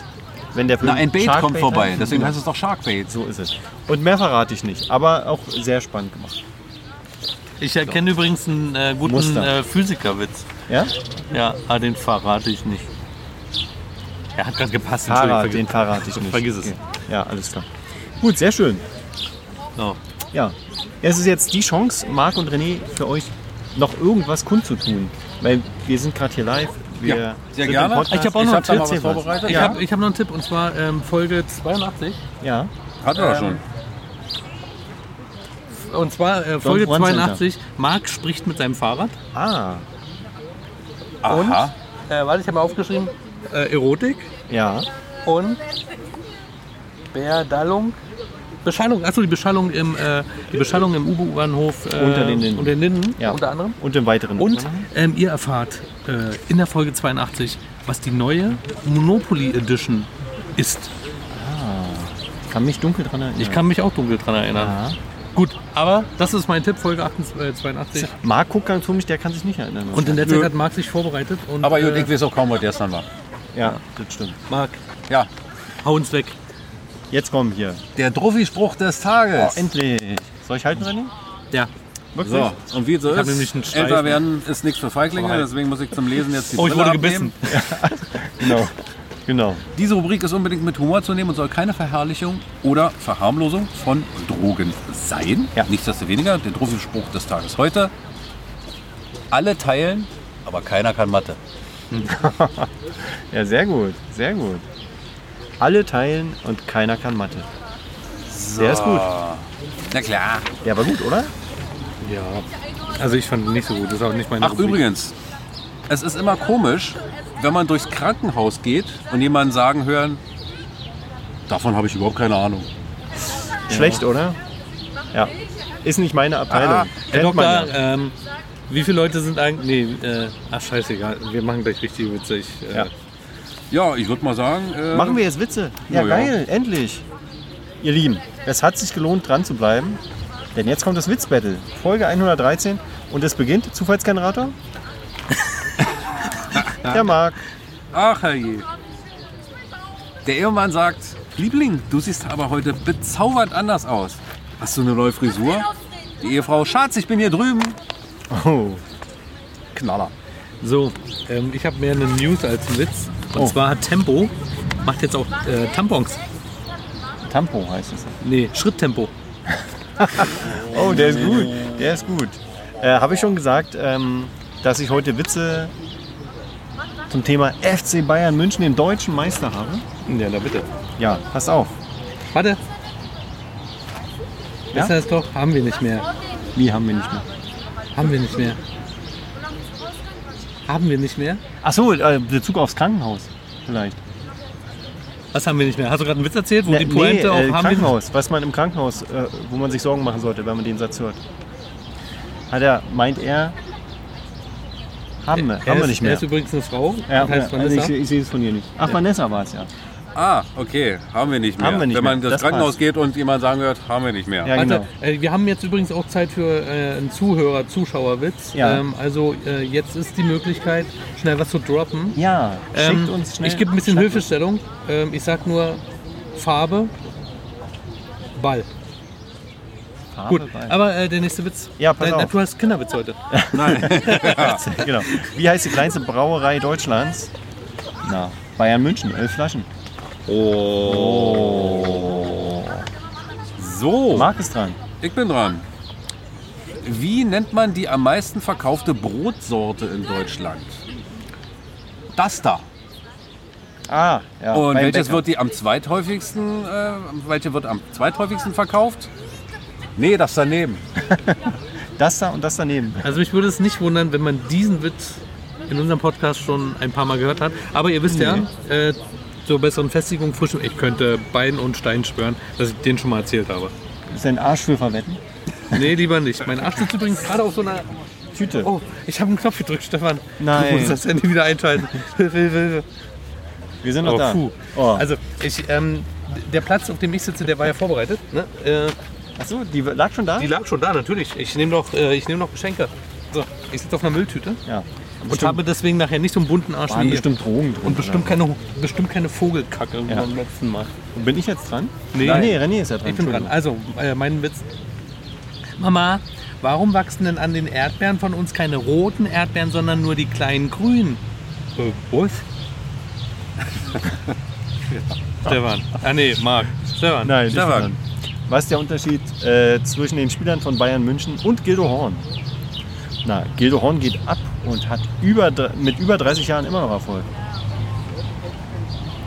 [SPEAKER 2] Wenn der Film
[SPEAKER 1] Na, ein Bait
[SPEAKER 2] Shark
[SPEAKER 1] kommt
[SPEAKER 2] Bait
[SPEAKER 1] vorbei,
[SPEAKER 2] heißt.
[SPEAKER 1] deswegen heißt es doch Sharkbait.
[SPEAKER 2] So ist es. Und mehr verrate ich nicht, aber auch sehr spannend gemacht.
[SPEAKER 3] Ich äh, kenne übrigens einen äh, guten
[SPEAKER 2] Muster.
[SPEAKER 3] äh, Physikerwitz.
[SPEAKER 2] Ja?
[SPEAKER 3] Ja, ah, den verrate ich nicht. Er hat gerade gepasst.
[SPEAKER 2] Fahrrad, den
[SPEAKER 3] Entschuldigung,
[SPEAKER 2] verrate ich nicht.
[SPEAKER 3] Vergiss es.
[SPEAKER 2] Ja, alles klar. Gut, sehr schön.
[SPEAKER 3] vergiss- So.
[SPEAKER 2] Ja. Es ist jetzt die Chance, Marc und René, für euch noch irgendwas kundzutun. Weil wir sind gerade hier live. Wir
[SPEAKER 1] Ja, sehr
[SPEAKER 2] sind
[SPEAKER 1] gerne.
[SPEAKER 2] im Podcast.
[SPEAKER 3] Ich hab auch noch
[SPEAKER 2] hab
[SPEAKER 3] einen
[SPEAKER 2] da
[SPEAKER 1] Tipp.
[SPEAKER 2] mal was
[SPEAKER 1] Vorbereitet?
[SPEAKER 3] Ich
[SPEAKER 1] Ja.
[SPEAKER 3] habe ich hab noch einen Tipp und zwar ähm, Folge 82.
[SPEAKER 2] Ja.
[SPEAKER 1] Hat er schon.
[SPEAKER 3] Und zwar äh, Folge
[SPEAKER 2] Juan Center.
[SPEAKER 3] 82. Marc spricht mit seinem Fahrrad.
[SPEAKER 2] Ah.
[SPEAKER 1] Aha.
[SPEAKER 3] Äh, warte, ich habe mal aufgeschrieben. Äh, Erotik
[SPEAKER 2] Ja.
[SPEAKER 3] und Berdallung. Beschallung, achso, die Beschallung im, äh, die Beschallung im U-Bahnhof äh,
[SPEAKER 2] Unter den Linden.
[SPEAKER 3] Unter, den Linden
[SPEAKER 2] Ja.
[SPEAKER 3] unter anderem.
[SPEAKER 2] Und im weiteren.
[SPEAKER 3] Und ähm, ihr erfahrt äh, in der Folge 82, was die neue Monopoly Edition ist.
[SPEAKER 2] Ich kann mich dunkel dran erinnern.
[SPEAKER 3] Ich kann mich auch dunkel dran erinnern. Gut, aber das ist mein Tipp, Folge 88, äh, 82.
[SPEAKER 2] Marc guckt ganz komisch, der kann sich nicht erinnern.
[SPEAKER 3] Und in der Zeit hat Marc sich vorbereitet. Und,
[SPEAKER 1] Aber gut,
[SPEAKER 3] äh,
[SPEAKER 1] ich weiß auch kaum, was gestern war.
[SPEAKER 2] ja, das stimmt.
[SPEAKER 3] Marc,
[SPEAKER 1] Ja,
[SPEAKER 3] hau uns weg.
[SPEAKER 2] Jetzt kommen hier.
[SPEAKER 1] der Druffi-Spruch des Tages.
[SPEAKER 2] Oh, Endlich. Soll ich halten, René?
[SPEAKER 3] Ja.
[SPEAKER 2] Wirklich?
[SPEAKER 1] so, und wie so
[SPEAKER 3] hab
[SPEAKER 1] ist,
[SPEAKER 3] nämlich einen Streifen.
[SPEAKER 1] älter werden ist nichts für Feiglinge,
[SPEAKER 2] Vorbei.
[SPEAKER 1] deswegen muss ich zum Lesen jetzt die
[SPEAKER 3] Oh, ich
[SPEAKER 1] Brille
[SPEAKER 3] wurde
[SPEAKER 1] abnehmen.
[SPEAKER 3] gebissen.
[SPEAKER 2] Genau. genau.
[SPEAKER 1] Diese Rubrik ist unbedingt mit Humor zu nehmen und soll keine Verherrlichung oder Verharmlosung von Drogen sein.
[SPEAKER 2] Ja.
[SPEAKER 1] Nichtsdestoweniger, der Druffi-Spruch des Tages heute. Alle teilen, aber keiner kann Mathe.
[SPEAKER 2] Ja, sehr gut. Sehr gut. Alle teilen und keiner kann Mathe. Der ist gut.
[SPEAKER 1] Na klar.
[SPEAKER 2] Der war gut, oder?
[SPEAKER 3] Ja. Also ich fand ihn nicht so gut. Das ist auch nicht meine
[SPEAKER 1] Ach
[SPEAKER 3] Rubrik.
[SPEAKER 1] übrigens, es ist immer komisch, wenn man durchs Krankenhaus geht und jemanden sagen hören, davon habe ich überhaupt keine Ahnung.
[SPEAKER 2] Schlecht, oder? Ja. Ist nicht meine Abteilung.
[SPEAKER 1] Ah,
[SPEAKER 3] Herr
[SPEAKER 2] Kennt
[SPEAKER 3] Doktor,
[SPEAKER 2] man ja.
[SPEAKER 3] ähm, wie viele Leute sind eigentlich. Nee, äh, ach scheißegal. Wir machen gleich richtig witzig. Äh,
[SPEAKER 2] Ja.
[SPEAKER 1] Ja, ich würde mal sagen, äh,
[SPEAKER 2] Machen wir jetzt Witze? Oh
[SPEAKER 1] Ja,
[SPEAKER 2] Ja,
[SPEAKER 1] ja.
[SPEAKER 2] geil. Endlich. Ihr Lieben, es hat sich gelohnt, dran zu bleiben. Denn jetzt kommt das Witzbattle, Folge 113. Und es beginnt, Zufallsgenerator. Der Marc.
[SPEAKER 4] Ach herrje. Der Ehemann sagt, Liebling, du siehst aber heute bezaubernd anders aus. Hast du eine neue Frisur? Die Ehefrau, Schatz, ich bin hier drüben.
[SPEAKER 2] Oh.
[SPEAKER 4] Knaller.
[SPEAKER 3] So, ähm, ich habe mehr eine News als einen Witz.
[SPEAKER 2] Oh.
[SPEAKER 3] Und zwar hat Tempo, macht jetzt auch äh, Tampons.
[SPEAKER 2] Tampo heißt es.
[SPEAKER 3] Nee, Schritttempo.
[SPEAKER 2] Oh, der ist gut. Der ist gut. Äh, Habe ich schon gesagt, ähm, dass ich heute Witze zum Thema FC Bayern München, den deutschen Meister, habe?
[SPEAKER 3] Ja, na bitte.
[SPEAKER 2] Ja, pass auf.
[SPEAKER 3] Warte.
[SPEAKER 2] Ja?
[SPEAKER 3] Das heißt doch, haben wir nicht mehr.
[SPEAKER 2] Wie haben wir nicht mehr?
[SPEAKER 3] Haben wir nicht mehr. Haben wir nicht mehr?
[SPEAKER 2] Achso, äh, Bezug aufs Krankenhaus vielleicht.
[SPEAKER 3] Was haben wir nicht mehr? Hast du gerade einen Witz erzählt, wo die
[SPEAKER 2] Nee,
[SPEAKER 3] Pointe
[SPEAKER 2] nee,
[SPEAKER 3] auch
[SPEAKER 2] äh,
[SPEAKER 3] haben wir nicht
[SPEAKER 2] Krankenhaus, was man im Krankenhaus, äh, wo man sich Sorgen machen sollte, wenn man den Satz hört. Hat er, meint er, haben wir,
[SPEAKER 3] Er
[SPEAKER 2] haben wir
[SPEAKER 3] ist-
[SPEAKER 2] nicht
[SPEAKER 3] Er
[SPEAKER 2] mehr.
[SPEAKER 3] ist übrigens eine Frau.
[SPEAKER 2] Ja,
[SPEAKER 3] und heißt
[SPEAKER 2] ja,
[SPEAKER 3] Vanessa.
[SPEAKER 2] Ich, ich sehe es von hier nicht. Ach, Vanessa war es ja.
[SPEAKER 4] Ah, okay, haben wir nicht mehr.
[SPEAKER 2] Haben wir nicht
[SPEAKER 4] Wenn man
[SPEAKER 2] mehr.
[SPEAKER 4] das,
[SPEAKER 2] Das
[SPEAKER 4] Krankenhaus
[SPEAKER 2] passt.
[SPEAKER 4] geht und jemand sagen hört, haben wir nicht mehr.
[SPEAKER 2] Ja,
[SPEAKER 3] Warte,
[SPEAKER 2] genau.
[SPEAKER 3] äh, wir haben jetzt übrigens auch Zeit für äh, einen Zuhörer-Zuschauerwitz.
[SPEAKER 2] Ja.
[SPEAKER 3] Ähm, also äh, jetzt ist die Möglichkeit, schnell was zu droppen.
[SPEAKER 2] Ja,
[SPEAKER 3] Ähm,
[SPEAKER 2] schickt uns schnell.
[SPEAKER 3] ich gebe ein bisschen
[SPEAKER 2] Schreibt
[SPEAKER 3] Hilfestellung. Ähm, ich sag nur Farbe, Ball.
[SPEAKER 2] uns Farbe
[SPEAKER 3] Gut,
[SPEAKER 2] bei.
[SPEAKER 3] aber äh, der nächste Witz.
[SPEAKER 2] Ja, pass
[SPEAKER 3] Nein,
[SPEAKER 2] auf.
[SPEAKER 3] Du hast Kinderwitz heute.
[SPEAKER 2] genau. Wie heißt die kleinste Brauerei Deutschlands? Na, Bayern München, elf Flaschen.
[SPEAKER 3] Oh.
[SPEAKER 4] So,
[SPEAKER 2] Marc ist dran.
[SPEAKER 4] ich bin dran. Wie nennt man die am meisten verkaufte Brotsorte in Deutschland? Das da.
[SPEAKER 2] Ah, ja.
[SPEAKER 4] Und
[SPEAKER 2] beim
[SPEAKER 4] welches
[SPEAKER 2] Bäcker.
[SPEAKER 4] wird die am zweithäufigsten, äh, welche wird am zweithäufigsten verkauft? Nee, das daneben.
[SPEAKER 2] Das da und das daneben.
[SPEAKER 3] Also mich würde es nicht wundern, wenn man diesen Witz in unserem Podcast schon ein paar Mal gehört hat. Aber ihr wisst ja, äh, zur besseren Festigung frisch. Ich könnte Bein und Stein schwören, dass ich den schon mal erzählt habe.
[SPEAKER 2] Ist ein Arsch für verwetten?
[SPEAKER 3] Nee, lieber nicht. Mein Arsch sitzt übrigens gerade auf so einer.
[SPEAKER 2] Tüte.
[SPEAKER 3] Oh, ich habe einen Knopf gedrückt, Stefan.
[SPEAKER 2] Nein.
[SPEAKER 3] Du musst das Handy wieder einschalten. Hilfe, Hilfe, Hilfe.
[SPEAKER 2] Wir sind noch
[SPEAKER 3] Oh,
[SPEAKER 2] da.
[SPEAKER 3] puh.
[SPEAKER 2] Oh.
[SPEAKER 3] Also, ich, ähm, der Platz, auf dem ich sitze, der war ja vorbereitet. Ne? Äh,
[SPEAKER 2] Achso, die lag schon da?
[SPEAKER 3] die lag schon da, natürlich. Ich nehme noch, äh, ich nehm noch Geschenke. So, ich sitze auf einer Mülltüte
[SPEAKER 2] ja.
[SPEAKER 3] und habe deswegen nachher nicht so einen bunten Arsch
[SPEAKER 2] waren
[SPEAKER 3] wie ihr.
[SPEAKER 2] bestimmt Drogen drin.
[SPEAKER 3] Und bestimmt
[SPEAKER 2] oder?
[SPEAKER 3] keine, bestimmt keine Vogelkacke wie
[SPEAKER 2] Ja.
[SPEAKER 3] beim letzten Mal.
[SPEAKER 2] Und Bin ich jetzt dran?
[SPEAKER 3] Nee.
[SPEAKER 2] René, René ist ja dran.
[SPEAKER 3] Ich bin dran.
[SPEAKER 2] Entschuldigung.
[SPEAKER 3] Also, äh, mein Witz. Mama, warum wachsen denn an den Erdbeeren von uns keine roten Erdbeeren, sondern nur die kleinen grünen? Äh, was? Stefan. Ah, nee, Marc. Stefan.
[SPEAKER 2] Nein, ich bin
[SPEAKER 4] Stefan.
[SPEAKER 2] dran. Was ist der Unterschied äh, zwischen den Spielern von Bayern München und Gildo Horn? Na, Gildo Horn geht ab und hat über, dr- mit über 30 Jahren immer noch Erfolg.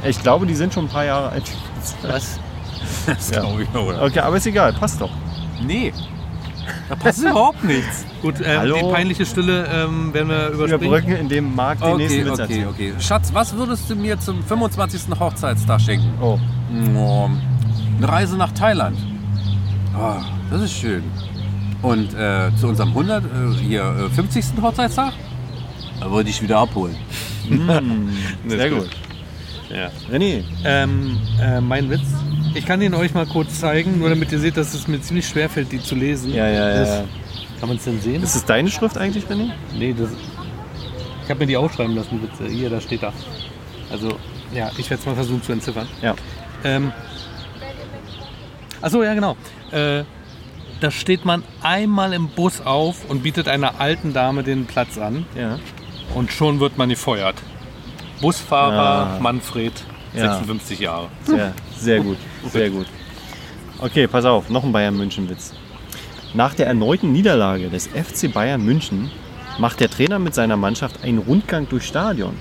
[SPEAKER 2] Ich glaube, die sind schon ein paar Jahre alt.
[SPEAKER 3] Was?
[SPEAKER 4] Das
[SPEAKER 2] Ja.
[SPEAKER 4] glaube ich noch, oder?
[SPEAKER 2] Okay, aber ist egal, passt doch.
[SPEAKER 4] Nee. Da passt überhaupt nichts.
[SPEAKER 3] Gut, ähm,
[SPEAKER 2] Hallo?
[SPEAKER 3] die peinliche Stille ähm, werden wir überspringen.
[SPEAKER 2] Überbrücken, indem Marc den nächsten
[SPEAKER 4] Okay,
[SPEAKER 2] Witz
[SPEAKER 4] okay,
[SPEAKER 2] erzählt.
[SPEAKER 4] okay. Schatz, was würdest du mir zum 25. Hochzeitstag schenken?
[SPEAKER 2] Oh,
[SPEAKER 4] Oh, eine Reise nach Thailand. Ah, das ist schön. Und äh, zu unserem 100, äh, hier, äh, 50. Hochzeitstag? Da würde ich wieder abholen.
[SPEAKER 2] sehr gut. René,
[SPEAKER 3] Ähm, äh, mein Witz. Ich kann ihn euch mal kurz zeigen, nur damit ihr seht, dass es mir ziemlich schwer fällt, die zu lesen.
[SPEAKER 2] ja, ja, ja.
[SPEAKER 3] Das-
[SPEAKER 2] ja.
[SPEAKER 3] Kann man es denn sehen?
[SPEAKER 2] Ist es deine Schrift eigentlich, René?
[SPEAKER 3] Nee, das. Ich habe mir die aufschreiben lassen, die Witze. Hier, da steht da. Also, ja, ich werde es mal versuchen zu entziffern.
[SPEAKER 2] Ja.
[SPEAKER 3] Ähm, Achso, ja, genau. Äh, da steht man einmal im Bus auf und bietet einer alten Dame den Platz an
[SPEAKER 2] Ja.
[SPEAKER 3] und schon wird man gefeuert. Busfahrer
[SPEAKER 2] Ja.
[SPEAKER 3] Manfred,
[SPEAKER 2] Ja.
[SPEAKER 3] 56 Jahre.
[SPEAKER 2] Sehr, sehr gut, sehr gut. Okay, pass auf, noch ein Bayern München Witz. Nach der erneuten Niederlage des FC Bayern München macht der Trainer mit seiner Mannschaft einen Rundgang durchs Stadion.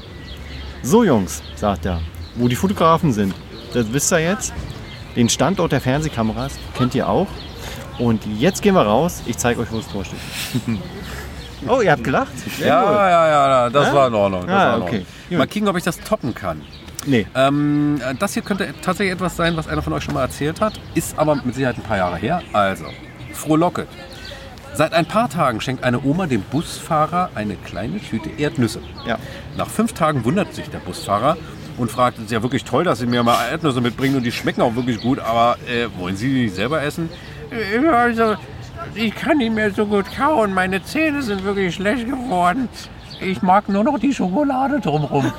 [SPEAKER 2] So Jungs, sagt er, wo die Fotografen sind, das wisst ihr jetzt. Den Standort der Fernsehkameras kennt ihr auch. Und jetzt gehen wir raus, ich zeige euch, wo das Tor steht. oh, ihr habt gelacht? Sehr gut.
[SPEAKER 4] Ja, ja, ja, das war in Ordnung. Das
[SPEAKER 2] Ah,
[SPEAKER 4] war in
[SPEAKER 2] okay.
[SPEAKER 4] Ordnung.
[SPEAKER 2] Gut.
[SPEAKER 4] Mal gucken, ob ich das toppen kann.
[SPEAKER 2] Nee,
[SPEAKER 4] Ähm, das hier könnte tatsächlich etwas sein, was einer von euch schon mal erzählt hat, ist aber mit Sicherheit ein paar Jahre her. Also, frohlocket. Seit ein paar Tagen schenkt eine Oma dem Busfahrer eine kleine Tüte Erdnüsse.
[SPEAKER 2] ja.
[SPEAKER 4] Nach fünf Tagen wundert sich der Busfahrer und fragt, es ist ja wirklich toll, dass Sie mir mal Erdnüsse mitbringen und die schmecken auch wirklich gut, aber äh, wollen Sie die selber essen? Äh, also,
[SPEAKER 6] Ich kann nicht mehr so gut kauen. Meine Zähne sind wirklich schlecht geworden. Ich mag nur noch die Schokolade drumrum.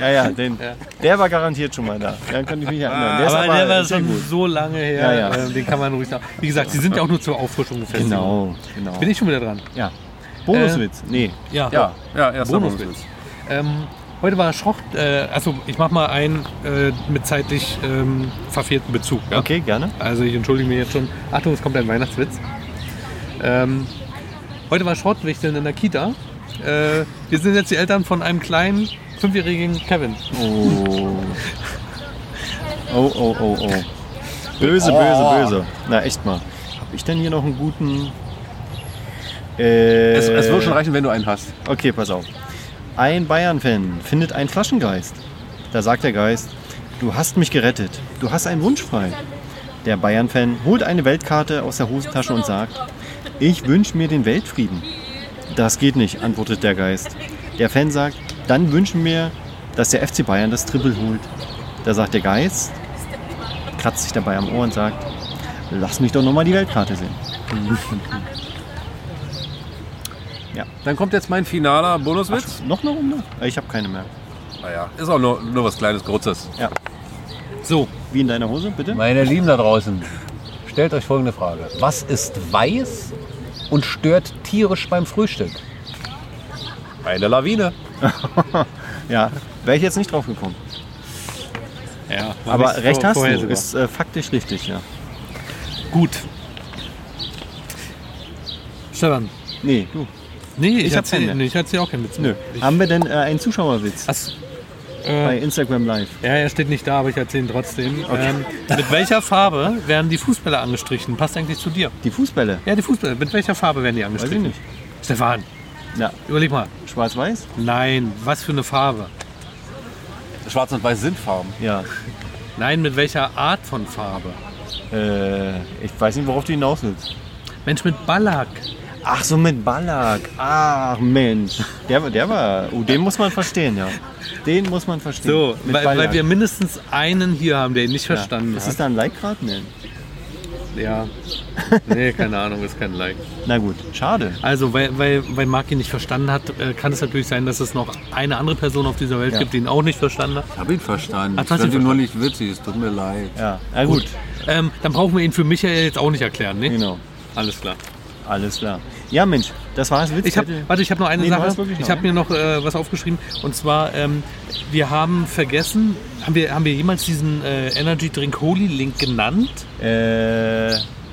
[SPEAKER 2] Ja, ja, den, der war garantiert schon mal da. Dann kann ich mich erinnern. Der ist
[SPEAKER 3] Ah, Aber
[SPEAKER 2] aber
[SPEAKER 3] der war
[SPEAKER 2] sehr
[SPEAKER 3] schon
[SPEAKER 2] gut.
[SPEAKER 3] so lange her,
[SPEAKER 2] Ja, ja.
[SPEAKER 3] äh, den kann man ruhig sagen. Wie gesagt, sie sind ja auch nur zur Auffrischung gefestigt.
[SPEAKER 2] Genau, genau.
[SPEAKER 3] Bin ich schon wieder dran?
[SPEAKER 2] Ja. Bonuswitz. nee.
[SPEAKER 3] Ja.
[SPEAKER 4] Ja, ja, erster
[SPEAKER 3] Bonus-
[SPEAKER 4] Bonuswitz.
[SPEAKER 3] Ähm, heute war Schrott, äh, also ich mach mal einen äh, mit zeitlich ähm, verfehlten Bezug. Ja?
[SPEAKER 2] Okay, gerne.
[SPEAKER 3] Also ich entschuldige mich jetzt schon. Achtung, es kommt ein Weihnachtswitz. Ähm, heute war Schrottwichteln in der Kita. Äh, wir sind jetzt die Eltern von einem kleinen fünfjährigen Kevin.
[SPEAKER 2] Oh. Oh, oh, oh, oh. Böse, böse, böse. Na, echt mal. Hab ich denn hier noch einen guten. Äh,
[SPEAKER 4] Es, es wird schon reichen, wenn du einen hast.
[SPEAKER 2] Okay, pass auf. Ein Bayern-Fan findet einen Flaschengeist. Da sagt der Geist, du hast mich gerettet. Du hast einen Wunsch frei. Der Bayern-Fan holt eine Weltkarte aus der Hosentasche und sagt, ich wünsche mir den Weltfrieden. Das geht nicht, antwortet der Geist. Der Fan sagt, dann wünschen wir, dass der FC Bayern das Triple holt. Da sagt der Geist, kratzt sich dabei am Ohr und sagt, lass mich doch nochmal die Weltkarte sehen.
[SPEAKER 4] Dann kommt jetzt mein finaler Bonuswitz.
[SPEAKER 2] Noch eine Runde? Äh, Ich habe keine mehr.
[SPEAKER 4] Naja, ist auch nur, nur was kleines, kurzes.
[SPEAKER 3] So,
[SPEAKER 2] Wie in deiner Hose, bitte?
[SPEAKER 4] Meine Lieben da draußen, stellt euch folgende Frage. Was ist weiß und stört tierisch beim Frühstück? Eine Lawine.
[SPEAKER 2] Ja, wäre ich jetzt nicht drauf gekommen.
[SPEAKER 3] ja, war
[SPEAKER 2] Aber
[SPEAKER 3] nicht
[SPEAKER 2] recht
[SPEAKER 3] vor-
[SPEAKER 2] hast du,
[SPEAKER 3] vorher sogar.
[SPEAKER 2] ist äh, faktisch richtig, ja.
[SPEAKER 3] gut. Stefan,
[SPEAKER 2] Nee, du.
[SPEAKER 3] nee, ich,
[SPEAKER 2] Ich hab
[SPEAKER 3] erzähl,
[SPEAKER 2] keine.
[SPEAKER 3] nee, ich erzähl auch keinen Witz.
[SPEAKER 2] Nö.
[SPEAKER 3] Ich,
[SPEAKER 2] Haben wir denn äh, einen Zuschauerwitz
[SPEAKER 3] Ach so,
[SPEAKER 2] bei Instagram Live?
[SPEAKER 3] Ja, er steht nicht da, aber ich erzähle ihn trotzdem. Ähm, mit welcher Farbe werden die Fußbälle angestrichen? Passt eigentlich zu dir.
[SPEAKER 2] Die Fußbälle.
[SPEAKER 3] Ja, die Fußbälle. Mit welcher Farbe werden die
[SPEAKER 2] Weiß ich
[SPEAKER 3] angestrichen?
[SPEAKER 2] nicht.
[SPEAKER 3] Stefan,
[SPEAKER 2] Ja,
[SPEAKER 3] überleg mal.
[SPEAKER 2] schwarz-weiß?
[SPEAKER 3] Nein, was für eine Farbe?
[SPEAKER 4] Schwarz und weiß sind Farben.
[SPEAKER 2] Ja.
[SPEAKER 3] Nein, mit welcher Art von Farbe?
[SPEAKER 2] Äh, ich weiß nicht, worauf du hinaus willst.
[SPEAKER 3] Mensch, mit Ballack.
[SPEAKER 2] Ach so, mit Ballack. Ach Mensch. Der, war- der war. Oh, den muss man verstehen, ja. Den muss man verstehen.
[SPEAKER 3] So,
[SPEAKER 2] mit
[SPEAKER 3] weil, weil wir mindestens einen hier haben, der ihn nicht verstanden
[SPEAKER 2] ja. Ist es
[SPEAKER 3] hat.
[SPEAKER 2] da ein Like gerade? Nee.
[SPEAKER 3] Ja. nee, keine Ahnung, ist kein Like.
[SPEAKER 2] Na gut, schade.
[SPEAKER 3] Also, weil, weil, weil Marc ihn nicht verstanden hat, äh, kann es natürlich sein, dass es noch eine andere Person auf dieser Welt
[SPEAKER 2] Ja.
[SPEAKER 3] gibt, die ihn auch nicht verstanden hat.
[SPEAKER 4] Ich habe ihn verstanden.
[SPEAKER 3] Ach,
[SPEAKER 4] ich
[SPEAKER 3] du hast ihn
[SPEAKER 4] fand ihn nur nicht witzig, es tut mir leid.
[SPEAKER 2] Ja, na gut.
[SPEAKER 3] Ähm, dann brauchen wir ihn für Michael jetzt auch nicht erklären, ne?
[SPEAKER 2] Genau.
[SPEAKER 3] Alles klar.
[SPEAKER 2] Alles klar. Ja, Mensch, das war es. Witz.
[SPEAKER 3] Ich hab, warte, ich habe noch eine
[SPEAKER 2] Nee, du hast
[SPEAKER 3] Sache.
[SPEAKER 2] wirklich noch ne?
[SPEAKER 3] Ich habe mir noch äh, was aufgeschrieben. Und zwar, ähm, wir haben vergessen, haben wir, haben wir jemals diesen äh, Energy Drink Holy Link genannt?
[SPEAKER 2] Äh,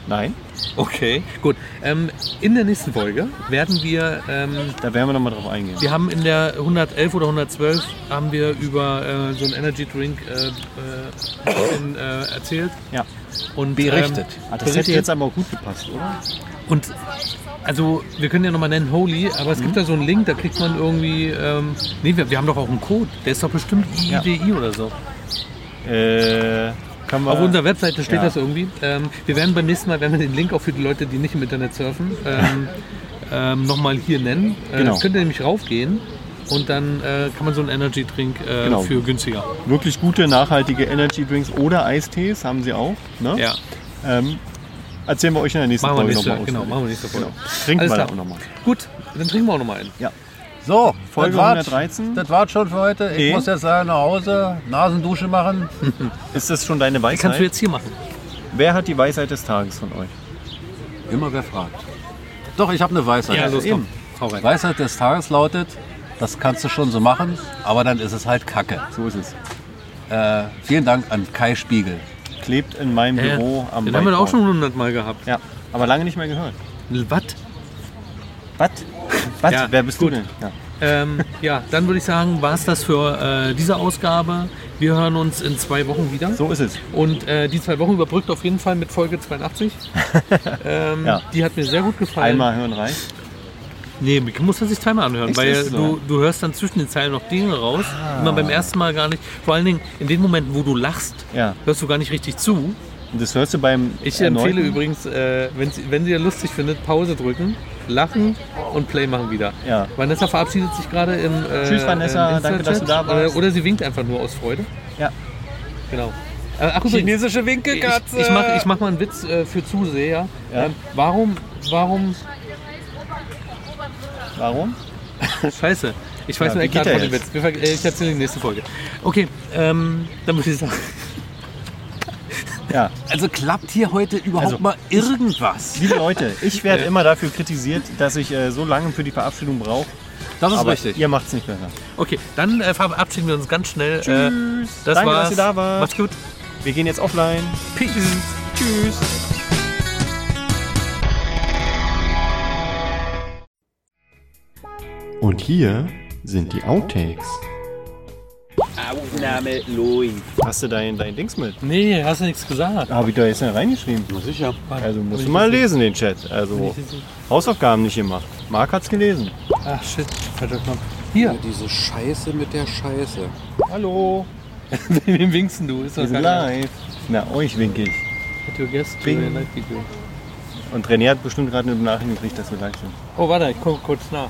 [SPEAKER 2] nein,
[SPEAKER 3] Okay, gut. Ähm, in der nächsten Folge werden wir, ähm,
[SPEAKER 2] da werden wir nochmal drauf eingehen.
[SPEAKER 3] wir haben in der 111 oder 112 haben wir über äh, so einen Energy Drink äh, äh, in, äh, erzählt.
[SPEAKER 2] Ja.
[SPEAKER 3] Und, ähm,
[SPEAKER 4] Berichtet.
[SPEAKER 2] Ah, das
[SPEAKER 3] berichtet.
[SPEAKER 2] hätte jetzt aber auch gut gepasst, oder?
[SPEAKER 3] Und also wir können ja nochmal nennen Holy, aber es gibt da so einen Link, da kriegt man irgendwie. Ähm, nee, wir, wir haben doch auch einen Code. Der ist doch bestimmt IIDI oder so.
[SPEAKER 2] Äh, können wir.
[SPEAKER 3] Auf unserer Webseite steht
[SPEAKER 2] ja.
[SPEAKER 3] das irgendwie. Ähm, wir werden beim nächsten Mal, werden wir den Link auch für die Leute, die nicht im Internet surfen, ähm, ähm, nochmal hier nennen. Äh,
[SPEAKER 2] Genau.
[SPEAKER 3] Könnt ihr nämlich raufgehen und dann äh, kann man so einen Energy Drink äh,
[SPEAKER 2] Genau.
[SPEAKER 3] für günstiger.
[SPEAKER 2] wirklich gute, nachhaltige Energy Drinks oder Eistees haben sie auch. Ne?
[SPEAKER 3] Ja,
[SPEAKER 2] Ähm, erzählen wir euch in der nächsten
[SPEAKER 3] machen wir
[SPEAKER 2] Folge
[SPEAKER 3] nächste,
[SPEAKER 2] nochmal aus.
[SPEAKER 3] genau, machen wir nächste Folge.
[SPEAKER 2] Trinken
[SPEAKER 3] Alles
[SPEAKER 2] wir
[SPEAKER 3] klar.
[SPEAKER 2] auch nochmal.
[SPEAKER 3] Gut, dann trinken wir auch nochmal einen.
[SPEAKER 4] So,
[SPEAKER 2] Folge
[SPEAKER 4] das war's.
[SPEAKER 2] 113.
[SPEAKER 4] Das war's schon für heute. Ich
[SPEAKER 2] Nee.
[SPEAKER 4] muss jetzt leider nach Hause Nasendusche machen.
[SPEAKER 2] Ist das schon deine
[SPEAKER 3] Kannst du
[SPEAKER 2] Weisheit?
[SPEAKER 3] jetzt hier machen.
[SPEAKER 2] Wer hat die Weisheit des Tages von euch?
[SPEAKER 4] Immer wer fragt. Doch, ich habe eine Weisheit.
[SPEAKER 2] eben.
[SPEAKER 3] Hau rein.
[SPEAKER 4] Weisheit des Tages lautet, das kannst du schon so machen, aber dann ist es halt Kacke.
[SPEAKER 2] So ist es.
[SPEAKER 4] Äh, vielen Dank an Kai Spiegel.
[SPEAKER 2] Klebt in meinem
[SPEAKER 3] Ja,
[SPEAKER 2] Büro am
[SPEAKER 3] Den haben wir doch auch
[SPEAKER 2] Whiteboard.
[SPEAKER 3] schon hundertmal gehabt.
[SPEAKER 2] Ja, aber lange nicht mehr gehört.
[SPEAKER 3] Was?
[SPEAKER 2] Was? Was?
[SPEAKER 3] Ja,
[SPEAKER 2] Wer bist
[SPEAKER 3] gut.
[SPEAKER 2] du denn? Ja.
[SPEAKER 3] Ähm, ja, dann würde ich sagen, war es das für äh, diese Ausgabe. Wir hören uns in zwei Wochen wieder.
[SPEAKER 2] So ist es.
[SPEAKER 3] Und äh, die zwei Wochen überbrückt auf jeden Fall mit Folge 82. ähm,
[SPEAKER 2] Ja.
[SPEAKER 3] Die hat mir sehr gut gefallen.
[SPEAKER 2] Einmal hören rein.
[SPEAKER 3] Nee, man muss das sich zweimal anhören,
[SPEAKER 2] Echt,
[SPEAKER 3] weil
[SPEAKER 2] ist so? Ah.
[SPEAKER 3] du, du hörst dann zwischen den Zeilen noch Dinge raus, die man beim ersten Mal gar nicht. Vor allen Dingen in den Momenten, wo du lachst,
[SPEAKER 2] Ja.
[SPEAKER 3] hörst du gar nicht richtig zu.
[SPEAKER 2] Und das hörst du beim.
[SPEAKER 3] Ich
[SPEAKER 2] erneuten-
[SPEAKER 3] empfehle übrigens, äh, wenn, sie- wenn ihr lustig findet, Pause drücken, lachen und Play machen wieder.
[SPEAKER 2] Ja.
[SPEAKER 3] Vanessa verabschiedet sich gerade im. Äh,
[SPEAKER 2] Tschüss, Vanessa,
[SPEAKER 3] im
[SPEAKER 2] danke,
[SPEAKER 3] Insta-Chat.
[SPEAKER 2] dass du da warst.
[SPEAKER 3] Oder, oder sie winkt einfach nur aus Freude.
[SPEAKER 2] Ja.
[SPEAKER 3] Genau. Äh, Ach, übrigens,
[SPEAKER 6] Chinesische
[SPEAKER 3] ich, ich mache ich mach mal einen Witz äh, für äh, Zuseher.
[SPEAKER 2] Ja.
[SPEAKER 3] Ähm, warum warum?
[SPEAKER 2] Warum?
[SPEAKER 3] Scheiße. Ich weiß
[SPEAKER 2] Ja,
[SPEAKER 3] nur
[SPEAKER 2] wie
[SPEAKER 3] echt gerade
[SPEAKER 2] geht
[SPEAKER 3] von
[SPEAKER 2] der
[SPEAKER 3] dem Witz. Wir ver- äh, Ich erzähle in der nächsten Folge. Okay, ähm, dann würde ich sagen.
[SPEAKER 2] Ja,
[SPEAKER 1] Also klappt hier heute überhaupt
[SPEAKER 2] Also,
[SPEAKER 1] mal irgendwas?
[SPEAKER 2] liebe Leute, ich werde immer dafür kritisiert, dass ich äh, so lange für die Verabschiedung brauche.
[SPEAKER 1] Das ist
[SPEAKER 2] Aber
[SPEAKER 1] richtig.
[SPEAKER 2] ihr macht es nicht besser.
[SPEAKER 3] Okay, dann äh, verabschieden wir uns ganz schnell. Tschüss. Äh, das
[SPEAKER 2] Danke,
[SPEAKER 3] war's.
[SPEAKER 2] dass ihr da wart.
[SPEAKER 3] Macht's gut.
[SPEAKER 2] Wir gehen jetzt offline.
[SPEAKER 3] Peace.
[SPEAKER 2] Tschüss.
[SPEAKER 5] Und hier sind die Outtakes.
[SPEAKER 4] Aufnahme läuft.
[SPEAKER 2] Hast du dein, dein Dings mit?
[SPEAKER 3] Nee, hast du nichts gesagt.
[SPEAKER 2] Habe ich da jetzt nicht reingeschrieben.
[SPEAKER 4] Sicher.
[SPEAKER 2] Also musst du mal lesen, den Chat. Also Hausaufgaben nicht gemacht. Marc hat's gelesen.
[SPEAKER 3] Ach shit, verdammt mal. Hier,
[SPEAKER 4] Diese Scheiße mit der Scheiße.
[SPEAKER 2] Hallo,
[SPEAKER 3] wem winkst du? Ist
[SPEAKER 2] wir
[SPEAKER 3] doch
[SPEAKER 2] sind
[SPEAKER 3] gar
[SPEAKER 2] live. Na, euch wink ich. Bing.
[SPEAKER 3] nicht.
[SPEAKER 2] Und René hat bestimmt gerade eine Nachricht gekriegt, dass wir live sind.
[SPEAKER 3] Oh, warte, ich gucke kurz nach.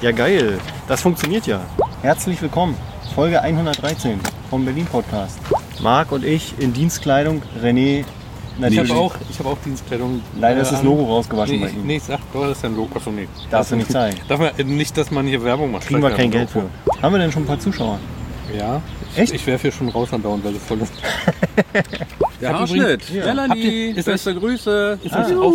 [SPEAKER 2] Ja, geil. Das funktioniert ja. Herzlich willkommen. Folge 113 vom Berlin Podcast. Marc und ich in Dienstkleidung. René
[SPEAKER 3] Ich
[SPEAKER 2] natürlich.
[SPEAKER 3] habe auch, ich hab auch Dienstkleidung.
[SPEAKER 2] Leider ist das
[SPEAKER 3] an.
[SPEAKER 2] Logo rausgewaschen
[SPEAKER 3] Nee,
[SPEAKER 2] bei
[SPEAKER 3] ich,
[SPEAKER 2] ihm.
[SPEAKER 3] nee, ich sag, doch, das ist ja ein Logo. Achso, nee.
[SPEAKER 2] Darfst du nicht zeigen.
[SPEAKER 3] Darf man äh, nicht, dass man hier Werbung macht.
[SPEAKER 2] Kriegen wir
[SPEAKER 3] Vielleicht
[SPEAKER 2] kein Geld
[SPEAKER 3] ein
[SPEAKER 2] für. Haben wir denn schon ein paar Zuschauer?
[SPEAKER 3] Logo. Ja.
[SPEAKER 2] Echt?
[SPEAKER 3] Ich werfe hier schon raus andauernd, weil es voll ist.
[SPEAKER 4] Der
[SPEAKER 3] hab übrigens-
[SPEAKER 4] Haarschnitt.
[SPEAKER 2] Ja.
[SPEAKER 4] Melanie,
[SPEAKER 3] Habt ihr- ist
[SPEAKER 4] beste Grüße.
[SPEAKER 3] Ist euch auf,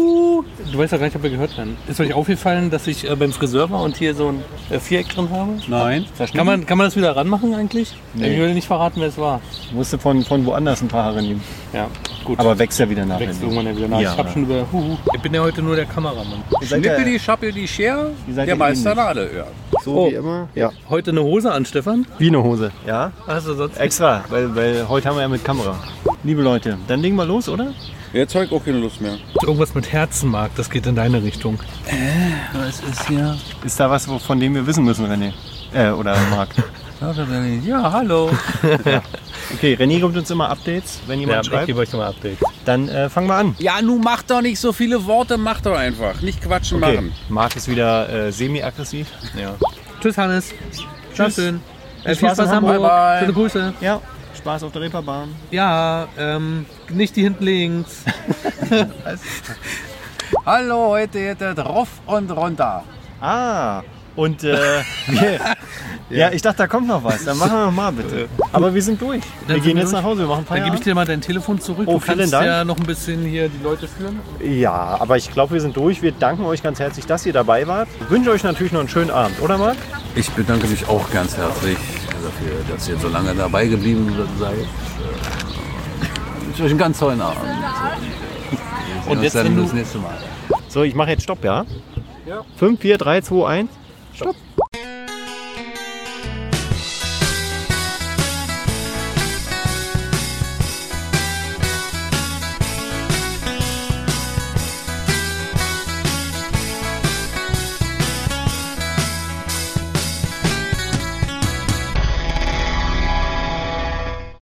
[SPEAKER 3] du weißt ja gar nicht, ob wir gehört werden. Ist euch aufgefallen, dass ich äh, beim Friseur war und hier so ein äh, Viereck drin habe?
[SPEAKER 4] Nein.
[SPEAKER 3] Kann man, kann man das wieder ranmachen eigentlich?
[SPEAKER 2] Nee.
[SPEAKER 3] Ich will nicht verraten, wer es war.
[SPEAKER 2] Musste von, von woanders ein paar Haare nehmen.
[SPEAKER 3] Ja, gut.
[SPEAKER 2] Aber wächst ja wieder nach.
[SPEAKER 3] wächst
[SPEAKER 2] René.
[SPEAKER 3] irgendwann ja wieder nach.
[SPEAKER 2] Ja.
[SPEAKER 3] Ich hab schon über. Huhu. Ich bin ja heute nur der Kameramann.
[SPEAKER 2] Ihr seid ja
[SPEAKER 4] Schnippeli, Schappeli, Scher,
[SPEAKER 2] Ihr seid
[SPEAKER 4] der
[SPEAKER 2] ja
[SPEAKER 4] Meister
[SPEAKER 2] ähnlich.
[SPEAKER 4] Nadelöhr.
[SPEAKER 2] so
[SPEAKER 3] Oh.
[SPEAKER 2] wie immer. Ja.
[SPEAKER 3] Heute eine Hose an, Stefan.
[SPEAKER 2] Wie eine Hose. Ja.
[SPEAKER 3] Also sonst.
[SPEAKER 2] Extra, weil, weil heute haben wir ja mit Kamera. Liebe Leute, dann legen wir los, oder?
[SPEAKER 4] Jetzt habe ich auch keine Lust mehr.
[SPEAKER 3] Äh, Irgendwas mit Herzen mag, das geht in deine Richtung.
[SPEAKER 4] Was ist hier?
[SPEAKER 2] Ist da was, wo- von dem wir wissen müssen, René? Äh, oder Marc.
[SPEAKER 4] Ja, hallo.
[SPEAKER 2] Okay, René gibt uns immer Updates, wenn jemand
[SPEAKER 3] ich
[SPEAKER 2] schreibt.
[SPEAKER 3] gebe euch nochmal Update.
[SPEAKER 2] Dann äh, fangen wir an.
[SPEAKER 4] Ja, nun mach doch nicht so viele Worte, mach doch einfach. Nicht quatschen
[SPEAKER 2] Okay,
[SPEAKER 4] machen.
[SPEAKER 2] Marc ist wieder äh, semi-aggressiv.
[SPEAKER 3] Tschüss, Hannes. Dankeschön. Äh,
[SPEAKER 2] Spaß in Hamburg.
[SPEAKER 4] Bye, bye.
[SPEAKER 3] Schöne Grüße.
[SPEAKER 2] Ja, Spaß auf der Reeperbahn.
[SPEAKER 3] Ja, ähm, nicht die hinten links.
[SPEAKER 4] Hallo, heute geht es rauf und runter.
[SPEAKER 2] Ah, und äh, wir, ja. ich dachte, da kommt noch was. Dann machen wir noch mal bitte. Aber wir sind durch.
[SPEAKER 3] Dann
[SPEAKER 2] wir
[SPEAKER 3] sind
[SPEAKER 2] gehen
[SPEAKER 3] wir
[SPEAKER 2] jetzt
[SPEAKER 3] durch.
[SPEAKER 2] nach Hause, wir machen
[SPEAKER 3] Dann gebe ich
[SPEAKER 2] Feierabend.
[SPEAKER 3] dir mal dein Telefon zurück.
[SPEAKER 2] Oh,
[SPEAKER 3] du kannst
[SPEAKER 2] vielen Dank.
[SPEAKER 3] ja noch ein bisschen hier die Leute führen.
[SPEAKER 2] Ja, aber ich glaube, wir sind durch. Wir danken euch ganz herzlich, dass ihr dabei wart. Ich wünsche euch natürlich noch einen schönen Abend, oder Marc?
[SPEAKER 1] Ich bedanke mich auch ganz herzlich dafür, dass ihr so lange dabei geblieben seid. Ich wünsche euch einen ganz tollen Abend.
[SPEAKER 3] Und jetzt, wenn
[SPEAKER 1] dann
[SPEAKER 3] du,
[SPEAKER 1] das nächste Mal.
[SPEAKER 2] So, ich mache jetzt Stopp, ja? Ja. 5, 4, 3, 2, 1. Stopp.